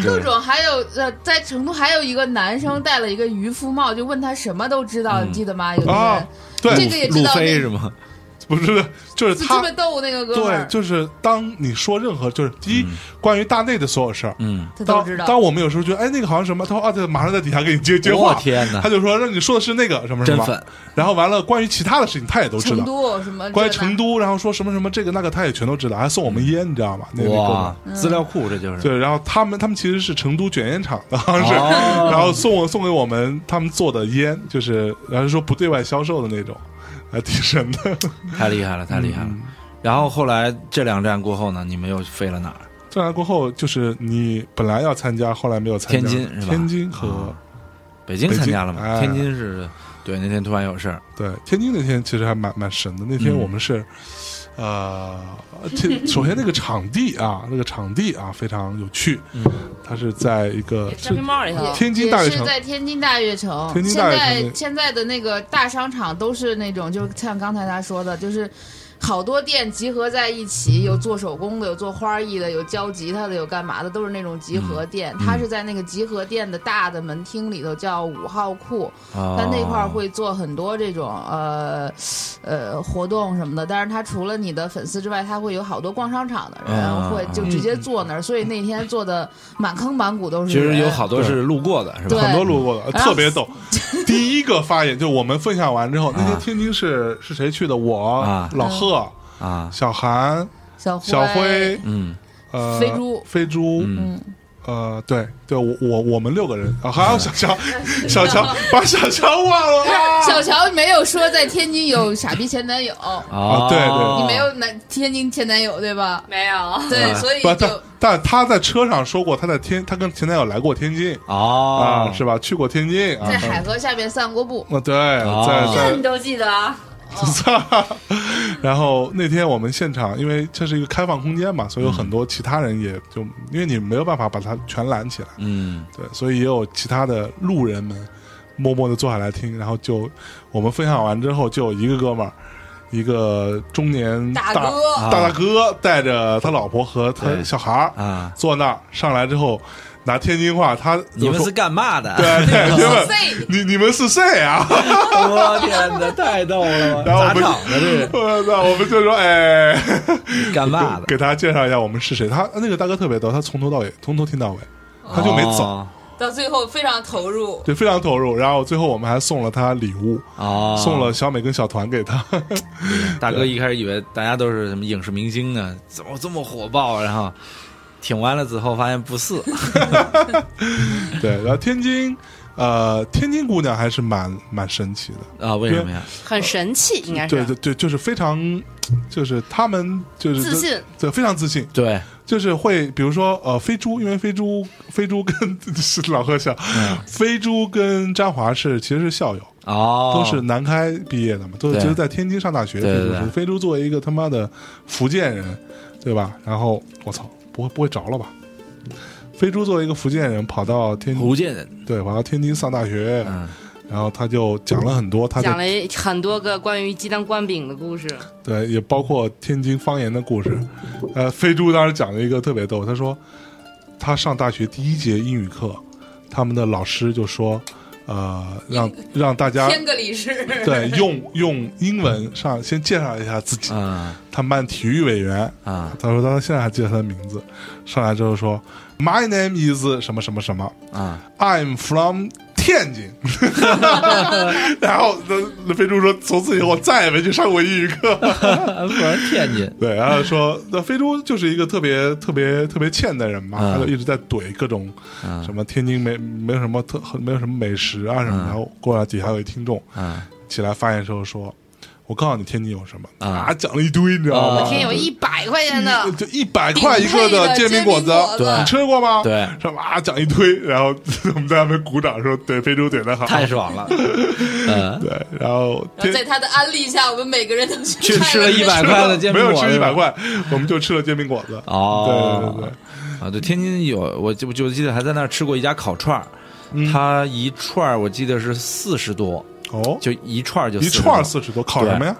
E: 各种还有呃，在成都还有一个男生戴了一个渔夫帽，就问他什么都知道，你记得吗？有一个人、
B: 嗯啊，
E: 这
B: 对
E: 个也知
A: 路
E: 道那
A: 飞是吗？
B: 不是，就是
E: 就
B: 他
E: 特别逗那个哥们
B: 对
E: 儿，，
B: 就是当你说任何，就是第一，关于大内的所有事儿，
A: 嗯，
E: 他都
B: 当
E: 知道。
B: 当我们有时候觉得，哎，那个好像什么，他说啊，对，马上在底下给你接接
A: 我
B: 话，
A: 天 哪
B: 他就说让你说的是那个什么什
A: 啊真
B: 么
A: 粉，
B: 然后完了，关于其他的事情他也都知
E: 成
B: 道，
E: 都什么这那？
B: 关于成都，然后说什么什么这个那个他也全都知道，还送我们烟，你知道吗？那那哥们儿
A: 哇，
E: 嗯
A: 资料库这就是
B: 对，然后他们他们其实是成都卷烟厂的，好像是，
A: 哦
B: 然后送我送给我们他们做的烟，就是然后说不对外销售的那种，还挺神的。
A: 太厉害了，太厉害了。
B: 嗯
A: 然后后来这两站过后呢，你们又飞了哪儿？
B: 这来过后，就是你本来要参加，后来没有参加，
A: 天津是吧
B: 天津和、
A: 啊北京
B: 北京
A: 参加了
B: 哎
A: 吗？天津是，对，那天突然有事儿，
B: 对天津那天其实还蛮蛮神的，那天
A: 嗯
B: 我们是。呃，天， 首先那个场地啊，那个场地啊非常有趣，
A: 嗯
B: 它是在一个
F: 这 shopping mall 里头，
B: 天津大
E: 也
B: 悦
E: 是
B: 城，
E: 在天津大悦城。
B: 天津
E: 现
B: 大悦城
E: 在
B: 那
E: 现在的那个大商场都是那种，就是像刚才他说的，就是好多店集合在一起，有做手工的，有做花艺的，有教吉他的，有干嘛的，都是那种集合店。
B: 嗯
E: 他是在那个集合店的大的门厅里头，叫五号库。
A: 啊，
E: 他那块儿会做很多这种呃呃活动什么的，但是他除了你的粉丝之外，他会有好多逛商场的
A: 啊
E: 人会就直接坐那儿，所以那天坐的满坑满谷都
A: 嗯其
E: 是人。
A: 实有好多是路过的，是吧
E: 对？
B: 很多路过的，
E: 然后
B: 特别 逗。第一个发言就我们分享完之后，那天
A: 啊
B: 天津是是谁去的？我、
A: 啊
B: 老
E: 嗯
B: 贺、
A: 啊，
B: 小韩、
E: 小
B: 小
E: 辉
B: 辉、
A: 嗯
B: 呃
E: 飞猪
B: 飞猪，
A: 嗯，
B: 呃，对对，我我我们六个人啊，还有小乔，小乔把小乔忘了
E: 小乔没有说在天津有傻逼前男友，
A: 啊
B: 对对
E: 你没有男天津前男友对吧？
F: 没有，
E: 对，
A: 啊
E: 所以
B: 不，但
E: 就
B: 但他在车上说过，他在天，他跟前男友来过天津
A: 哦
B: 啊，，是吧？去过天津啊
E: 在，海河下面散过步。
B: 啊，对，在在
F: 这你都记得啊？
B: 然后那天我们现场，因为这是一个开放空间嘛，所以有很多其他人也就，因为你没有办法把它全拦起来，
A: 嗯，
B: 对，所以也有其他的路人们默默的坐下来听，然后就我们分享完之后，就有一个哥们儿，一个中
A: 嗯
B: 年大
E: 大哥
B: 大大哥带着他老婆和他
A: 对
B: 小孩儿
A: 啊，
B: 坐那儿上来之后，拿天津话，他
A: 你们
B: 说
A: 是干嘛的？
B: 对 对，你们
E: 谁
B: 你你们是谁啊？
A: 我天哪，太逗了！
B: 然后我
A: 砸
B: 们
A: 场子这
B: 我操， 我们就说哎。
A: 是干嘛的？
B: 给大家介绍一下我们是谁。他那个大哥特别逗，他从头到尾，从头听到尾， 他就没走，
A: 哦
E: 到最后非常投入，
B: 对，非常投入。然后最后我们还送了他礼物，
A: 哦，
B: 送了小美跟小团给他。
A: 大哥一开始以为大家都是什么影视明星呢，怎么这么火爆？然后挺完了之后发现不是，
B: 对，然后天津，呃，天津姑娘还是蛮蛮神奇的，
A: 啊，为什么呀？
F: 很神气，应该是啊
B: 对对对，就是非常，就是他们就是
F: 自信，
B: 对，非常自信，
A: 对，
B: 就是会比如说呃，飞猪，因为飞猪飞猪跟是老贺笑，飞猪跟张华是其实是校友。
A: 哦，
B: 都是南开毕业的嘛，都是
A: 对
B: 就是在天津上大学。
A: 对对
B: 飞猪是
A: 对
B: 飞猪作为一个他妈的福建人，对吧？然后我操，不会不会着了吧？飞猪作为一个福建人，跑到天津，
A: 福建人，
B: 对，跑到天津上大学，
A: 嗯，
B: 然后他就讲了很多，他就
F: 讲了很多个关于鸡蛋灌饼的故事。
B: 对，也包括天津方言的故事。呃，飞猪当时讲了一个特别逗，他说他上大学第一节英语课，他们的老师就说，呃，让让大家
E: 天个理事。
B: 对用用英文上先介绍一下自己。
A: 嗯
B: 他们班体育委员，
A: 啊
B: 他说他到现在还记得他的名字。上来之后说，My name is 什么什么什么
A: 啊，
B: ，I'm from 天津。 然后那飞猪说，从此以后再也没去上过英语课。
A: 不然天津，
B: 对，然后说那飞猪就是一个特别特别特别欠的人嘛，
A: 嗯
B: 他就一直在怼各种
A: 嗯
B: 什么天津没没有什么特没有什么美食啊什么。
A: 嗯
B: 然后过来底下有一听众
A: 嗯
B: 起来发言之后说。我告诉你，天津有什么
A: 嗯
B: 啊？讲了一堆，你知道吗？
A: 我
F: 天有一百块钱的，
B: 就一百块一个的煎饼果子，
A: 对
B: 你吃过吗？
A: 对
B: 什么啊讲一堆，然后我们在那边鼓掌说对非洲怼的好，
A: 太 爽了，嗯，
B: 对，然
E: 然
B: 后
E: 后
B: 天
E: 在他的安利下，我们每个 人都去
A: 去吃了一百
B: 吃
A: 块的煎
B: 没
A: 饼
B: 有
A: 果，
B: 吃一
A: 是吧
B: 百块，我们就吃了煎饼果子。对
A: 哦，
B: 对对
A: 啊，对，天津有，我就就记得还在那儿吃过一家烤串儿，
B: 嗯
A: 它一串儿我记得是四十多，
B: 哦，
A: 就一串儿就
B: 一
A: 40
B: 串
A: 多
B: 四十多，烤什么呀？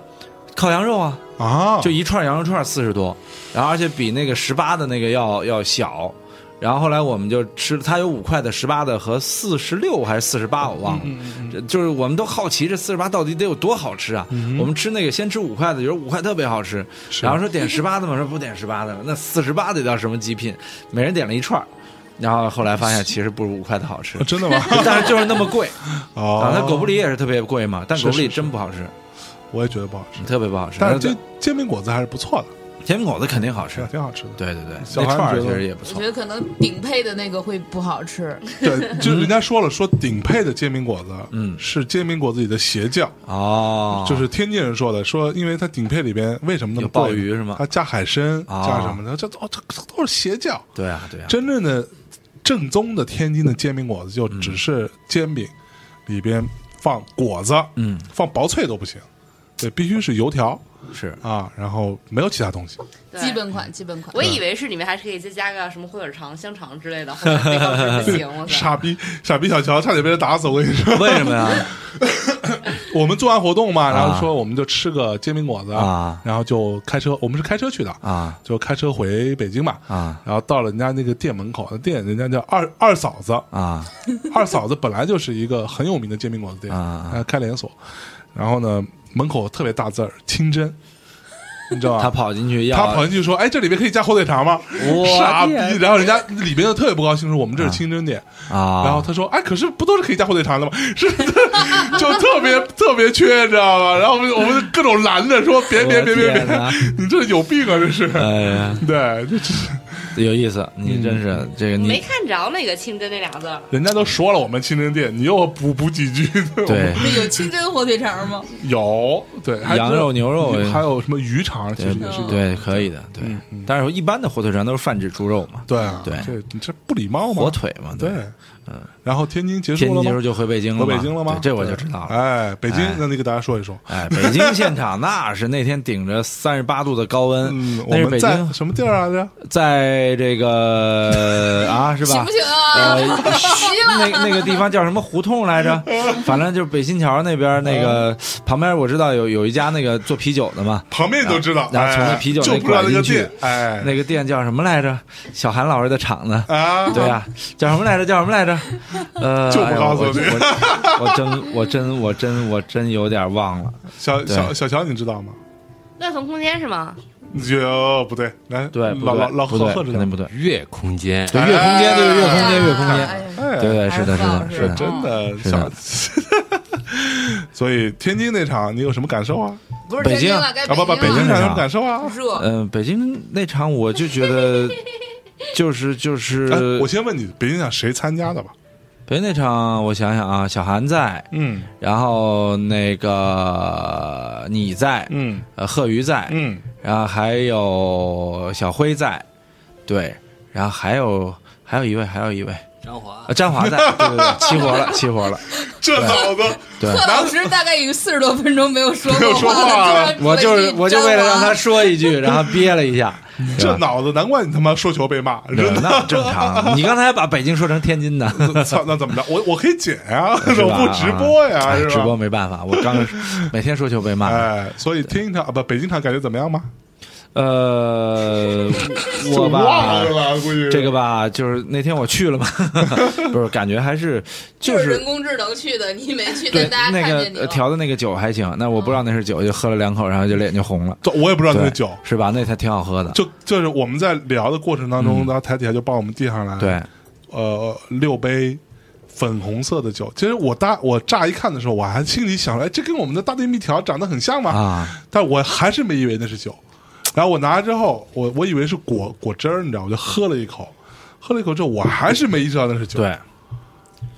A: 烤羊肉啊，
B: 啊，
A: 就一串羊肉串四十多，然后而且比那个十八的那个要要小，然后后来我们就吃，它有五块的、十八的和四十六还是四十八，我忘了。
B: 嗯
A: 这就是我们都好奇这四十八到底得有多好吃啊！
B: 嗯
A: 我们吃那个先吃五块的，觉得五块特别好吃，然后说点十八的嘛，说不点十八的了，那四十八得叫什么极品？每人点了一串儿，然后后来发现其实不如五块的 好吃
B: 啊，真的吗？
A: 但是就是那么贵 啊
B: 哦。，
A: 它狗不理也是特别贵嘛，但
B: 是
A: 狗不理
B: 是是
A: 真不好吃，
B: 哦我也觉得不好吃，
A: 特别不好吃。
B: 但是这煎饼果子还是不错的，
A: 煎饼果子肯定好吃
B: 挺，挺好吃 的。
A: 对对对，
B: 小
A: 那
B: 孩
A: 串
B: 儿
A: 儿
B: 觉
A: 其
B: 得
A: 实也不
E: 我
A: 错
E: 觉。得可能顶配的那个会不好吃，
B: 对，就是人家说了，说顶配的煎饼果子，
A: 嗯
B: 是煎饼果子里的邪教，
A: 哦，
B: 就是天津人说的，说因为它顶配里边为什么那么
A: 有鲍
B: 贵
A: 鱼是吗
B: 它加海参，
A: 啊
B: 加什么的，这哦，这这都是邪教。
A: 对啊对啊，
B: 真正的正宗的天津的煎饼果子，就
A: 嗯
B: 只是煎饼里边放果子，
A: 嗯，
B: 放薄脆都不行，对，必须是油条
A: 是
B: 啊，然后没有其他东西。
F: 对
E: 基本款基本款。
F: 我以为是里面还是可以再加个什么火腿肠、香肠之类的， 后来被告知不行，我操！
B: 傻逼，傻逼小乔差点被人打死，我跟你说。
A: 为什么 呀？
B: 我们做完活动嘛，
A: 啊
B: 然后说我们就吃个煎饼果子
A: 啊
B: 然后就开车，我们是开车去的，
A: 啊
B: 就开车回北京嘛，
A: 啊
B: 然后到了人家那个店门口，那店人家叫二二嫂子，
A: 啊
B: 二嫂子本来就是一个很有名的煎饼果子店，
A: 啊
B: 她开连锁，然后呢门口特别大字儿清真，你知道吧？
A: 他跑进去要
B: 他跑进去说：“哎，这里面可以加火腿肠吗？”
A: 哇
B: 傻逼！然后人家里边就特别不高兴，说：“我们这是清真店。
A: 啊，
B: 然后他说：“哎，可是不都是可以加火腿肠的吗？” 是，就特别特别缺，你知道吗？然后我们我们就各种拦着说：“别别别别别
A: 我的天哪，啊
B: 你这有病啊！这是。
A: 哎呀，
B: 对，这是
A: 有意思，
B: 嗯
A: 你真是、这个
F: 没
A: 你
F: 看着那个清真那俩字儿，
B: 人家都说了我们清真店，你又补补几句。
A: 对
E: 那有清真火腿肠吗？
B: 有对，还
A: 羊
B: 真
A: 肉牛肉
B: 还有什么鱼肠，其
A: 对
B: 实也是有。
A: 对可以的，对。但是一般的火腿肠都是泛指猪肉嘛，
B: 嗯对啊，
A: 对
B: 这你这不礼貌吗？
A: 火腿嘛，
B: 对，嗯。然后天津结束
A: 天
B: 了
A: 津结
B: 吗
A: 束？就回北京了
B: 回
A: 嘛，
B: 北京了吗
A: 对？这我就知道了。
B: 哎，北京
A: 哎，
B: 那你给大家说一说。
A: 哎，北京现场那是那天顶着三十八度的高温，
B: 嗯，我
A: 那是
B: 们
A: 北
B: 在
A: 京，
B: 什么地儿啊来着？
A: 在这个啊是吧？
E: 行不行啊？
A: 呃，那那个地方叫什么胡同来着？反正就是北新桥那边那个旁边，我知道有有一家那个做啤酒的嘛，
B: 旁边都知道。
A: 然后从那
B: 哎
A: 啤酒
B: 就
A: 那
B: 不知道那
A: 拐进
B: 个
A: 去
B: 店，，哎，
A: 那个店叫什么来着？小韩老师的厂子。
B: 啊，
A: 对啊，叫什么来着？叫什么来着？呃，
B: 就不告诉你
A: 哎呦我我我真我真我真我真有点忘了。
B: 小
A: 对
B: 小小乔，你知道吗？
F: 乐腾空间是吗？
B: 就哦不对，来，
A: 对，不
B: 老嗯
A: 对
B: 老老
A: 不
B: 贺
A: 对，
B: 贺知
A: 肯
B: 道
A: 定
B: 吗？
A: 不对。
C: 月空间，
A: 对，月空间，对，月空间，月 空
E: 哎
A: 间。
E: 呀
B: 哎，
A: 对对，是的，是的，是的。
B: 真的
A: 是的
B: 小。所以天津那场你有什么感受啊？
E: 不是
A: 北
E: 天津
A: 京
E: 了，该
B: 啊不不，北
E: 京
B: 京
E: 了
B: 场有什么感受啊？
E: 热，
A: 嗯，北京那场我就觉得，就是就是
B: 哎，，我先问你，北京场谁参加的吧？
A: 北京那场我想想啊，小韩在，
B: 嗯
A: 然后那个你在，
B: 嗯
A: 呃，贺瑜在，
B: 嗯，
A: 然后还有小辉在，对，然后还有还有一位，还有一位，
C: 张华
A: 呃，张华在，对对对，齐活了，齐活了，
B: 这脑子
A: 对
E: 贺老师大概有四十多分钟没有说
B: 没有说
E: 话
B: 话
E: 了，
B: 了
E: 突然
A: 我就是我就为了让他
E: 说
A: 说一句，然后憋了一下，对
B: 这
A: 吧
B: 脑子，难怪你他妈说球被骂，
A: 对
B: 真的。
A: 那正常，你刚才把北京说成天津的。
B: 操，那怎么着？我我可以剪呀， 我
A: 是吧
B: 不直播呀，
A: 哎
B: 是吧？
A: 直播没办法，我刚每天说球被骂。
B: 哎，所以天津场啊，不，北京场感觉怎么样吗？
A: 呃，我吧
B: 忘，了吧，估计
A: 这个吧，就是那天我去了嘛， 不是，感觉还是 就
E: 就是人工智能去的，你没去，
A: 对
E: 但大家
A: 那
E: 看
A: 个
E: 见你哦
A: 呃
E: 了。
A: 调的那个酒还行，那我不知道那是酒，就喝了两口，然后就脸就红了。
B: 这我也不知道那
A: 对
B: 个酒，
A: 是吧？那才挺好喝的。
B: 就就是我们在聊的过程当中，然后台底下就帮我们递上来，，
A: 嗯对，
B: 呃，六杯粉红色的酒。其实我大我乍一看的时候，我还心里想，哎，这跟我们的大地蜜条长得很像嘛，
A: 啊，
B: 但我还是没以为那是酒。然后我拿了之后，我我以为是果果汁儿，你知道，我就喝了一口，喝了一口之后，我还是没意识到那是酒。
A: 对，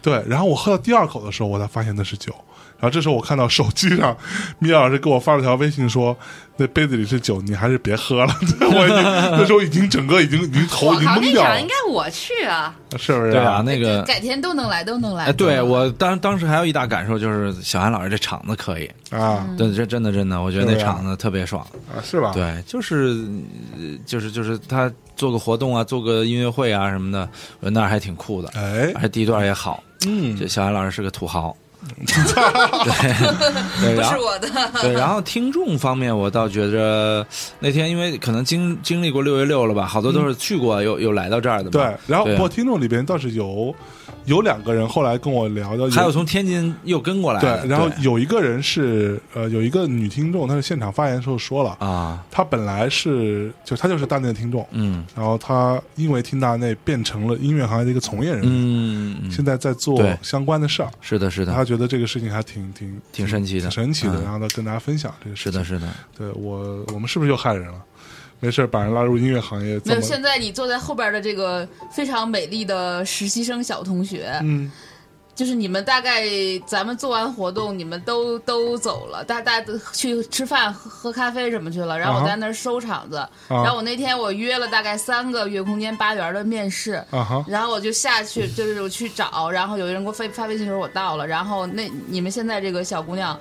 B: 对，然后我喝到第二口的时候，我才发现那是酒。然后这时候我看到手机上，米娅老师给我发了条微信说：“那杯子里是酒，你还是别喝了。” 我已经那时候已经整个已经已经头
F: 我
B: 已经
F: 靠，
B: 懵
F: 那
B: 掉
F: 场
B: 了
F: 应，该我去 啊！
B: 是不是、
A: 对啊，？那个。
E: 改天都能来，都能来。
A: 哎，对我当当时还有一大感受就是小韩老师这场子可以，
B: 啊
E: 嗯
A: 对，这真的真的，我觉得
B: 是
A: 那
B: 不是
A: 场子特别爽。
B: 啊，是吧？
A: 对，就是呃就是就是他做个活动啊，做个音乐会啊什么的，我觉得那儿还挺酷的，
B: 哎，
A: 而且地段也好。
B: 嗯
A: 这小韩老师是个土豪，对，
D: 不
A: 然
D: 是
A: 后
D: 我的，
A: 对，然后听众方面，我倒觉着那天因为可能经经历过六月六了吧，好多都是去过又又来到这儿的嘛。
B: 对，然后
A: 对啊
B: 不过听众里边倒是有有两个人后来跟我聊的，
A: 还有从天津又跟过来的，
B: 对，然后有一个人是呃有一个女听众，她是现场发言的时候说了，
A: 啊，
B: 她本来是就她就是大内的听众，
A: 嗯
B: 然后她因为听大内变成了音乐行业的一个从业人员，
A: 嗯，嗯
B: 现在在做
A: 对
B: 相关的事儿。
A: 是的，是的，
B: 她觉得这个事情还挺挺
A: 挺神奇的
B: 挺神奇的，
A: 嗯
B: 然后她跟大家分享这个事
A: 是
B: 情。
A: 的，是的，
B: 对我我们是不是又害人了？没事儿，把人拉入音乐行业，
E: 没
B: 怎
E: 有，
B: 么
E: 现在你坐在后边的这个非常美丽的实习生小同学，
B: 嗯，
E: 就是你们大概咱们做完活动，你们都都走了，大大家都去吃饭、喝喝咖啡什么去了。然后
B: 啊
E: 我
B: 哈啊
E: 在那儿收场子。然后我那天我约了大概三个月空间八元的面试。
B: 啊哈，
E: 然后我就下去，就是我去找，然后有人给我发发微信说我到了，然后那你们现在这个小姑娘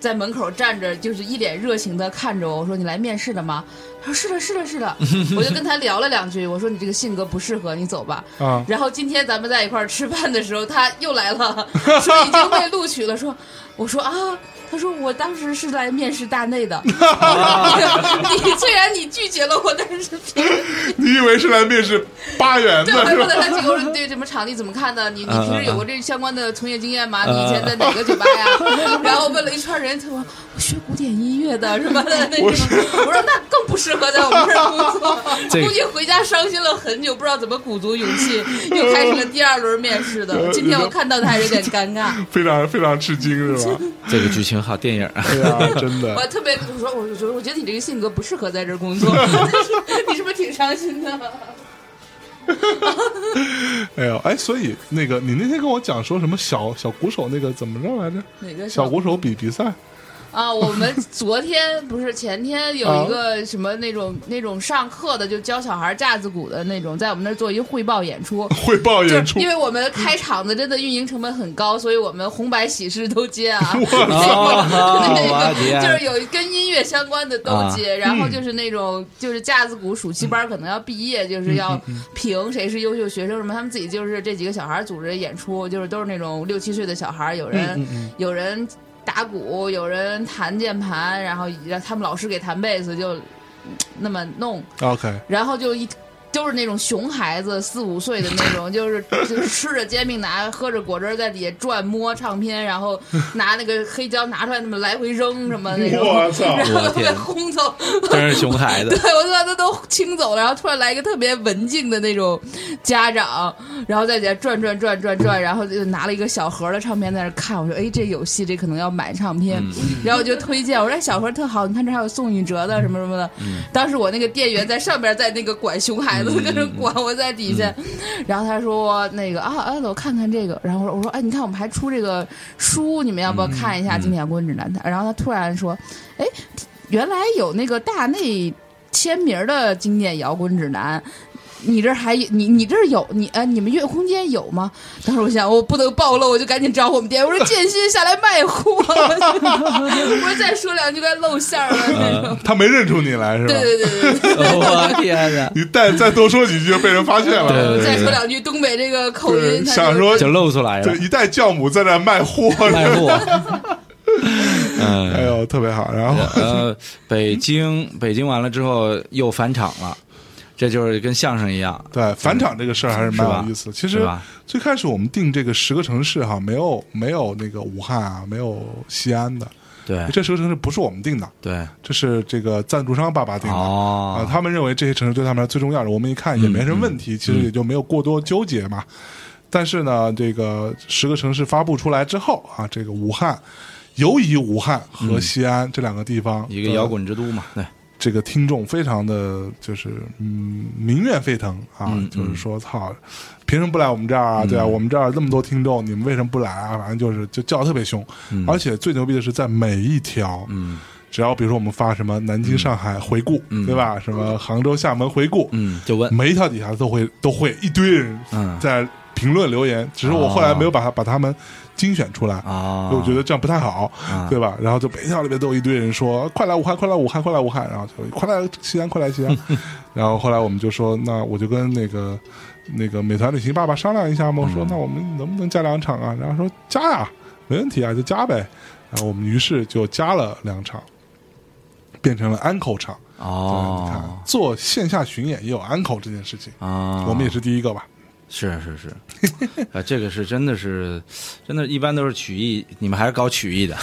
E: 在门口站着，就是一脸热情的看着我，我说你来面试的吗？她说是的，是的，是的，我就跟她聊了两句，我说你这个性格不适合，你走吧。
B: 啊，
E: 然后今天咱们在一块儿吃饭的时候，他又来了，说已经被录取了。说，我说啊，他说我当时是来面试大内的。 你虽然你拒绝了我，但是凭
B: 你以为是来面试八元
E: 对，我
B: 的
E: 还
B: 是
E: 问
B: 吧？
E: 他几个人对什么场地怎么看的？你你平时有过这相关的从业经验吗？你以前在哪个酒吧呀？然后问了一圈人，他说我学古典音乐的什么的那种。我说那更不适合在我们这儿工作，
A: 这
E: 估计回家伤心了很久，不知道怎么鼓足勇气，又开始了第二轮面试的。今天我看到他还有点尴尬，
B: 非常非常吃惊是 吧？
A: 这个剧情好电影啊，
B: 对呀，真
E: 我还
B: 的。
E: 特别我说我觉得我觉得你这个性格不适合在这儿工作， 你是不是挺伤心的？
B: 哎呦，哎，所以那个你那天跟我讲说什么小小鼓手那个怎么着来着？
E: 哪个
B: 小鼓手比比赛
E: 啊，我们昨天不是前天有一个什么那种那种上课的，就教小孩架子鼓的那种，在我们那儿做一个汇报演出。
B: 汇报演
E: 就
B: 出
E: 因，为我们开场子真的运营成本很高，所以我们红白喜事都接啊，
B: 哦
A: 我
E: 那个就是
A: 哦天，啊
E: 有跟音乐相关的都接，然后就是那种就是架子鼓暑期班可能要毕业，就是要评谁是优秀学生什么，他们自己就是这几个小孩组织演出，就是都是那种六七岁的小孩，有人、有人打鼓，有人弹键盘，然后让他们老师给弹贝斯，就嗯那么弄，
B: OK，
E: 然后就一。都是那种熊孩子，四五岁的那种， 就是就是吃着煎饼拿，喝着果汁儿在底下转摸唱片，然后拿那个黑胶拿出来那么来回扔什么那种，
B: 我 操
E: 然后都
A: 我
E: 被
A: 天
E: 轰走，
A: 真是熊 孩子，
E: 对我就把他都清走了，然后突然来一个特别文静的那种家长，然后在底下转转转转转，然后就拿了一个小盒的唱片在那看，我说哎这有戏，这可能要买唱片，然后我就推荐我说哎小盒特好，你看这还有宋雨哲的什么什么的，当时我那个店员在上边在那个管熊孩子，跟着管我在底下，然后他说那个啊啊我看看这个，然后我说我说哎你看我们还出这个书，你们要不要看一下《经典棍指南》？然后他突然说哎。原来有那个大内签名儿的经典摇滚指南。你这儿还你你这儿有你呃你们月空间有吗？当时我想我不能暴露，我就赶紧找我们店，我 说建新下来卖货， 我说再说两句该露馅儿了那种。
B: 他没认出你嗯来是
A: 嗯
B: 吧
E: 对？对对对对，
A: 我天哪，
B: 你再再多说几句就被人发现了，
A: 对对
E: 再
A: 对
E: 说两句东北这个口
B: 对
E: 音，他
B: 想
E: 就
B: 说
A: 就露出来
B: 就
A: 了，
B: 一代教母在那卖货，
A: 卖货，嗯
B: 哎。呦，特别好。然后
A: 呃，北京北京完了之后又返场了，这就是跟相声一样，
B: 对返场这个事儿还是蛮
A: 是吧
B: 有意思的。其
A: 是
B: 实
A: 吧？
B: 最开始我们定这个十个城市哈，没有没有那个武汉啊，没有西安的，
A: 对
B: 这十个城市不是我们定的，
A: 对
B: 这是这个赞助商爸爸定的。啊、
A: 哦，
B: 他们认为这些城市对他们来最重要的，我们一看也没什么问
A: 嗯
B: 题，其实也就没有过多纠结嘛。但是呢，这个十个城市发布出来之后啊，这个武汉，尤以武汉和西安这两个地方，呃
A: 嗯一个摇滚之都嘛，对，
B: 这个听众非常的就是嗯民怨沸腾啊，
A: 嗯
B: 就是说操，凭什么不来我们这儿啊？对啊，我们这儿那么多听众，你们为什么不来啊？反正就是就叫得特别凶，而且最牛逼的是在每一条，
A: 嗯
B: 只要比如说我们发什么南京、上海回顾，
A: 嗯
B: 对吧？什么杭州、厦门回顾，
A: 嗯，就问，
B: 每一条底下都会都会一堆人
A: 嗯
B: 在评论留言，只是我后
A: 哦
B: 来没有把它把他们精选出来
A: 啊，
B: 我觉得这样不太好，
A: 啊
B: 对吧？然后就每条里面都有一堆人说：“快来武汉，快来武汉，快来武汉！”然后就快来西安，快来 西安。然后后来我们就说：“那我就跟那个
A: 嗯
B: 那个美团旅行爸爸商量一下嘛，我说那我们能不能加两场啊？”然后说：“加呀、没问题啊，就加呗。然后我们于是就加了两场，变成了安 n 场。对你看
A: 哦，
B: 做线下巡演也有安 n 这件事情，
A: 啊，
B: 我们也是第一个吧。
A: 是是是， 啊，这个是真的是，真的，一般都是曲艺，你们还是搞曲艺的，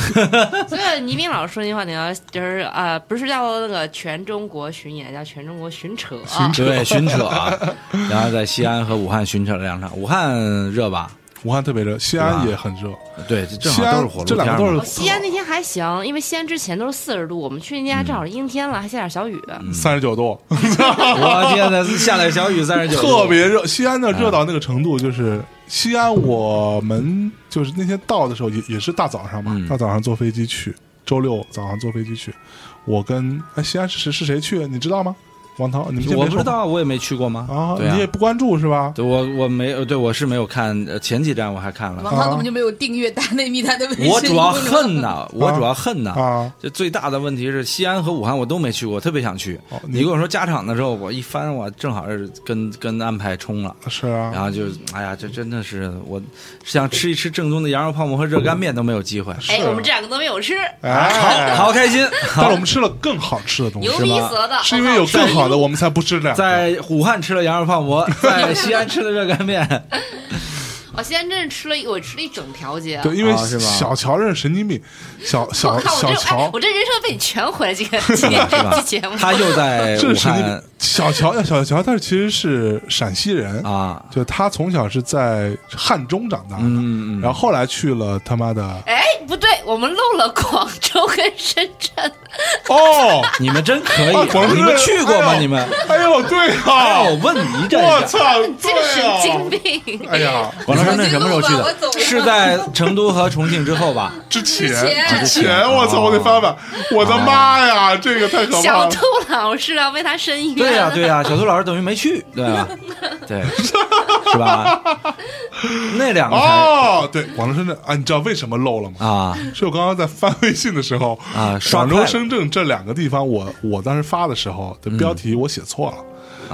F: 所以倪斌老师说那句话，你要就是啊、不是叫那个全中国巡演，叫全中国巡扯。
B: 啊
F: 啊
A: 对，巡扯，然后在西安和武汉巡扯了两场，武汉热吧？
B: 武汉特别热，西
A: 对
B: 安
A: 吧
B: 也很热，
A: 对，这正好都是火炉
B: 这
A: 边
B: 两
A: 儿
B: 个都
A: 嘛
B: 是
F: 西安那天还行，因为西安之前都是四十度，我们去
B: 嗯
F: 那天正好是阴天了，还下点小雨。
B: 三十九度，
A: 嗯我天呐，下点小雨，三十九，
B: 特别热。西安呢，热
A: 嗯
B: 到那个程度，就是西安，我们就是那天到的时候也也是大早上嘛，
A: 嗯
B: 大早上坐飞机去，周六早上坐飞机去。我跟哎，西安是是谁去？你知道吗？王涛，你们
A: 我
B: 见面
A: 不
B: 说
A: 知
B: 吗
A: 道，我也没去过吗？
B: 啊，
A: 对啊
B: 你也不关注是吧？
A: 对我我没呃对我是没有看呃前几站我还看
B: 啊
A: 了，
E: 王涛根本就没有订阅大内密探的微信。
A: 我主要恨呐，我主要恨呐。
B: 啊，
A: 这最大的问题是西安和武汉我都没去过，我特别想去。
B: 哦
A: 你跟我说加场的时候，我一翻我正好是跟跟安排冲了，
B: 是啊，
A: 然后就哎呀，这真的是我想吃一吃正宗的羊肉泡馍和热干面都没有机会，
B: 是
F: 哎，
B: 啊
F: 我们这两个都没有吃，
B: 哎，
A: 好开心。
B: 但是我们吃了更好吃的东西
F: 牛，逼死了的。
B: 是因为有更好的，我们才不吃两个。
A: 在武汉吃了羊肉泡馍，在西安吃了热干面。
F: 我西安真是吃了一，我吃了一整条街。
B: 对，因为
A: 啊是吧
B: 小乔认识神经病，小
F: 我
B: 小
F: 靠，我这
B: 小
F: 哎
B: 乔，
F: 我这人设被你全毁了，这 个今天
A: 吧
F: 这期节目。
A: 他又在
B: 这
A: 哎
B: 是
A: 武
B: 神经
A: 汉
B: 病。小乔，哎小乔他其实是陕西人，
A: 啊，
B: 就他从小是在汉中长大的，
A: 嗯嗯
B: 然后后来去了他妈的
F: 哎，不对，我们漏了广州跟深圳。
B: 哦，
A: 你们真可以
B: 啊广
A: 啊，
B: 州
A: 你们
B: 人
A: 去过吗？
B: 哎呦
A: 你们？
B: 哎呦，对啊，
A: 哦，问你这
B: 我
A: 个。
B: 操，
F: 这个神经
B: 对啊，
F: 病！
B: 哎呀，
A: 广州深圳
E: 你
A: 什么时候去的？是在成都和重庆之后吧？
B: 之前
E: 前
B: 之前，我操，我得翻翻，我的妈呀，这个太可怕
F: 小
B: 了
F: 兔，老师啊，为他申冤。
A: 对呀、对呀、小苏老师等于没去，对吧、 对，是吧？那两个才、
B: 哦，对，广州深圳啊，你知道为什么漏了吗？
A: 啊，
B: 是我刚刚在翻微信的时候
A: 啊刷
B: 广
A: 快嗯
B: 州、
A: 了
B: 深圳这两个地方我，我当时发的时候的标题我写错了，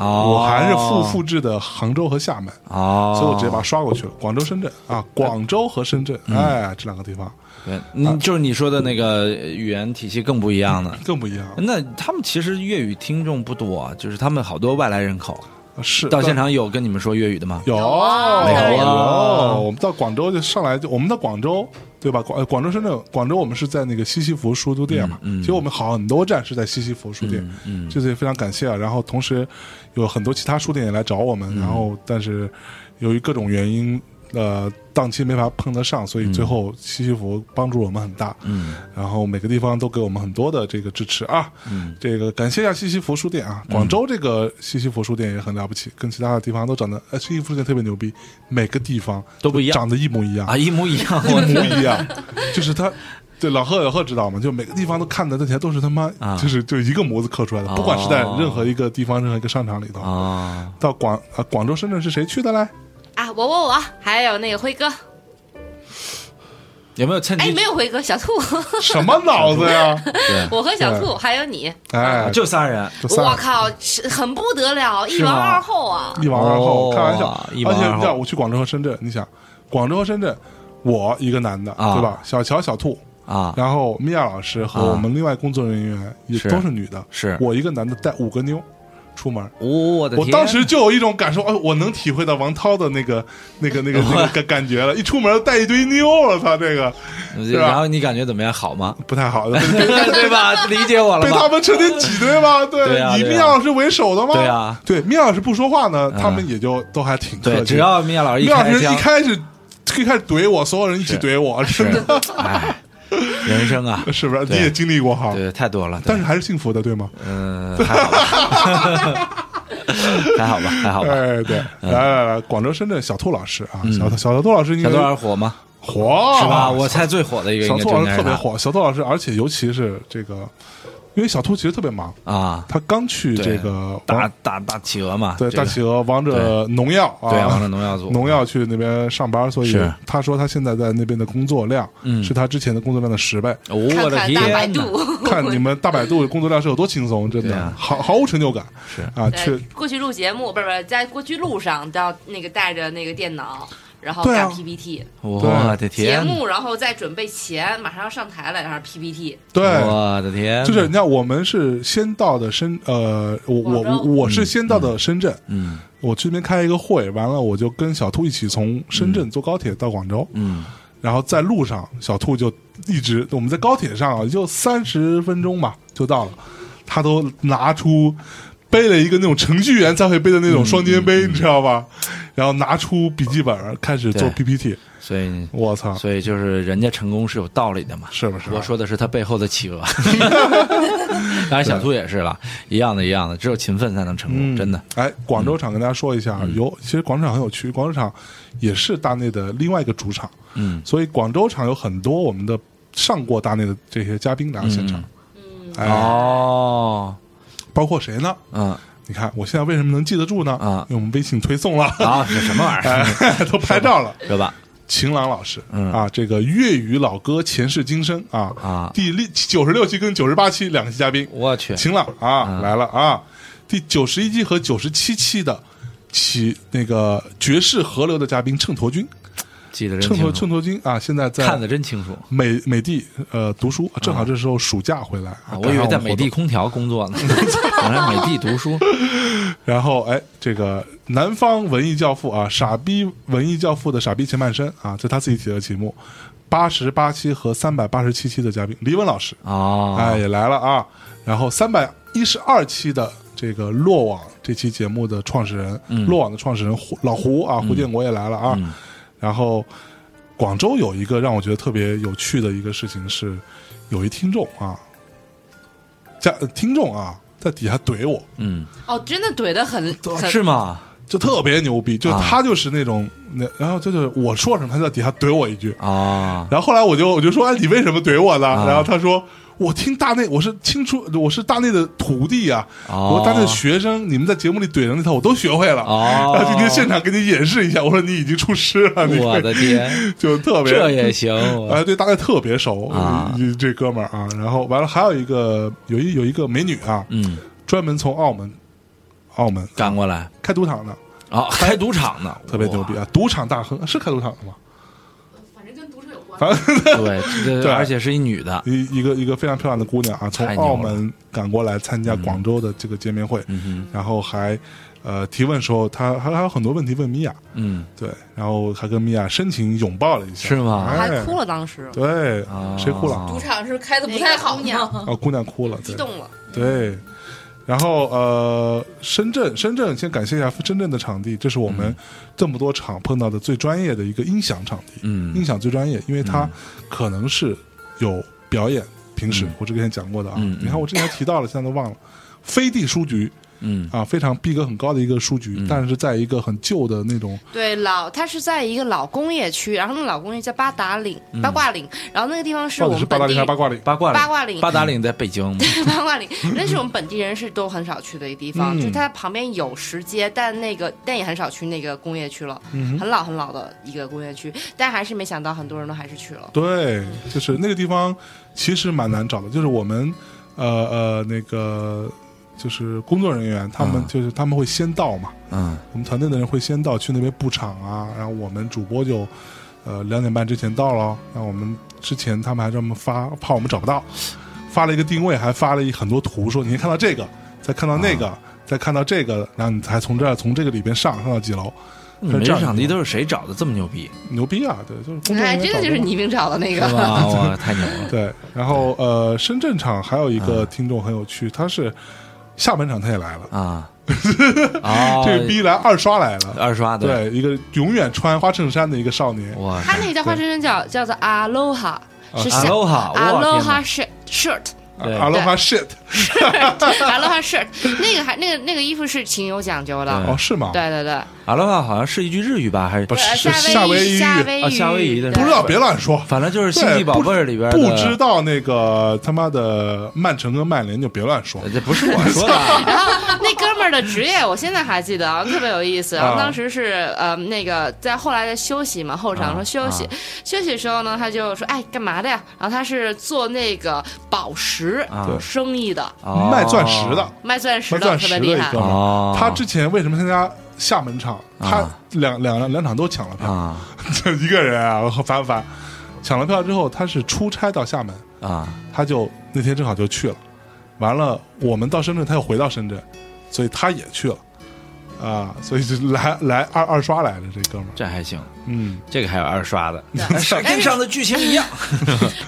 A: 哦，
B: 我还是复复制的杭州和厦门，
A: 哦，
B: 所以我直接把它刷过去了。广州、深圳啊，广州和深圳，
A: 嗯
B: 哎，这两个地方
A: 对，你就是你说的那个语言体系更不一样的。
B: 更不一样，
A: 那他们其实粤语听众不多，啊就是他们好多外来人口。
B: 是
A: 到现
B: 但
A: 场有跟你们说粤语的吗？
B: 有
A: 有啊
B: 有我们到广州就上来就我们到广州。对吧？广呃广州、深圳、广州，我们是在那个西西弗书书店嘛，
A: 嗯嗯
B: 其实我们很多站是在西西弗书店，
A: 嗯，
B: 这次也非常感谢啊。然后同时有很多其他书店也来找我们，
A: 嗯
B: 然后但是由于各种原因，呃，档期没法碰得上，所以最后西西弗帮助我们很大。
A: 嗯，
B: 然后每个地方都给我们很多的这个支持啊。
A: 嗯，
B: 这个感谢一下西西弗书店啊，广州这个西西弗书店也很了不起，跟其他的地方都长得，呃，西西弗书店特别牛逼，每个地方
A: 都不一样
B: 长得一模一样
A: 啊，一模一样。我
B: 一 模一样，就是他。对老贺，老贺知道吗？就每个地方都看的，那些都是他妈，
A: 啊哦
B: 就是就一个模子刻出来的，不管是在任何一个地方、任何一个商场里头。
A: 啊，
B: 到广啊广州、深圳是谁去的嘞？
F: 啊，我我我，还有那个辉哥，
A: 有没有趁
F: 哎，
A: 机
F: 没有辉哥，小兔，
B: 什么脑子 呀？
F: 我和小兔，还有你，
B: 哎，
A: 啊就仨人？
B: 就仨
F: 我
B: 人
F: 靠，是很不得了，一
A: 是吗
F: 王二后啊！
B: 一王二后，
A: 哦
B: 开玩笑。
A: 一王
B: 而
A: 二后
B: 且你知道，我去广州和深圳，你想，广州和深圳，我一个男的，
A: 啊
B: 对吧？小乔、小兔，
A: 啊，
B: 然后米娅老师和我们另外工作人员也
A: 是
B: 都是女的，
A: 是
B: 我一个男的带五个妞出门。
A: 我我的
B: 我
A: 天！
B: 当时就有一种感受，哎，我能体会到王涛的那 个、那个、那个、那个感感觉了。一出门带一堆妞，我操，这 个是吧
A: 然后你感觉怎么样？好 吗？
B: 不太 好，被
A: 对吧？理解我了
B: 被他
A: 吧？
B: 们成天挤兑 吧？对，
A: 对啊
B: 以
A: 对啊
B: 米娅老师为首的嘛。
A: 对啊，
B: 对，米娅老师不说话呢，
A: 嗯
B: 他们也就都还挺客
A: 对，
B: 气。
A: 只要米娅老师
B: 米
A: 啊一
B: 娅老
A: 开
B: 师
A: 枪
B: 一，开始一开始怼我，所有人一起
A: 是
B: 怼我，
A: 是
B: 真的，
A: 哎，人生 啊，
B: 是不是？你
A: 对
B: 也经历过哈？
A: 对，太多了。对
B: 但是还是幸福的，对吗？
A: 嗯，还 好吧，还好吧，还好吧。
B: 哎，对，来来来，广州、深圳小兔老师啊，小小小兔老师应该
A: 嗯小豆儿火吗？
F: 哦
B: 火啊
A: 是吧？我猜最火的一个
B: 小
A: 应该
B: 兔
A: 就
B: 老
A: 应
B: 师特
A: 该是
B: 别
A: 他
B: 火，小兔老师，而且尤其是这个，因为小兔其实特别忙，
A: 啊！
B: 他刚去
A: 对
B: 这个
A: 大
B: 王
A: 大大企鹅嘛，
B: 嗯对
A: 这个
B: 大企鹅王者农药啊，
A: 对王者农药组
B: 农药去那边上班，所以
A: 是
B: 他说他现在在那边的工作量
A: 嗯
B: 是他之前的工作量的十倍。
A: 哦我
F: 看
A: 的
F: 看大百
A: 天呐！
F: 度，
B: 看 你们大百
F: 嗯
B: 度工作量是有多轻松，真
A: 对
B: 的
A: 啊
B: 毫毫无成就感
A: 是
B: 啊，
F: 对
B: 去
F: 过去录节目，不是不是，在过去路上都要那个带着那个电脑，然后
B: 对啊
F: 干 PPT、
A: 我的
F: 节
A: 天，
F: 目，然后再准备钱，马上要上台了，然后 PPT。
B: 对，
A: 我的天，
B: 就是你看，我们是先到的深，呃，我
F: 广
B: 我我
F: 州
B: 我是先到的深圳，
A: 嗯
B: 我去那边开一个会，完了我就跟小兔一起从深圳坐高铁到广州，
A: 嗯，
B: 然后在路上，小兔就一直我们在高铁上啊，也就三十分钟吧就到了，他都拿出背了一个那种程序员才会背的那
A: 嗯
B: 种双肩背，你知道吧？然后拿出笔记本开始做
A: 对
B: PPT，
A: 所以
B: 我操，
A: 所以就是人家成功是有道理的嘛。
B: 是不是？
A: 我说的是他背后 的企鹅，当然小兔也是了，一样的，一样的，只有勤奋才能成
B: 嗯
A: 功，真的。。嗯
B: 哎，广州场跟大家说一下，啊有其实广州场很有趣，广州场也是大内的另外一个主场，
A: 嗯，
B: 所以广州场有很多我们的上过大内的这些嘉宾来到现场。
A: 嗯
B: 哎，
A: 哦，
B: 包括谁呢？
A: 嗯
B: 你看我现在为什么能记得住呢？
A: 啊
B: 因为我们微信推送了，
A: 啊，这什么玩意 儿？
B: 哎， 都拍照了。
A: 是吧？
B: 晴朗老师，
A: 嗯
B: 啊，这个粤语老歌前世今生啊
A: 啊
B: 第六九十六期跟九十八期两期嘉宾，
A: 我去，
B: 晴朗
A: 嗯
B: 啊来了啊，第九十一期和九十七期的起那个爵士河流的嘉宾秤砣君，
A: 记得真
B: 秤砣
A: 清
B: 秤
A: 楚，
B: 砣君啊，现在
A: 看
B: 在
A: 得真清楚。
B: 美美的呃读书，正好这时候暑假回来，
A: 啊
B: 赶
A: 我以
B: 上
A: 为在
B: 们
A: 美
B: 活动
A: 的，空调工作呢， 原来美的读书。
B: 然后哎，这个南方文艺教父啊，傻逼文艺教父的傻逼前半生啊，这他自己起的题目，八十八期和三百八十七期的嘉宾李文老师，
A: 哦，
B: 哎，也来了啊。然后三百一十二期的这个落网这期节目的创始人，
A: 嗯
B: 落网的创始人胡老胡啊，胡建国也来了啊。然后广州有一个让我觉得特别有趣的一个事情是，有一听众啊，家听众啊。在底下怼我，
A: 嗯，
F: 哦，真的怼的很
B: 哎
F: 很
A: 是吗？
B: 就特别牛逼，就
A: 啊
B: 他就是那种，那然后就是我说什么，他就在底下怼我一句，
A: 啊，
B: 然后后来我就我就说，哎，你为什么怼我呢？
A: 啊
B: 然后他说，我听大内，我是清初，我是大内的徒弟啊，
A: 哦
B: 我大内的学生，你们在节目里怼人那套我都学会了。
A: 哦
B: 然后今天现场给你演示一下，我说你已经出师了，你
A: 我的天，
B: 就特别
A: 这也行。
B: 哎，对，大概特别熟
A: 啊
B: 嗯这哥们儿啊。然后完了，还有一个有一有一个美女啊，
A: 嗯，
B: 专门从澳门澳门
A: 赶过来
B: 开赌场的，
A: 啊，开赌场呢，
B: 哎特别牛逼啊！赌场大亨是开赌场的吗？反正 跟赌场有关，反正
A: 哇！对这
B: 对
A: 而且是一女的，
B: 一一个一个非常漂亮的姑娘啊，从
A: 太牛了嗯
B: 澳门赶过来参加广州的这个见面会，然后还呃提问时候，她还还有很多问题问米娅，
A: 嗯，
B: 对，然后还跟米娅深情拥抱了一下，
A: 是吗
B: 哎、
F: 还哭了，当时
B: 对，
A: 啊
B: 谁哭了？
E: 赌场是开的不
F: 不
E: 太
F: 太
E: 好
F: 好
E: 呢。
B: 啊，姑娘哭了，
F: 激
B: 对
F: 动了。
B: 对。然后呃，深圳，深圳先感谢一下深圳的场地，这是我
A: 嗯
B: 们这么多场碰到的最专业的一个音响场地，
A: 嗯
B: 音响最专业，因为它可能是有表演。平时、我这之前讲过的啊，
A: 嗯嗯
B: 你看我之前提到了，现在都忘了。飞地书局
A: 嗯
B: 啊，非常逼格很高的一个书局，但是在一个很旧的那种，
F: 对，老它是在一个老工业区，然后那老工业叫八达岭、八卦岭，然后那个地方是
B: 嗯到
F: 我
B: 底是
F: 们
B: 八达
F: 本地
B: 岭还是八卦岭？
A: 八卦
F: 八卦岭
A: 八达岭在北京吗，
F: 八卦岭，那是我们本地人是都很少去的一个地方，
B: 嗯
F: 就是它旁边有石街，但那个但也很少去那个工业区了，
A: 嗯
B: 嗯
F: 很老很老的一个工业区，但还是没想到很多人都还是去了。
B: 对，就是那个地方其实蛮难找的，就是我们呃呃那个就是工作人员，他们、
A: 啊
B: 就是他们会先到嘛，
A: 嗯
B: 我们团队的人会先到去那边布场啊，然后我们主播就呃两点半之前到了，那我们之前他们还这么发，怕我们找不到，发了一个定位，还发了一很多图，说你先看到这个，再看到那个，再看到这个，然后你才从这儿从这个里边上上到几楼，
A: 你们
B: 这
A: 这
B: 样
A: 场地都是谁找的这么牛 逼？
B: 牛逼啊！对，就是工作
F: 哎，
B: 人员
F: 真
B: 找
F: 的就是
B: 工
F: 倪萍找的那
A: 是
F: 个，
A: 吧？哇，太牛了！
B: 对，然后呃，深圳场还有一
A: 嗯
B: 个听众很有趣，他是厦门场他也来了，
A: 啊，哦，
B: 这个逼来二刷来了，
A: 二刷的，
B: 对，一个永远穿花衬衫的一个少年，
A: 哇
F: 他那个叫花衬衫叫叫做 Aloha，是夏
A: ，Aloha，我天哪
F: 啊 Aloha shirt shirt
A: 对
B: 阿罗哈啊 shit，
F: Aloha shirt，那个还那个那个衣服是挺有讲究的，
B: 哦，是吗？
F: 对对对，
A: ，Aloha 好像是一句日语吧，还是
B: 不是
F: 对
B: 是
F: 夏
B: 威
F: 夷
B: 夷
F: 夏威
A: 啊夏威夷的
F: 对
B: 不知道别乱说，
A: 反正就是《星际宝贝》里边的
B: 不知道那个他妈的曼城跟曼联就别乱说。
A: 呃 这不是我说的啊，
F: 然后那哥们儿的职业，我现在还记得啊，特别有意思。然后当时是呃那个在后来在休息嘛，后
A: 啊
F: 场说休息，休息的时候呢，他就说哎干嘛的呀？然后他是做那个宝石
A: 啊
B: 对
F: 生意的，
A: 哦
B: 卖钻石的，
F: 卖钻石
B: 卖
F: 的
B: 钻
F: 特别
B: 石的
F: 厉
B: 一
F: 害
B: 哥。们
A: 哦
B: 儿，他之前为什么参加厦门场？他
A: 啊
B: 两两两场都抢了票，
A: 啊
B: 就 一个人啊，我烦不烦？抢了票之后，他是出差到厦门，
A: 啊
B: 他就那天正好就去了。完了，我们到深圳，他又回到深圳，所以他也去了。啊，所以就来来二二刷来的这哥们儿，
A: 这还行，哎
B: 嗯，
A: 这个还有二刷的，
F: 对但
J: 跟
F: 是
J: 上的剧情一样，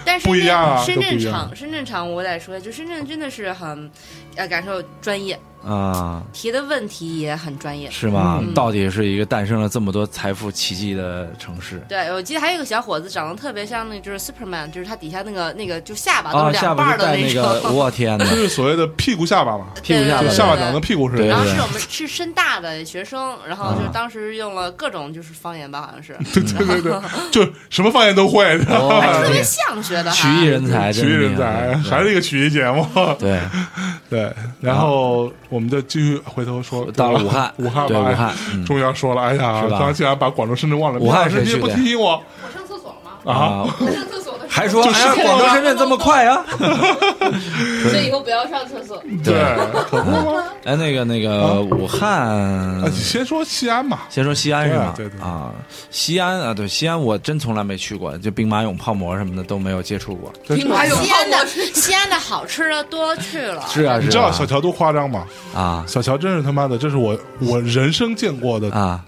F: 但是
B: 不一样啊
F: 深
B: 都
F: 圳
B: 不一样
F: 场深圳场我得说，就深圳真的是很呃感受专业，
A: 啊，
F: 提的问题也很专业。
A: 是吗？
F: 嗯
A: 到底是一个诞生了这么多财富奇迹的城市
F: 对，我记得还有一个小伙子长得特别像那个就是 Superman，就是他底下那个那个就下巴都
A: 啊！
F: 是
A: 下
F: 两半
A: 巴
F: 儿
A: 是
F: 的
A: 带那
F: 种。
A: 个， 我天哪
B: 就！是所谓的屁股下巴嘛，
A: 屁股下
F: 对
A: 巴
B: 就
F: 对
B: 下巴
F: 对
B: 长得屁股似的。
A: 对
F: 然后
A: 对
F: 是我们是深大的学生，然后就是当时用了各种就是方言吧，好像是
B: 啊对 对对对，就什么方言都会，
A: 哦
F: 还 哎特别像学的哈。
A: 曲艺人 才，
B: 曲艺人
A: 真的厉
B: 才，
A: 害
B: 还是一啊个曲艺节目。
A: 对，
B: 对，然后我们就继续回头说，
A: 啊到了武汉，
B: 武汉吧
A: 对武汉，嗯
B: 终于要说了，哎呀，
A: 是吧
B: 刚刚竟然把广州、深圳忘了，
A: 武汉
B: 你
A: 谁去的
B: 不提醒我
E: 我上厕所吗？
B: 啊？，
E: 上厕所的
J: 还说
B: 就是
J: 哎呀广州深圳这么快啊？
E: 候，所以以后不要上厕所。
B: 对， 可不吗？
A: 哎，那个那个武汉
B: 啊，，先说西安吧，
A: 先说西安是吗？
B: 对啊对对
A: 啊，西安啊，对西安，我真从来没去过，就兵马俑、泡馍什么的都没有接触过。
B: 兵
E: 马俑
F: 西安的西安的好吃的多去了，
A: 是啊，
B: 你知
A: 是
B: 道
A: 啊
B: 小乔多夸张吗？
A: 啊
B: 小乔真是他妈的，这是我我人生见过的
A: 啊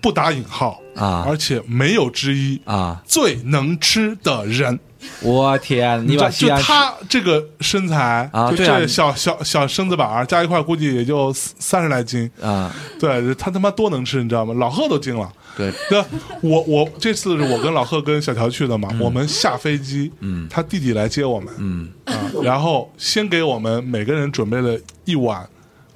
B: 不打引号
A: 啊
B: 而且没有之一
A: 啊！
B: 最能吃的人。
A: 我天，
B: 你
A: 你
B: 知道
A: 把西安
B: 就他这个身材
A: 啊
B: 就
A: 对啊
B: 这小小小身子板儿加一块，估计也就三十来斤。
A: 啊，
B: 对他他妈多能吃，你知道吗？老贺都惊了。
A: 对，
B: 那我我这次是我跟老贺跟小乔去的
A: 嗯
B: 嘛，我们下飞机，嗯，他弟弟来接我们，嗯啊，然后先给我们每个人准备了一碗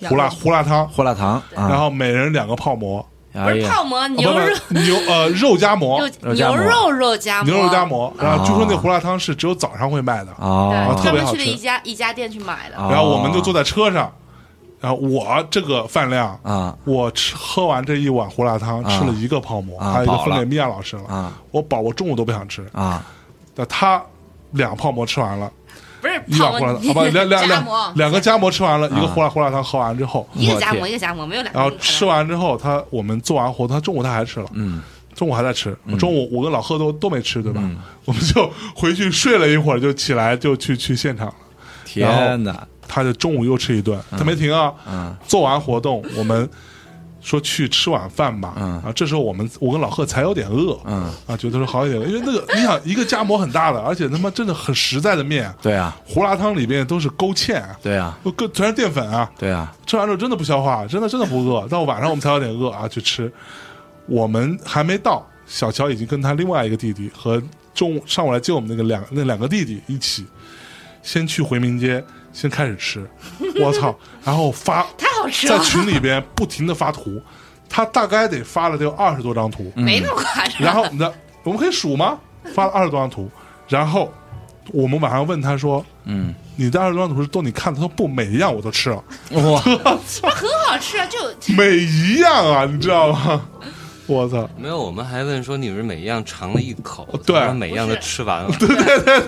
B: 胡辣胡辣汤，
A: 胡辣汤啊，
B: 然后每人两个泡馍，
F: 不
A: 哎
F: 是
A: 呀
F: 泡馍
B: 啊
F: 牛
B: 不
F: 肉
B: 不牛呃肉夹馍，
F: 肉牛肉肉夹馍，
B: 牛肉夹馍。然后据说那
A: 啊
B: 胡辣汤是只有早上会卖的，
A: 啊
F: 对，
B: 特
F: 专
B: 别
F: 门
B: 好
F: 去了
B: 吃
F: 一家一家店去买的。
A: 啊
B: 然后我们就坐在车上，然后我这个饭量，
A: 啊
B: 我吃喝完这一碗胡辣汤，
A: 啊
B: 吃了一个泡馍，
A: 啊
B: 还有一个
A: 饱
B: 分
A: 了
B: 给米娅老师了。
A: 啊
B: 我饱，我中午都不想吃。
A: 啊
B: 那他两泡馍吃完了，
F: 不是
B: 一碗
F: 泡
B: 胡辣
F: 馍
B: 汤，，啊不两两
E: 夹馍
B: 两两个夹馍吃完了，
A: 啊
B: 一个胡辣胡辣汤喝完之后，
F: 一个夹
A: 我
F: 馍一个夹馍，没有两个。
B: 然后吃完之后，他我们做完活动，他中午他还吃了，
A: 嗯，
B: 中午还在吃，中午我跟老贺都都没吃，对吧？我们就回去睡了一会儿，就起来就去去现场了。
A: 天哪
B: 他就中午又吃一顿，他没停啊。
A: 嗯
B: 做完活动，我们说去吃晚饭吧。
A: 嗯
B: 啊，这时候我们我跟老贺才有点饿。
A: 嗯
B: 啊，觉得说好一点，因为那个你想一个夹馍很大的，而且他妈真的很实在的面，
A: 对啊
B: 胡辣汤里面都是勾芡啊，
A: 对啊
B: 都各全是淀粉啊。
A: 对啊
B: 吃完之后真的不消化，真的真的不饿。到晚上我们才有点饿啊，去吃。我们还没到，小乔已经跟他另外一个弟弟和中午上午来接我们那个两那两个弟弟一起，先去回民街，先开始吃。我操！然后发
F: 太好吃
B: 在
F: 了，
B: 群里边不停的发图，他大概得发了得有二十多张图。
F: 没那么夸张。
B: 嗯 然后那我们可以数吗？发了二十多张图，然后我们晚上问他说
A: 嗯：“
B: 你的二十多张图是都你看的？”他说：“不，每一样我都吃了。”
A: 哇
F: 很好吃啊，就
B: 每一样啊，你知道吗？我操！
C: 没有，我们还问说你们每一样尝了一口，
B: 对
C: 他说每一样都吃完 了，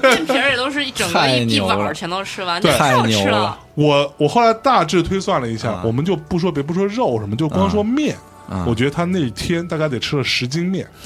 F: 面皮儿也都是一整个
A: 太
F: 一一
A: 牛
F: 碗
A: 了
F: 儿全都吃完，
B: 对
F: 太好
A: 太
F: 吃
A: 牛
F: 了
A: 了。
B: 我我后来大致推算了一下，
A: 啊
B: 我们就不说别不说肉什么，就光说面，
A: 啊
B: 我觉得他那天大概得吃了十斤面。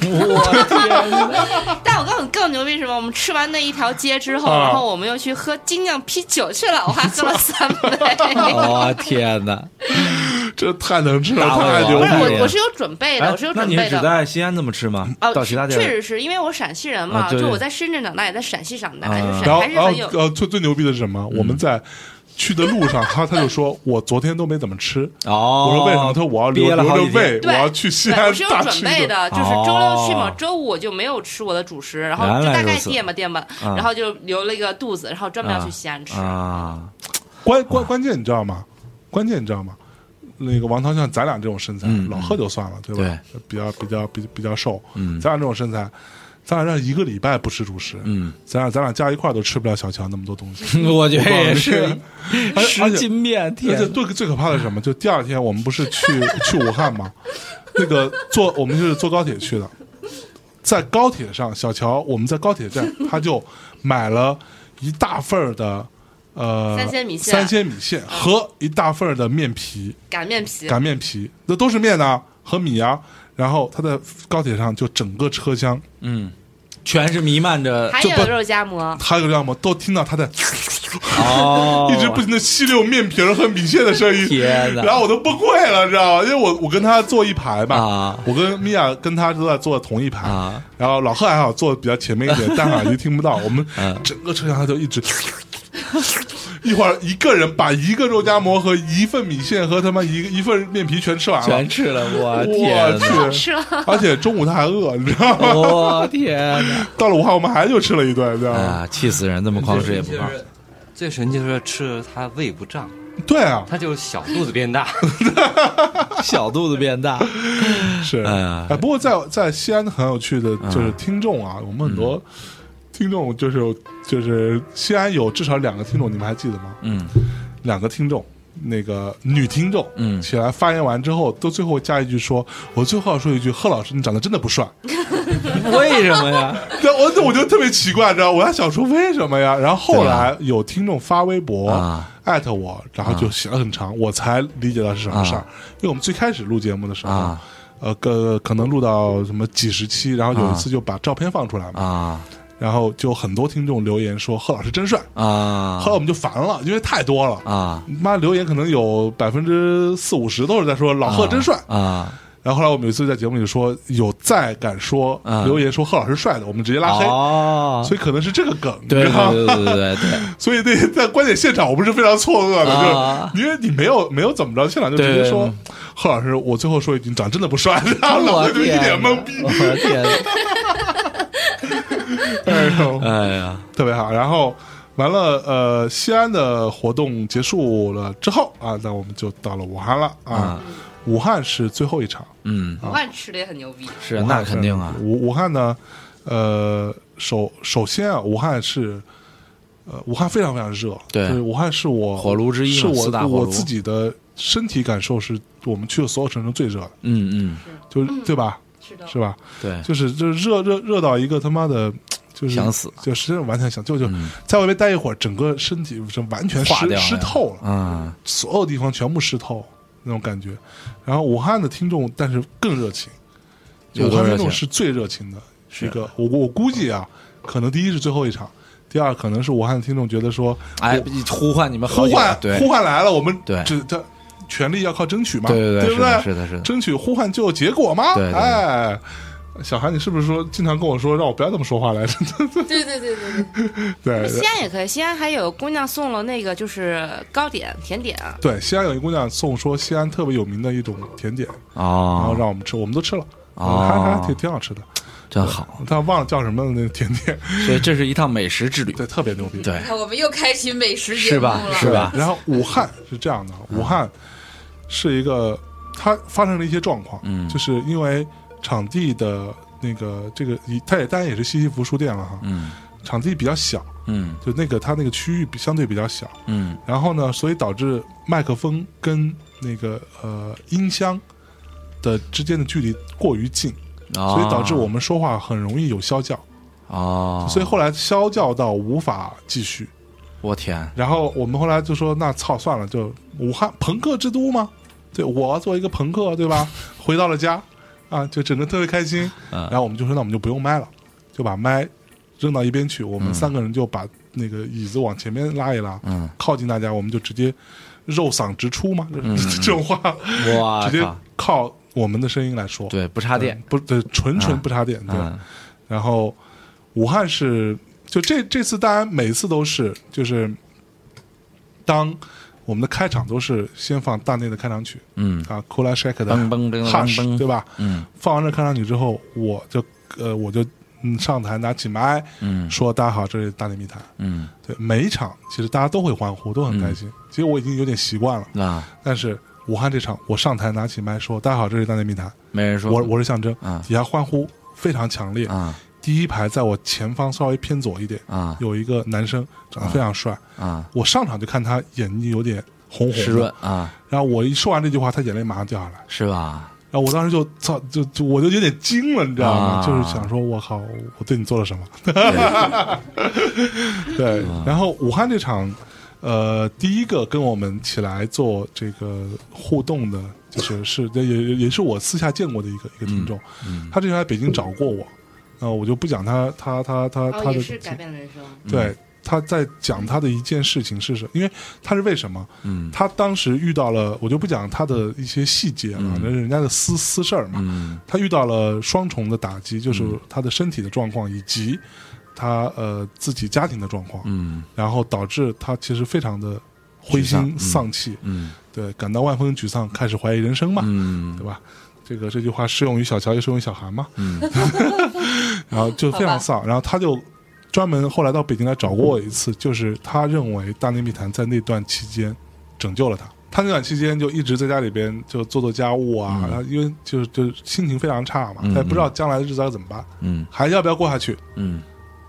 F: 但我告诉你更牛逼是什么？我们吃完那一条街之后，
B: 啊
F: 然后我们又去喝精酿啤酒去了，我还喝了三杯。
A: 我哦天 哪！
B: 这太能吃了，
A: 大胃王
B: 太牛
F: 不
B: 逼
F: 是我，
B: 了！
F: 我是有准备的，
A: 哎
F: 我是有，
A: 那
F: 准
A: 你是
F: 备
A: 只
F: 的。
A: 在西安这么吃吗？
B: 哦
F: 啊，
A: 到其他地
F: 确
A: 儿
F: 实是因为我陕西人
A: 啊
F: 嘛，
A: 对
F: 就
A: 对
F: 我在深圳长大，也在陕西长大，
A: 啊
F: 就是
B: 然后
F: 还是
B: 然
F: 很有
B: 后呃，最最牛逼的是什么？我们在去的路上，他他就说我昨天都没怎么吃。
A: 哦，
B: 我说为什么？他说我要留
A: 憋了
B: 留
A: 好
B: 着
A: 几天
B: 胃，我
F: 对
B: 要去西
F: 对，
B: 安
F: 我是有
B: 大
F: 准
B: 吃
F: 备
B: 一顿。
F: 的，就是周六去嘛，
A: 哦
F: 周五我就没有吃我的主食，然后
A: 原
F: 就
A: 来
F: 大
A: 如
F: 概
A: 此
F: 垫吧垫吧，
A: 啊
F: 然后就留了一个肚子，然后专门要去西安吃。
A: 啊，
B: 关关关键你知道吗？关键你知道吗？那个王涛像咱俩这种身材，
A: 嗯
B: 老贺就算了，对吧？比较比较比比较瘦，
A: 嗯
B: 咱俩这种身材，咱俩让一个礼拜不吃主食，
A: 嗯，
B: 咱俩咱俩加一块儿都吃不了小强那么多东西。
A: 我觉得也是
B: 而而
A: 十
B: 且
A: 斤面，
B: 而
A: 天
B: 且最最可怕的是什么？就第二天我们不是去去武汉吗？那个坐我们就是坐高铁去的，在高铁上，小乔我们在高铁站他就买了一大份儿的呃
F: 三鲜米线嗯
B: 三鲜米线和一大份儿的面皮
F: 擀面皮，
B: 擀面皮，那都是面啊和米啊。然后他在高铁上就整个车厢，
A: 嗯，全是弥漫着
F: 还
B: 就不
F: 有肉夹 馍，
B: 还有要么都听到他在
A: 哦，
B: 一直不停的吸溜面皮儿和米线的声音，
A: 天哪
B: 然后我都崩溃了，你知道吗？因为我我跟他坐一排吧，
A: 啊
B: 我跟米娅跟他都在坐同一排，
A: 啊
B: 然后老贺还好坐比较前面一 点，戴上耳机听不到，我们
A: 嗯
B: 整个车厢他就一直。 一会儿一个人把一个肉夹馍和一份米线和他妈一个一份面皮全吃完了
A: 全，吃了，我天哪，
B: 我去！而且中午他还饿，你知道吗？
A: 我天哪
B: 到了武汉我们还就吃了一顿，你知道吗？
A: 啊，气死人！这么狂吃也不
C: 就
A: 胖，
C: 是最神奇的是吃了它胃不胀，
B: 对啊，
C: 它就小肚子变大。
A: 小肚子变大，
B: 是，
A: 哎呀
B: 哎，不过在在西安很有趣的
A: 嗯
B: 就是听众啊，我们很多听众就是有就是西安有至少两个听众，你们还记得吗？
A: 嗯，
B: 两个听众，那个女听众，
A: 嗯
B: 起来发言完之后，都最后加一句说：“我最后要说一句，贺老师，你长得真的不帅。
A: 为什么呀？
B: 对”我我就特别奇怪，你知道，我还想说为什么呀？然后后来有听众发微博
A: 啊
B: 艾特我，然后就写了很长，我才理解到是什么事儿
A: 啊。
B: 因为我们最开始录节目的时候，
A: 啊
B: 呃，个可能录到什么几十期，然后有一次就把照片放出来嘛，
A: 啊
B: 然后就很多听众留言说贺老师真帅，
A: 啊
B: 后来我们就烦了，因为太多了。
A: 啊
B: 妈，留言可能有百分之四五十都是在说老贺真帅。
A: 啊！
B: 然后后来我们有一次在节目里说，有再敢说、
A: 啊
B: 留言说贺老师帅的，我们直接拉黑。
A: 哦，
B: 所以可能是这个梗，你
A: 对对
B: 知道吗
A: 对对对对
B: 所以那天在观点现场，我们是非常错愕的，
A: 啊
B: 就是因为你没有没有怎么着，现场就直接
A: 对
B: 说贺老师，我最后说一句，你长得真的不帅，然 后老
A: 我
B: 贺就一
A: 天
B: 脸
A: 哪
B: 懵逼，
A: 我天哪，
B: 哎呦，
A: 哎呀，
B: 特别好。然后完了，呃，西安的活动结束了之后啊，那我们就到了武汉了啊。武汉是最后一场，
A: 嗯，
F: 武汉吃的也很牛逼，
A: 是
B: 武
A: 那
B: 汉
A: 肯定啊
B: 是，武武汉呢，呃，首首先啊，武汉是。呃，武汉非常非常热，
A: 对
B: 就是武汉是我
A: 火炉之一嘛
B: 是我
A: 四大火炉
B: 我自己的身体感受是我们去的所有城中最热的，
A: 嗯嗯，
B: 就是、对吧？
F: 是的，
B: 是吧？
A: 对，
B: 就是就是热热热到一个他妈的，就是
A: 想死，
B: 就是真的完全想就就
A: 嗯
B: 在外面待一会儿，整个身体是完全
A: 化掉
B: 湿湿
A: 了
B: 透了，
A: 啊
B: 所有地方全部湿透那种感觉。然后武汉的听众，但是更热情，
A: 有
B: 武
A: 多
B: 汉
A: 热
B: 听
A: 情
B: 众是最热情的一个。我我估计啊，可能第一是最后一场，第二可能是武汉的听众觉得说，
A: 哎，呼唤你们好
B: 呼
A: 久了
B: 唤
A: 哎对
B: 呼唤来了，我们
A: 对
B: 只他权力要靠争取嘛，
A: 对对对
B: 不
A: 是的
B: 对？
A: 是的是的
B: 争取呼唤就有结果嘛，
A: 对对对
B: 哎。小韩，你是不是说经常跟我说让我不要这么说话来着？
E: 对对对对对，
B: 对
F: 西安也可以，西安还有姑娘送了那个就是糕点甜点，
B: 对，西安有一姑娘送说西安特别有名的一种甜点，然后
A: 哦，
B: 让我们吃，我们都吃了，
A: 哦
B: 还还还嗯挺挺好吃的，
A: 真好，
B: 但忘了叫什么那个甜点，
A: 所以这是一趟美食之旅，
B: 对，特别牛逼，
A: 对，
E: 你看我们又开启美食节
A: 是
E: 目
A: 吧
E: 了，
A: 是吧嗯
B: 对然后武汉是这样的，武汉是一个，它发生了一些状况，
A: 嗯
B: 就是因为场地的那个这个，它也当然也是西西弗书店了哈，
A: 嗯
B: 场地比较小，
A: 嗯
B: 就那个它那个区域比相对比较小，
A: 嗯，
B: 然后呢，所以导致麦克风跟那个呃音箱的之间的距离过于近，
A: 所
B: 所以导致我们说话很容易有消叫，
A: 哦，
B: 所以后来消叫到无法继续。
A: 我天，
B: 然后我们后来就说，那操，算了，就武汉朋克之都嘛，对我作为一个朋克，对吧？回到了家，啊，就整个特别开心。
A: 嗯
B: 然后我们就说，那我们就不用麦了，就把麦扔到一边去，我们三个人就把那个椅子往前面拉一拉，
A: 嗯
B: 靠近大家，我们就直接肉嗓直出嘛，
A: 嗯
B: 这种话，
A: 我
B: 直接
A: 靠，
B: 靠我们的声音来说，
A: 对，不插电
B: 嗯，不对，纯纯不插电，对。
A: 嗯
B: 然后武汉是就这这次，大家每次都是就是当我们的开场都是先放大内的开场曲
A: 嗯
B: 啊 c o l a Shake 的
A: 嘣嘣嘣
B: Hush
A: 嘣
B: 对吧？
A: 嗯
B: 放完这开场曲之后，我就呃我就嗯上台拿起麦
A: 嗯
B: 说大家好，这是大内密谈。
A: 嗯，
B: 对，每一场其实大家都会欢呼，都很开心。其实我已经有点习惯了，
A: 那
B: 但是武汉这场，我上台拿起麦说大家好，这是大内密谈，
A: 没人说
B: 我我是象征
A: 啊，
B: 底下欢呼非常强烈。
A: 啊
B: 第一排在我前方稍微偏左一点
A: 啊
B: 有一个男生长得非常帅，
A: 啊，
B: 我上场就看他眼睛有点红红的
A: 湿润，啊，
B: 然后我一说完这句话，他眼泪马上掉下来，
A: 是吧？
B: 然后我当时就操，就就我就有点惊了，你知道吗？
A: 啊
B: 就是想说，我靠，我对你做了什么？ 对。
A: 啊
B: 然后武汉这场，呃，第一个跟我们起来做这个互动的，就是是也也也是我私下见过的一个一个听众，
A: 嗯
B: 他之前来北京找过我，呃，我就不讲他他他他
F: 然
A: 哦
B: 他
F: 后
B: 的
F: 哦也是改变了人生。
B: 对，他在讲他的一件事情是什因为他是为什么？
A: 嗯
B: 他当时遇到了，我就不讲他的一些细节了，那、是人家的私私事儿嘛。
A: 嗯
B: 他遇到了双重的打击，就是他的身体的状况以及他呃自己家庭的状况，
A: 嗯
B: 然后导致他其实非常的灰
A: 沮丧
B: 心
A: 嗯
B: 丧气，
A: 嗯
B: 对，感到万分沮丧，开始怀疑人生嘛，
A: 嗯
B: 对吧？这个这句话适用于小乔，也适用于小韩嘛。
A: 嗯，
B: 然后就非常丧，然后他就专门后来到北京来找过我一次，就是他认为《大内密谈》在那段期间拯救了他。他那段期间就一直在家里边就做做家务啊，然后因为就是就是心情非常差嘛，
A: 嗯
B: 他也不知道将来的日子要怎么办，
A: 嗯
B: 还要不要过下去？
A: 嗯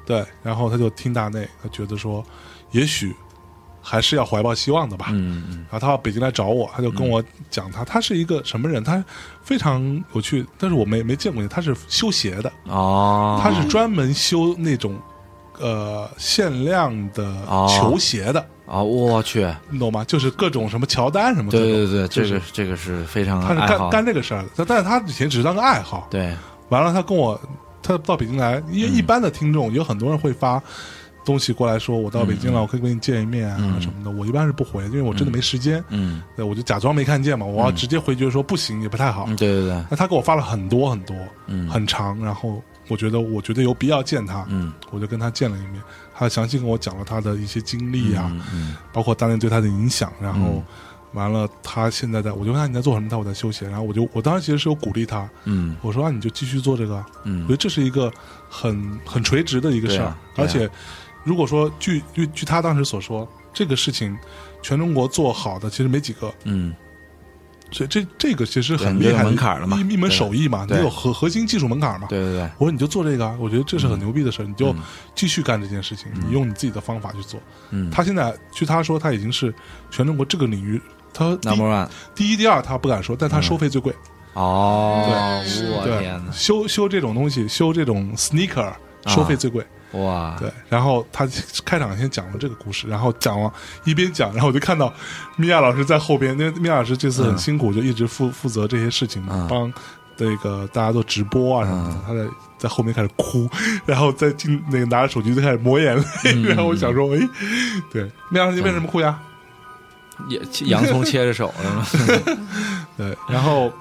B: 对，然后他就听大内，他觉得说，也许还是要怀抱希望的吧。
A: 嗯
B: 然后他到北京来找我，他就跟我讲他，他是一个什么人，他非常有趣，但是我没没见过你，他是修鞋的，
A: 嗯，哦，
B: 他是专门修那种呃限量的
A: 哦
B: 球鞋的，
A: 啊，我去，
B: 你懂吗？就是各种什么乔丹什么这
A: 对
B: 种，
A: 对
B: 就
A: 对，这
B: 是
A: 个这个是非常
B: 他是
A: 爱
B: 干
A: 好，
B: 干哦这个事儿的，但但是他以前只是当个爱好。
A: 对，
B: 完了，他跟我他到北京来，因为
A: 嗯
B: 一般的听众有很多人会发。东西过来说，我到北京了，我可以跟你见一面啊、
A: 嗯
B: 什么的。我一般是不回，因为我真的没时间，
A: 嗯
B: 对我就假装没看见嘛。我要
A: 嗯
B: 直接回绝说不行也不太好。
A: 嗯，对对对，
B: 那他给我发了很多很多，
A: 嗯
B: 很长，然后我觉得我觉得有必要见他，
A: 嗯
B: 我就跟他见了一面，他详细跟我讲了他的一些经历啊，
A: 嗯
B: 包括当年对他的影响，然后
A: 嗯
B: 完了他现在在，我就问他你在做什么，他说我在休息，然后我就我当时其实是有鼓励他，
A: 嗯
B: 我说啊你就继续做这个啊，我觉
A: 嗯
B: 得这是一个很很垂直的一个事儿，
A: 对啊对啊
B: 而且如果说据据据他当时所说，这个事情全中国做好的其实没几个，
A: 嗯，
B: 所以这这个其实
A: 对
B: 很
A: 你
B: 厉
A: 就有
B: 害的
A: 门槛了嘛
B: 一一门
A: 对
B: 手艺嘛，你
A: 对
B: 有核核心技术门槛嘛，
A: 对对对，
B: 我说你就做这个啊，我觉得这是很牛逼的事儿，你就
A: 嗯
B: 继续干这件事情，你用你自己的方法去做。
A: 嗯，
B: 他现在据他说，他已经是全中国这个领域，他第
A: number one，
B: 第一、第二他不敢说，但
A: 嗯
B: 他收费最贵。
A: 哦，我
B: 对
A: 天，哪，
B: 修修这种东西，修这种
A: 啊
B: sneaker 收费最贵。
A: 哇，
B: 对，然后他开场先讲了这个故事，然后讲了一边讲，然后我就看到米娅老师在后边，因为米娅老师这次很辛苦，就一直负负责这些事情嘛，
A: 嗯
B: 帮这个大家做直播啊什么的，他在。在后面开始哭，然后再进那个拿着手机就开始抹眼泪，
A: 嗯
B: 然后我想说，哎，对，米娅老师你为什么哭呀？
A: 也洋葱切着手是 吗？
B: 对，然后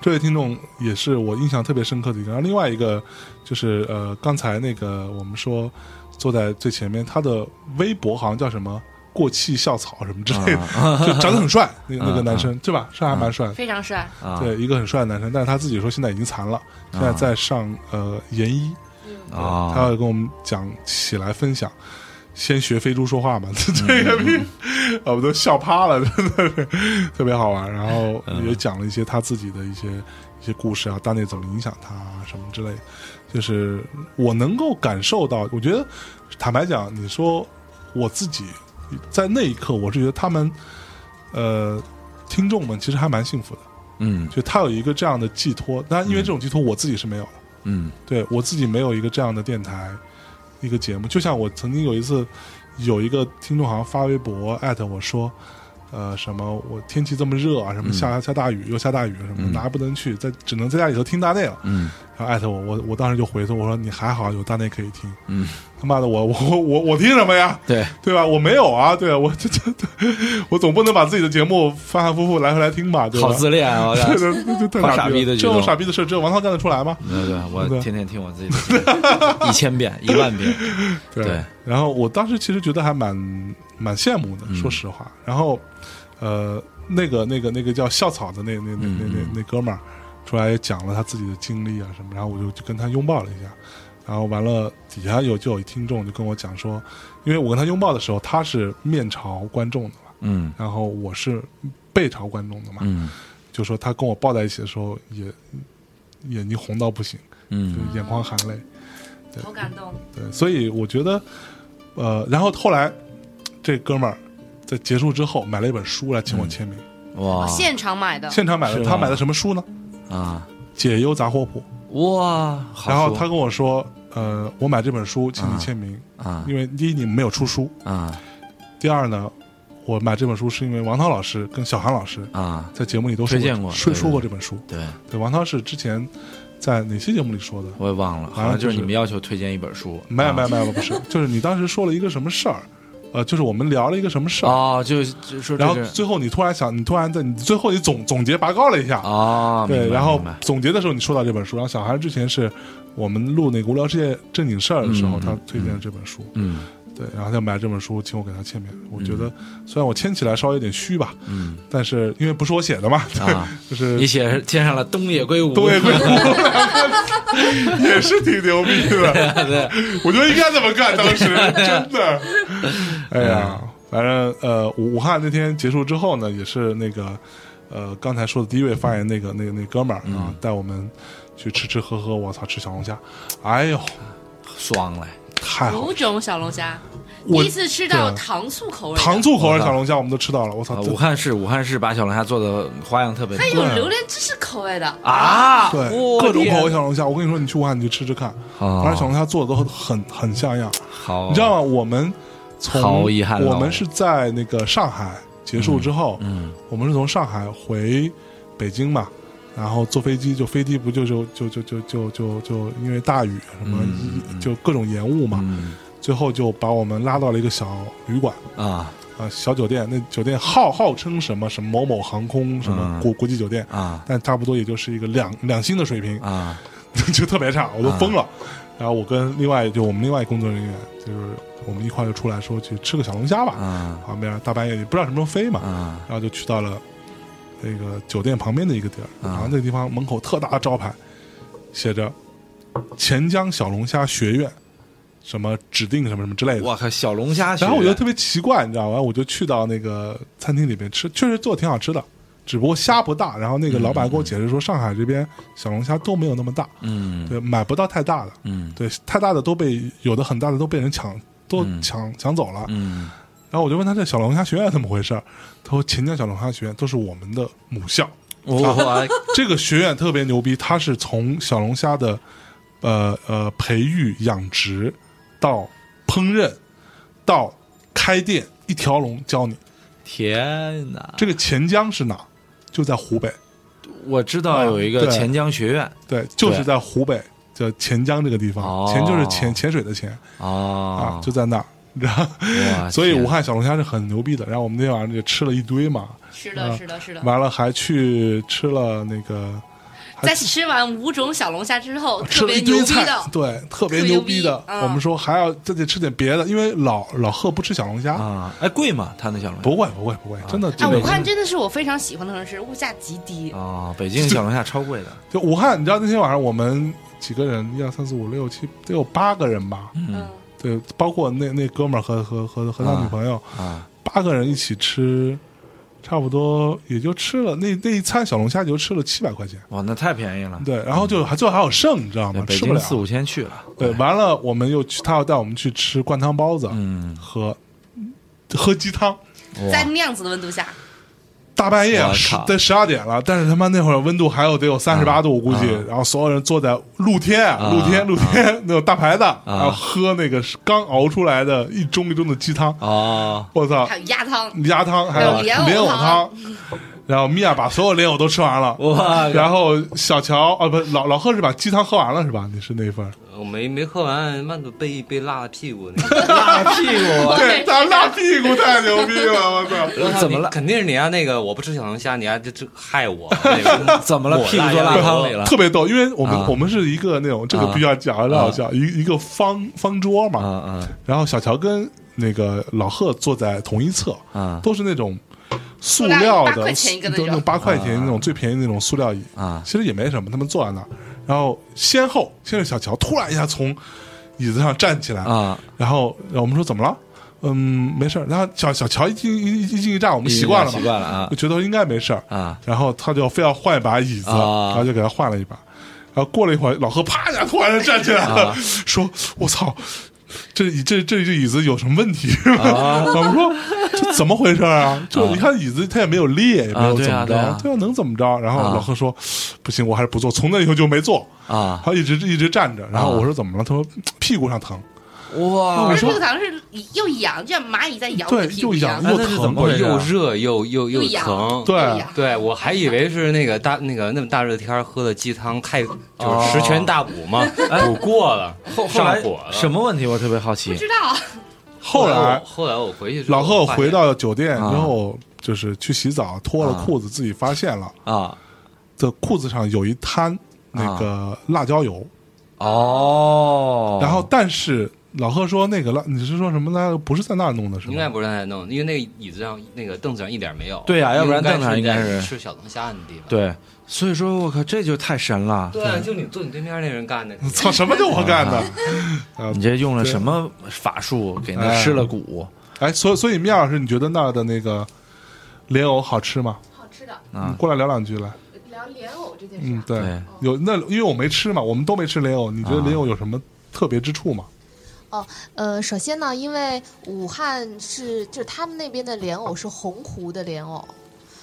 B: 这位听众也是我印象特别深刻的一个。然后另外一个就是呃，刚才那个我们说坐在最前面，他的微博好像叫什么“过气校草”什么之类的， 就长得很帅，那个那个男生对吧？是还蛮帅的。
F: 非常帅，
A: 啊，
B: 对，一个很帅的男生，但是他自己说现在已经残了，现在在上呃研一，
A: 啊，
B: 他要跟我们讲起来分享，先学飞猪说话嘛， 这个比啊我们都笑趴了， 真的是特别好玩。然后也讲了一些他自己的一些一些故事啊，大内怎么影响他啊，什么之类的。就是我能够感受到，我觉得坦白讲，你说我自己在那一刻，我是觉得他们呃听众们其实还蛮幸福的，
A: 嗯
B: 就他有一个这样的寄托。但因为这种寄托，我自己是没有的。
A: 嗯
B: 对我自己没有一个这样的电台，一个节目。就像我曾经有一次，有一个听众好像发微博艾特我说，呃，什么我天气这么热啊，什么下下大雨又下大雨什么的，
A: 嗯
B: 哪儿不能去，在只能在家里头听大内了。
A: 嗯
B: 然后艾特我，我我当时就回他，我说你还好啊有大内可以听，
A: 嗯，
B: 他妈的我我我我我听什么呀？
A: 对，
B: 对吧？我没有啊，对啊，我这这这，我总不能把自己的节目反反复复来回来听吧，对吧？
A: 好自恋啊，我感
B: 对
A: 觉
B: 对对，对
A: 好
B: 太傻
A: 傻逼的
B: 了
A: 举
B: 这种
A: 动
B: 傻逼的事，只有王涛干得出来吗？
A: 对对，我
B: 对
A: 天天听我自己的 节目一千遍、一万遍，对
B: 然后我当时其实觉得还蛮蛮羡慕
A: 嗯
B: 的，说实话。然后，呃，那个那个那个叫校草的那那那那
A: 嗯
B: 那那哥们儿出来也讲了他自己的经历啊什么，然后我就就跟他拥抱了一下。然后完了，底下有就有一听众就跟我讲说，因为我跟他拥抱的时候，他是面朝观众的嘛，
A: 嗯
B: 然后我是背朝观众的嘛，
A: 嗯
B: 就说他跟我抱在一起的时候也眼睛红到不行，
A: 嗯
B: 就眼眶含泪。呃
F: 好感动。
B: 对，所以我觉得，呃，然后后来这哥们儿在结束之后买了一本书来请我签名，
A: 哇
F: 现场买的，
B: 啊现场买的，
A: 嗯是吗
B: 他买的什么书呢？
A: 啊
B: 《解忧杂货铺》。
A: 哇，好
B: 然后
A: 说
B: 他跟我说，呃，我买这本书，请你签名，
A: 啊
B: 因为第一你们没有出书，
A: 啊
B: 第二呢，我买这本书是因为王涛老师跟小韩老师
A: 啊，
B: 在节目里都说
A: 推荐过
B: 说
A: 对
B: 说过这本书。
A: 对
B: 对，王涛是之前在哪期节目里说的？
A: 我也忘了，好像就是你们要求推荐一本书，啊
B: 没有没有
A: 有
B: 没有，不是，就是你当时说了一个什么事儿，呃，就是我们聊了一个什么事儿，
A: 哦，就就说
B: 然后
A: 这是
B: 最后你突然想，你突然在你最后你总总结拔高了一下，
A: 哦，
B: 对，
A: 明白
B: 然后
A: 明白
B: 总结的时候你说到这本书，然后小韩之前是我们录那个无聊世界正经事儿的时候，
A: 嗯
B: 他推荐了这本书，
A: 嗯
B: 对，然后他买这本书，请我给他签名。我觉得虽然我签起来稍微有点虚吧，
A: 嗯
B: 但是因为不是我写的嘛，对，
A: 啊，
B: 就是
A: 你写签上了东野圭吾，
B: 东野圭吾 也是挺牛逼的，
A: 对，
B: 我觉得应该这么干，当 时真的，哎呀，反正呃，武武汉那天结束之后呢，也是那个呃刚才说的第一位发言那个那个那哥们
A: 嗯
B: 儿啊，带我们去吃吃喝喝，我操，吃小龙虾，哎呦，
A: 爽嘞，
B: 太好
F: 五
B: 了，
F: 种小龙虾，第
B: 我
F: 一次吃到
B: 对啊
F: 糖醋口味的，
B: 糖醋口味小龙虾我们都吃到了，我操
A: 啊，
B: 真
A: 武汉市武汉市把小龙虾做的花样特别
F: 还有
A: 多
F: 哎榴莲芝士口味的，
A: 啊，
B: 对，
A: 我
B: 各种
A: 天
B: 口味小龙虾。我跟你说，你去武汉你去吃吃看，
A: 哦
B: 反正小龙虾做的都很很像样。
A: 好，
B: 你知道吗？我们从
A: 哦好遗憾了
B: 我们是在那个上海结束之后，
A: 嗯
B: 我们是从上海回北京嘛，然后坐飞机就飞机不就就就就就就就就因为大雨什么
A: 嗯嗯嗯
B: 就各种延误嘛，
A: 嗯
B: 最后就把我们拉到了一个小旅馆。
A: 啊
B: 啊，小酒店，那酒店号号称什么什么某某航空什么
A: 嗯
B: 国、国际酒店，
A: 啊
B: 但差不多也就是一个两两星的水平，
A: 啊
B: 就特别差，我都疯了。然后我跟另外就我们另外工作人员，就是我们一块儿就出来说去吃个小龙虾吧，
A: 啊
B: 旁边大半夜也不知道什么时候飞嘛，
A: 啊
B: 然后就去到了那个酒店旁边的一个地儿，
A: 啊
B: 然后那个地方门口特大的招牌写着钱江小龙虾学院，什么指定什么什么之类的。
A: 我靠，小龙虾学院，
B: 然后我觉得特别奇怪，你知道吗？我就去到那个餐厅里边吃，确实做的挺好吃的，只不过虾不大。然后那个老板给我解释说，上海这边小龙虾都没有那么大，
A: 嗯
B: 对，买不到太大的，
A: 嗯
B: 对，太大的都被有的很大的都被人抢，都
A: 嗯
B: 抢、抢走了。
A: 嗯
B: 然后我就问他这小龙虾学院怎么回事儿，他说钱江小龙虾学院都是我们的母校，
A: 我
B: 这个学院特别牛逼，它是从小龙虾的呃呃培育、养殖到烹饪到开店一条龙教你。
A: 天哪！
B: 这个钱江是哪？就在湖北，
A: 我知道有一个
B: 啊对
A: 钱江学院
B: 对，就是
A: 对
B: 在湖北叫钱江这个地方，
A: 哦
B: 钱就是潜潜水的潜、
A: 哦
B: 啊，就在那儿。然后，
A: 哇
F: 啊
B: 所以
A: 天
B: 武汉小龙虾是很牛逼的。然后我们那天晚上也吃了一堆嘛，
F: 是
B: 啊
F: 的，是的，是的。
B: 完了还去吃了那个，还
F: 在吃完五种小龙虾之后，
B: 吃
F: 特
B: 了
F: 别
B: 一
F: 牛
B: 堆
F: 逼
B: 菜
F: 的，
B: 对，特
F: 特
B: 别
F: 别
B: 牛
F: 牛
B: 逼
F: 逼
B: 的。
F: 嗯
B: 我们说还要再得吃点别的，因为老老贺不吃小龙虾，
A: 啊，哎，贵吗？他那小龙虾
B: 不会不会不会，真的
F: 啊，
B: 真的
F: 武汉真的是我非常喜欢的城市，物价极低。
A: 啊，北京小龙虾超贵的，
B: 就武汉，你知道那天晚上我们几个人，一二三四五六七，得有八个人吧？
A: 嗯
F: 嗯，
B: 对，包括那那哥们儿和和和和他女朋友，
A: 啊
B: 八个人一起吃，差不多也就吃了那那一餐小龙虾就吃了七百块钱。
A: 哇，那太便宜了。
B: 对，然后就还最后还有剩，你知道
A: 对
B: 吗？
A: 北
B: 吃不
A: 京
B: 了。
A: 四五千去了，
B: 对，完了我们又去，他要带我们去吃灌汤包子，
A: 嗯，
B: 和喝鸡汤。
F: 在
A: 哇，
F: 那样子的温度下，
B: 大半夜
A: 我
B: 十
A: 靠
B: 得十二点了，但是他妈那会儿温度还有得有三十八度，我估计。
A: 啊
B: 然后所有人坐在露天、
A: 嗯
B: 露天、露天、那种大排档，然后喝那个刚熬出来的一盅一盅的鸡汤。
A: 哦，
B: 我操，
F: 还有鸭汤，
B: 鸭汤还有
F: 还有莲藕
B: 莲藕汤。 然后米娅把所有莲藕都吃完了，
A: 哇
B: 然后小乔啊，不老老贺是把鸡汤喝完了是吧？你是那一份儿？
C: 我没没喝完，慢的被被辣了屁股那个。
A: 大 屁股，啊
B: 对，他拉屁股太牛逼 了，我操！
A: 怎么了
C: 你肯定是你啊，那个我不吃小龙虾，你啊这这害 我。那个
A: 怎么了？
C: 抹
A: 屁股坐辣
C: 油
A: 汤里了
B: 特别逗，因为我们、
A: 啊
B: 我们是一个那种这个
A: 啊
B: 比较讲，特好笑，一一个方方桌嘛，
A: 啊啊
B: 然后小乔跟那个老贺坐在同一侧，
A: 啊
B: 都是那种塑料的，
F: 八块钱一个那
B: 都
F: 种
B: 那种八块钱那种最便宜的那种塑料椅
A: 啊
B: 其实也没什么，他们坐在那儿，然后先后先是小乔突然一下从椅子上站起来，
A: 啊！
B: 然后然后我们说怎么了？嗯，没事儿。然后小小乔一进一一进一站，我们习惯了嘛，
A: 习惯了啊
B: 就觉得应该没事儿
A: 啊
B: 然后他就非要换一把椅子，
A: 啊
B: 然后就给他换了一把。然后过了一会儿，老何啪一下突然站起来了，
J: 啊
B: 说：“我操！”这椅这这这椅子有什么问题？
J: 啊
B: 我们说这怎么回事啊？就你看椅子它也没有裂，也没
J: 啊
B: 有
J: 对
B: 怎
J: 啊
B: 么着，
J: 对啊
B: 对啊，能怎么着？然后
J: 啊
B: 老何说不行，我还是不坐。从那以后就没坐，
J: 啊，
B: 他一直一直站着。然后
J: 啊
B: 我说怎么了？他说屁股上疼。
J: 哇，
F: 不
B: 我
F: 是
B: 说
F: 这个糖是又痒，就像蚂蚁在咬
B: 对
F: 你屁股
B: 又
F: 一
B: 痒
F: 样。
J: 那
B: 又
J: 这是
B: 疼
J: 怎么
C: 我
J: 回事
C: 又
J: 啊？
C: 热又又又
F: 又痒
C: 疼，
B: 对
F: 又
A: 啊
F: 痒
C: 对，我还以为是那个大那个那么大热天儿喝的鸡汤太就是十全大补嘛，补过了，
A: 哦哎后后
C: 上
A: 来
C: 火了。
A: 什么问题？我特别好
F: 不
A: 奇。
F: 知道，
B: 后来
C: 我后来我回去之后
B: 老贺
C: 发现
B: 回到酒店之
A: 啊
B: 后，就是去洗澡，脱了
A: 啊
B: 裤子，自己发现了
A: 啊，
B: 的裤子上有一滩那个辣椒油。
A: 哦，
B: 然后，但是老贺说那个辣，你是说什么呢？不是在那儿弄的，是
C: 应该
B: 吗？
C: 不是在弄，因为那个椅子上那个凳子上一点没有。
A: 对啊呀要不然凳子上
C: 应该
A: 应该是
C: 吃小龙虾的地方。
A: 对，所以说我靠，这就太神了。
C: 对啊，就你坐你对面那人 干的。
B: 操，什么叫我干
A: 啊
B: 的？
A: 你这用了什么法术给他
B: 哎
A: 吃了蛊？
B: 哎，所以所以面老师，你觉得那儿的那个莲藕好吃吗？
H: 好吃的，
A: 啊
B: 你过来聊两句来。
H: 聊莲藕这件事
B: 嗯，
H: 啊，
B: 对，
A: 对啊
B: 有那因为我没吃嘛，我们都没吃莲藕，你觉得莲藕有什么特别之处吗？
H: 呃，首先呢，因为武汉是就是他们那边的莲藕是洪湖的莲藕，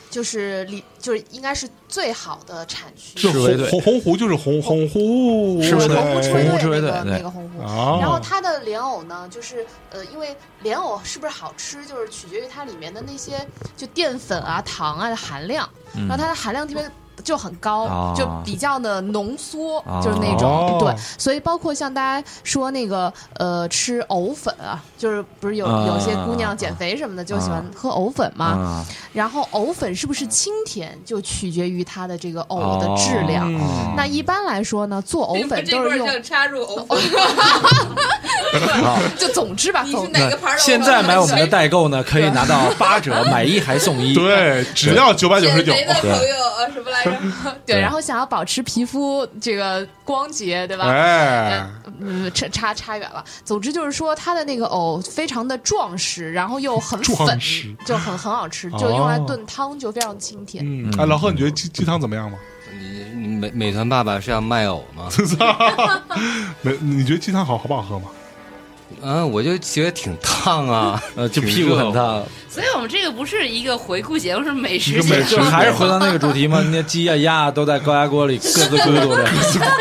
H: 就是里就是应该是最好的产区，
B: 是
A: 赤卫
B: 红
A: 队
B: 红红湖就是红红湖，
A: 赤卫队
H: 洪湖
A: 赤
H: 车队那
A: 卫红湖车队
H: 个
A: 对
H: 那个洪湖。
A: 哦
B: 啊，
H: 然后它的莲藕呢，就是呃，因为莲藕是不是好吃，就是取决于它里面的那些就淀粉啊、糖啊的含量，然后它的含量特别。就很高，
A: 嗯哦
H: 就比较的浓缩，
A: 哦
H: 就是那种、
B: 哦
H: 对，所以包括像大家说那个呃吃藕粉啊，就是不是有、
A: 啊
H: 有些姑娘减肥什么的就喜欢喝藕粉嘛，
A: 啊，
H: 然后藕粉是不是清甜，就取决于它的这个藕的质量。
A: 哦
H: 那一般来说呢，做藕粉
D: 这
H: 都
D: 块
H: 是
D: 儿
H: 用
D: 想插入藕粉，
H: 就总之 吧，
D: 你
H: 总
D: 是哪个牌儿的藕粉？
A: 现在买我们的代购呢，可以拿到八折，买一还送一。
B: 对，只要九百九
D: 减
B: 十九，
D: 肥的朋友呃什么 来着？
H: 对，
A: 对
H: 然后想要保持皮肤这个光洁，对吧？
B: 哎，
H: 嗯，差差差远了。总之就是说，它的那个藕非常的壮实，然后又很粉
B: 壮实，
H: 就很很好 吃，
B: 哦
H: 就用来炖汤就非常清甜。
B: 嗯，哎，老贺，你觉得鸡鸡汤怎么样吗？
C: 你你美美团爸爸是要卖藕吗？
B: 没，你觉得鸡汤好好不好喝吗？
C: 嗯，我就觉得挺烫啊，
A: 呃，就屁股很烫，
F: 所以我们这个不是一个回顾节目，是美
B: 一
F: 食
B: 个
F: 节
B: 美
F: 目。
B: 食
A: 就还是回到那个主题嘛，那鸡呀、鸭啊都在高压锅里各自咕嘟 着，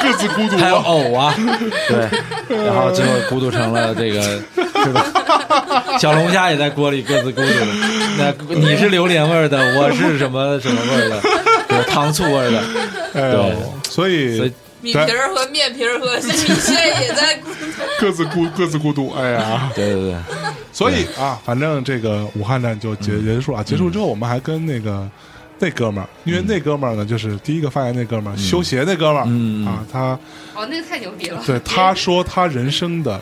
B: 各自孤独
A: 还有藕啊，对，然后最后咕嘟成了这个，是吧？小龙虾也在锅里各自咕嘟着，那你是榴莲味儿的，我是什么什么味儿的，对糖醋味儿的，
B: 哎呦，所
A: 所
B: 以
A: 以
D: 米皮儿和面皮儿和米线也在咕
B: 各自 孤各自孤独，哎呀，
A: 对对对，嗯
B: 所以啊，反正这个武汉站就结结束啊，结束之后我们还跟那个。那哥们儿，因为那哥们儿呢，就是第一个发现那哥们儿修鞋那哥们儿、
A: 嗯
B: 啊，他
F: 哦，那个太牛逼了。
D: 嗯
B: 对他说他人生的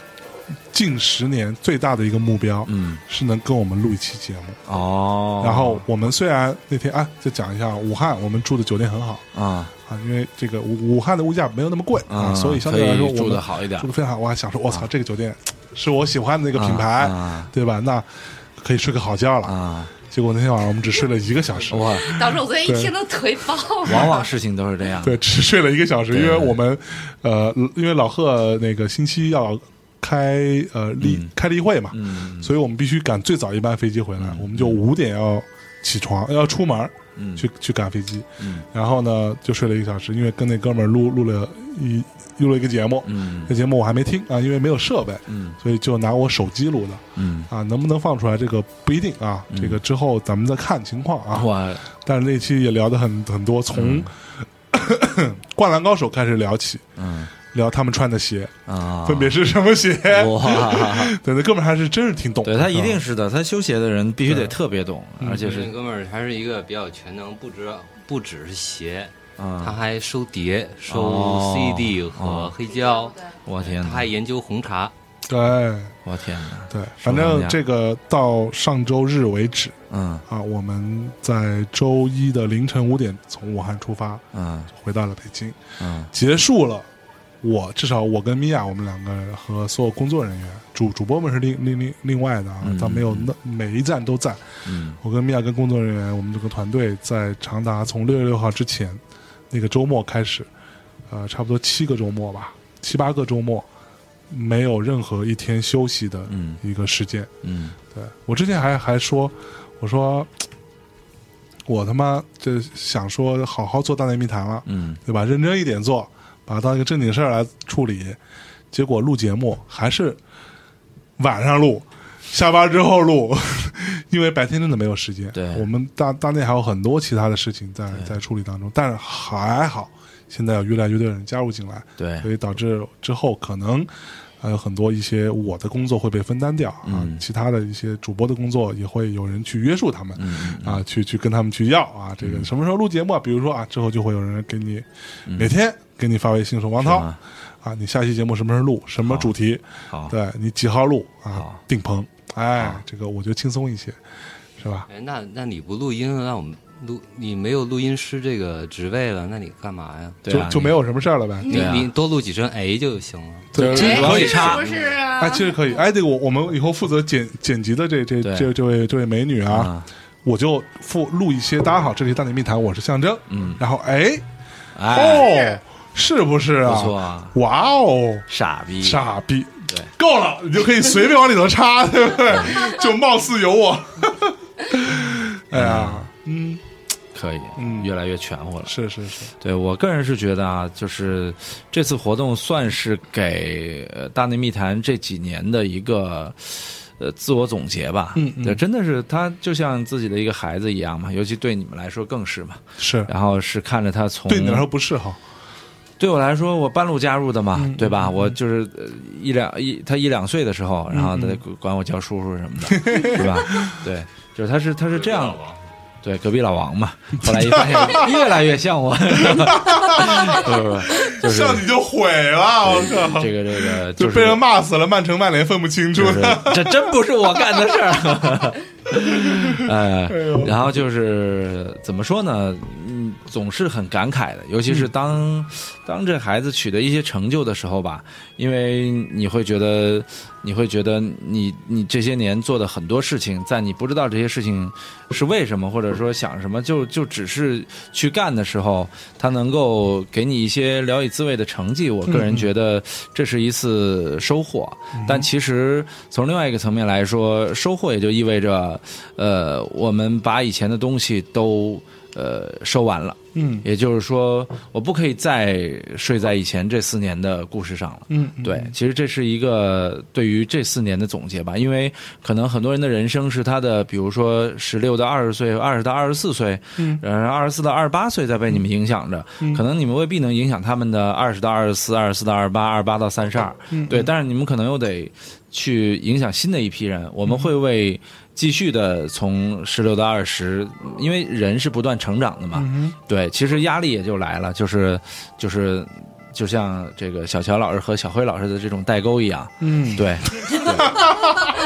B: 近十年最大的一个目标，
A: 嗯，
B: 是能跟我们录一期节目。
A: 哦，
B: 然后我们虽然那天啊，就讲一下武汉，我们住的酒店很好
A: 啊
B: 啊，因为这个武武汉的物价没有那么贵啊，
A: 啊，
B: 所以相
A: 可
B: 对来说
A: 以
B: 我们
A: 住的好一点
B: 住，的非常好。我还想说，我操，这个酒店嗯是我喜欢的那个
A: 啊
B: 品牌，
A: 啊
B: 对吧？那可以睡个好觉了。
A: 啊，
B: 结果那天晚上我们只睡了一个小时，
A: 哇，
F: 导致我昨天一听都腿爆了。
A: 往往事情都是这样，
B: 对，只睡了一个小时，因为我们呃，因为老贺那个星期要开呃例
A: 嗯
B: 开例会嘛，
A: 嗯
B: 所以我们必须赶最早一班飞机回来，我们就五点要起床，要出门儿
A: 嗯
B: 去去赶飞机。
A: 嗯
B: 然后呢，就睡了一个小时，因为跟那哥们儿录录了一录了一个节目，
A: 嗯
B: 这节目我还没听啊，因为没有设备，
A: 嗯
B: 所以就拿我手机录的
A: 嗯，
B: 啊，能不能放出来这个不一定啊，这个之后咱们再看情况啊。
A: 我
B: 但是那期也聊得很很多，从、 灌篮高手》开始聊起，
A: 嗯
B: 聊他们穿的鞋、
A: 啊，
B: 分别是什么鞋，
A: 哇。
B: 对，那哥们儿还是真是挺懂的，
A: 对他
B: 是
A: 一
B: 吧
A: 定是的，他修鞋的人必须得
B: 对
A: 特别懂，而且
C: 那
A: 是
C: 嗯哥们儿还是一个比较全能，不止不只是鞋，他
A: 啊，
C: 还收碟、收
A: 哦
C: CD 和
A: 哦
C: 黑胶，
A: 我天
C: 他
A: 哪
C: 还，研究红茶。
B: 对
A: 我天哪，
B: 对，反正这个到上周日为止
A: 嗯
B: 啊，我们在周一的凌晨五点从武汉出发，
A: 嗯
B: 回到了北京，
A: 嗯
B: 结束了。我至少我跟米娅，我们两个和所有工作人员、主主播们是另另另另外的啊，
A: 嗯
B: 咱没有那每一站都在。
A: 嗯
B: 我跟米娅跟工作人员，我们这个团队在长达从六月六号之前那个周末开始，呃，差不多七个周末吧，七八个周末，没有任何一天休息的
A: 嗯
B: 一个时间。
A: 嗯
B: 对我之前还还说，我说我他妈这想说好好做大内密谈了，
A: 嗯
B: 对吧？认真一点做，把它当一个正经事儿来处理。结果录节目还是晚上录，下班之后录， 因为白天真的没有时间。
A: 对
B: 我们大大内还有很多其他的事情在在处理当中，但是还好，现在有越来越多人加入进来，
A: 对
B: 所以导致之后可能还有很多一些我的工作会被分担掉啊，
A: 嗯
B: 其他的一些主播的工作也会有人去约束他们，
A: 嗯
B: 啊，去去跟他们去要啊，这个什么时候录节目啊？比如说啊，之后就会有人给你、呃每天给你发微信说王涛
A: 嗯吗
B: 啊，你下期节目什么时候录，什么主题，
A: 好
B: 对你几号录啊
A: 好？
B: 定棚，哎，这个我觉得轻松一些，是吧？
C: 哎，那那你不录音，那我们录你没有录音师这个职位了，那你干嘛呀？
A: 对啊
B: 就就
A: 你
B: 没有什么事儿了呗。
C: 你、
A: 对啊
C: 你多录几声哎就行了。
B: 对
A: 就是
F: 哎
B: 这个
A: 可以插
D: 是不是啊？
B: 哎，其实可以。哎，这个我我们以后负责剪剪辑的这这
A: 对
B: 这这位这位美女啊，
A: 啊，
B: 我就附录一些。大家好，这里是大内密谈，我是象征。
A: 嗯
B: 然后哎
A: 哎，
B: 哦，是不是
A: 不
B: 啊？
A: 错啊，
B: 哇哦，
A: 傻逼，
B: 傻逼！
A: 对，
B: 够了，你就可以随便往里头插，对不对？ 就貌似有我。哎呀，嗯，
A: 可以，
B: 嗯
A: 越来越全乎了。
B: 是是是，
A: 对我个人是觉得啊，就是这次活动算是给呃《大内密谈》这几年的一个呃自我总结吧。
B: 嗯嗯
A: 对，真的是他就像自己的一个孩子一样嘛，尤其对你们来说更是嘛。
B: 是
A: 然后是看着他从
B: 对你来说不是哈？
A: 对我来说，我半路加入的嘛，
B: 嗯嗯
A: 对吧？我就是呃一两一，他一两岁的时候，然后他管我叫叔叔什么的，对吧？对，就是他是他是这样，对，隔壁老王嘛。后来一发现越来越像我，不是不是， 就是
B: 像你就毁了，我靠！
A: 这个这 个
B: 就是被人骂死了，曼城曼联分不清楚
A: 就。是这真不是我干的事儿。 呃，
B: 哎
A: 然后就是怎么说呢？嗯，总是很感慨的，尤其
B: 嗯
A: 是当、当这孩子取得一些成就的时候吧，因为你会觉得，你会觉得你你这些年做的很多事情，在你不知道这些事情是为什么，或者说想什么，就就只是去干的时候，他能够给你一些聊以自慰的成绩，我个人觉得这是一次收获。但其实从另外一个层面来说，收获也就意味着，呃，我们把以前的东西都呃收完了，
B: 嗯
A: 也就是说，我不可以再睡在以前这四年的故事上了。
B: 嗯，嗯
A: 对，，其实这是一个对于这四年的总结吧，因为可能很多人的人生是他的，比如说十六到二十岁、二十到二十四岁，
B: 嗯
A: 然后二十四到二十八岁在被你们影响着，可能你们未必能影响他们的二十到二十四、二十四到二十八、二十八到三十二，
B: 嗯
A: 对，但是你们可能又得去影响新的一批人，我们会为。继续的从十六到二十，因为人是不断成长的嘛，
B: 嗯
A: 对，其实压力也就来了，就是就是就像这个小乔老师和小辉老师的这种代沟一样，
B: 嗯，
A: 对，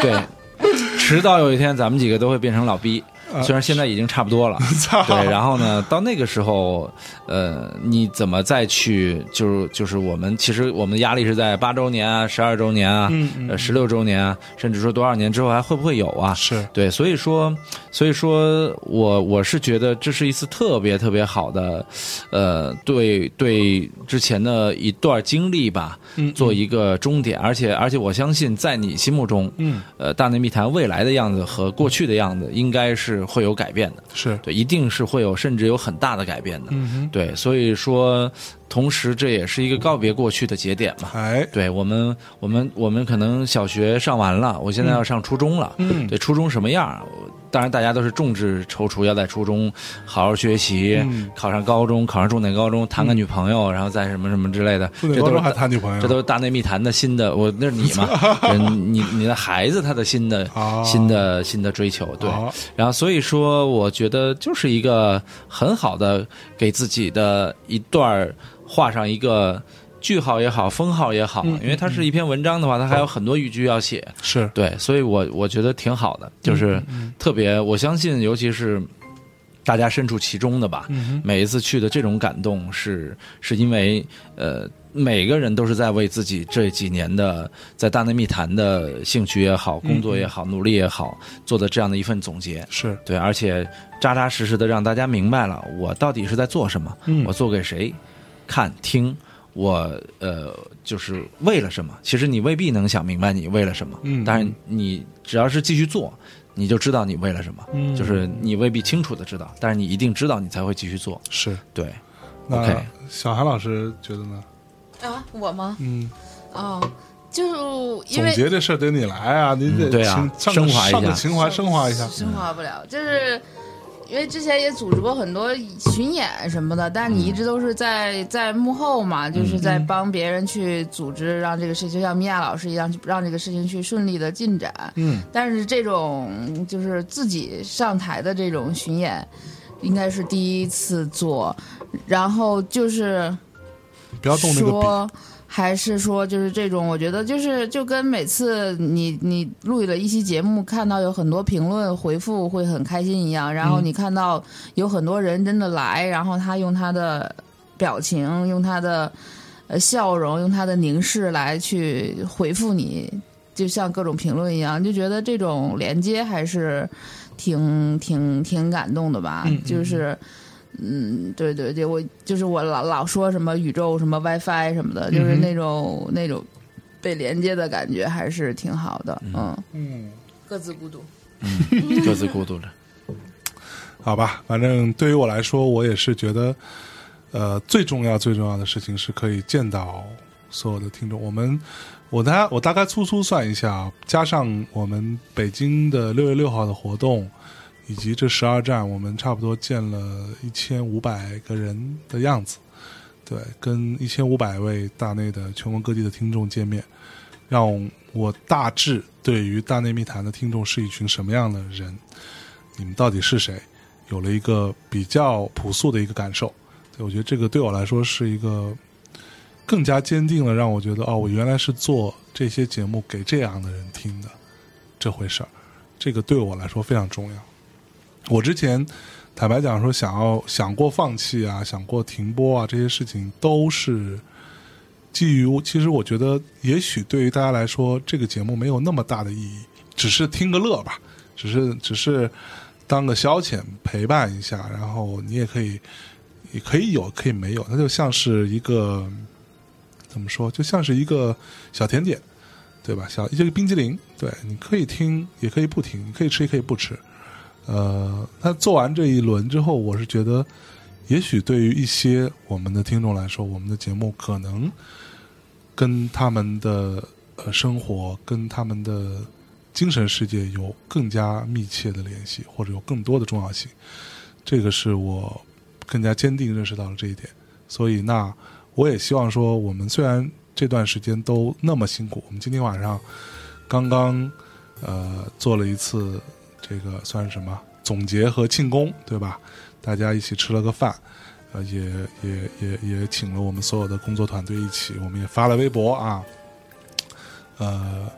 A: 对，对迟早有一天咱们几个都会变成老逼，
B: 啊
A: 虽然现在已经差不 多了，
B: 操，
A: 对，然后呢，到那个时候，呃，你怎么再去，就是就是我们其实我们的压力是在八周年啊、十二周年啊、
B: 嗯嗯
A: 呃十六周年啊，甚至说多少年之后还会不会有啊？
B: 是，
A: 对，所以说，所以说我我是觉得这是一次特别特别好的，呃，对对之前的一段经历吧，
B: 嗯
A: 做一个终点，而且而且我相信在你心目中，
B: 嗯，
A: 呃，大内密谈未来的样子和过去的样子应该是会有改变的，
B: 是，
A: 对，一定是会有甚至有很大的改变的，
B: 嗯哼，
A: 对，所以说，同时这也是一个告别过去的节点嘛，
B: 哎，
A: 对我们，我们，我们可能小学上完了，我现在要上初中了。
B: 嗯
A: 对，初中什么样儿？我当然，大家都是众志踌躇，要在初中好好学习，
B: 嗯
A: 考上高中，考上重点高中，谈个女朋友，然后再什么什么之类的。
B: 不
A: 这
B: 能
A: 都
B: 高
A: 是
B: 中还谈女朋友，
A: 这都是大内密谈的新的，我那是你 嘛？对你你的孩子他的新的、
B: 啊
A: 新的新的追求，对。
B: 好
A: 然后所以说，我觉得就是一个很好的给自己的一段儿画上一个句号也好，封号也好，因为它是一篇文章的话，它还有很多语句要写，
B: 是，
A: 对，所以我我觉得挺好的，就是特别，我相信，尤其是。大家身处其中的
B: 嗯
A: 吧，
E: 嗯
A: 每一次去的这种感动是是因为呃，每个人都是在为自己这几年的在大内密谈的兴趣也好、工作也好、努力也好做的这样的一份总结。
B: 是，
A: 对，而且扎嗯
B: 嗯
A: 扎实实的让大家明白了我到底是在做什么，我做给谁看听，我呃，就是为了什么？其实你未必能想明白你为了什么，
B: 嗯
A: 但是你只要是继续做，你就知道你为了什么，
B: 嗯
A: 就是你未必清楚的知道，但是你一定知道，你才会继续做。
B: 是。
A: 对，
B: 那
A: OK
B: 小韩老师觉得呢？
E: 啊，我吗？
B: 嗯，
E: 啊，就因
B: 总
E: 为
B: 结这事儿得你来啊，你得
A: 嗯对啊
B: 情上
A: 升
B: 个
A: 华一下
B: 上个情怀升华一下。
E: 升华不了，嗯就是因为之前也组织过很多巡演什么的，但你一直都是在在幕后嘛，就是在帮别人去组织，让这个事情就像米娅老师一样，去让这个事情去顺利的进展。
B: 嗯，
E: 但是这种就是自己上台的这种巡演，应该是第一次做，然后就是。
B: 不要动那个笔。
E: 说还是说就是这种，我觉得就是就跟每次你你录了一期节目，看到有很多评论回复会很开心一样，然后你看到有很多人真的来，然后他用他的表情，用他的呃笑容，用他的凝视来去回复你，就像各种评论一样，就觉得这种连接还是挺挺挺感动的吧，
B: 嗯
E: 就是。嗯，对对对，我就是我老老说什么宇宙什么 WiFi 什么的，就是那种、那种被连接的感觉还是挺好的。嗯，
B: 嗯，
E: 各自孤独。
A: 各自孤独着。
B: 好吧，反正对于我来说，我也是觉得，呃，最重要最重要的事情是可以见到所有的听众。我们，我大我大概粗粗算一下啊，加上我们北京的六月六号的活动，以及这十二站，我们差不多见了一千五百个人的样子。对，跟一千五百位大内的全国各地的听众见面，让我大致对于大内密谈的听众是一群什么样的人，你们到底是谁，有了一个比较朴素的一个感受。对我觉得这个对我来说是一个更加坚定了让我觉得哦，我原来是做这些节目给这样的人听的这回事儿，这个对我来说非常重要。我之前坦白讲说，想要想过放弃啊，想过停播啊，这些事情都是基于，其实我觉得，也许对于大家来说，这个节目没有那么大的意义，只是听个乐吧，只是只是当个消遣陪伴一下，然后你也可以，也可以有，可以没有，它就像是一个怎么说，就像是一个小甜点，对吧？小一个冰激凌，对，你可以听，也可以不听，你可以吃，也可以不吃。呃，那做完这一轮之后，我是觉得，也许对于一些我们的听众来说，我们的节目可能跟他们的呃生活、跟他们的精神世界有更加密切的联系，或者有更多的重要性。这个是我更加坚定认识到了这一点。所以，那我也希望说，我们虽然这段时间都那么辛苦，我们今天晚上刚刚呃做了一次这个算是什么总结和庆功，对吧？大家一起吃了个饭，呃，也也也也请了我们所有的工作团队一起，我们也发了微博啊。呃，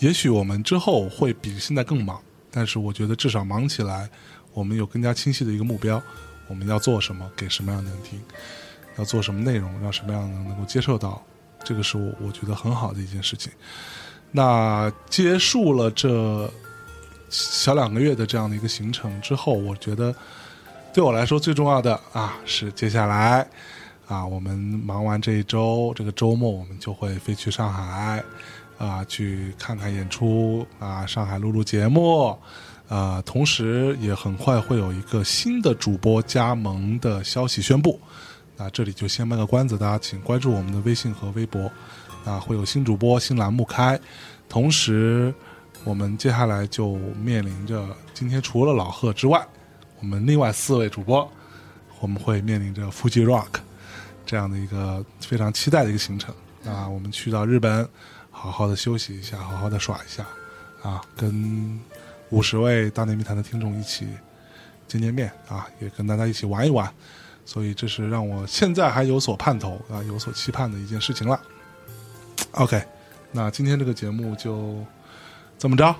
B: 也许我们之后会比现在更忙，但是我觉得至少忙起来，我们有更加清晰的一个目标，我们要做什么，给什么样的人听，要做什么内容，让什么样的人能够接受到，这个是我我觉得很好的一件事情。那结束了这小两个月的这样的一个行程之后，我觉得对我来说最重要的啊是接下来啊，我们忙完这一周，这个周末我们就会飞去上海啊，去看看演出啊，上海录录节目。啊，同时也很快会有一个新的主播加盟的消息宣布，那这里就先卖个关子，大家请关注我们的微信和微博，啊，会有新主播、新栏目开。同时，我们接下来就面临着今天除了老贺之外，我们另外四位主播，我们会面临着 Fuji Rock 这样的一个非常期待的一个行程。啊，我们去到日本，好好的休息一下，好好的耍一下，啊，跟五十位大内密谈的听众一起见见面啊，也跟大家一起玩一玩。所以这是让我现在还有所盼头啊，有所期盼的一件事情了。OK，那今天这个节目就这么着。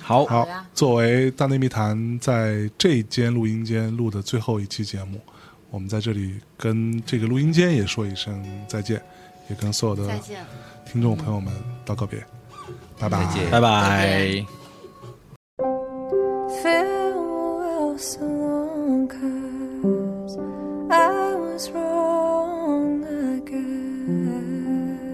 A: 好，
B: 好
E: 呀，
B: 作为《大内密谈》在这间录音间录的最后一期节目，我们在这里跟这个录音间也说一声再见，也跟所有的
F: 再见。
B: 听众朋友们道个别，拜拜。
C: 再见
A: 拜拜。
K: Farewell, so long, 'cause I was wrong, I guess.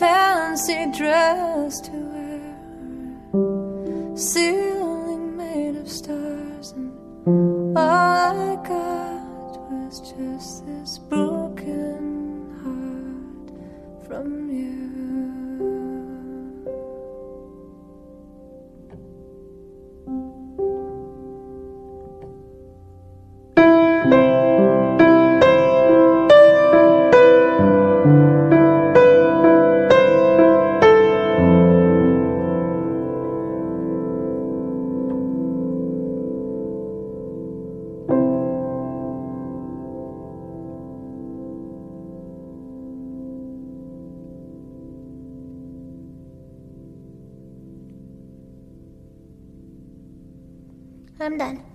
K: fancy dress to wear, ceiling made of stars, and all I got was just this broken heart from you. I'm done.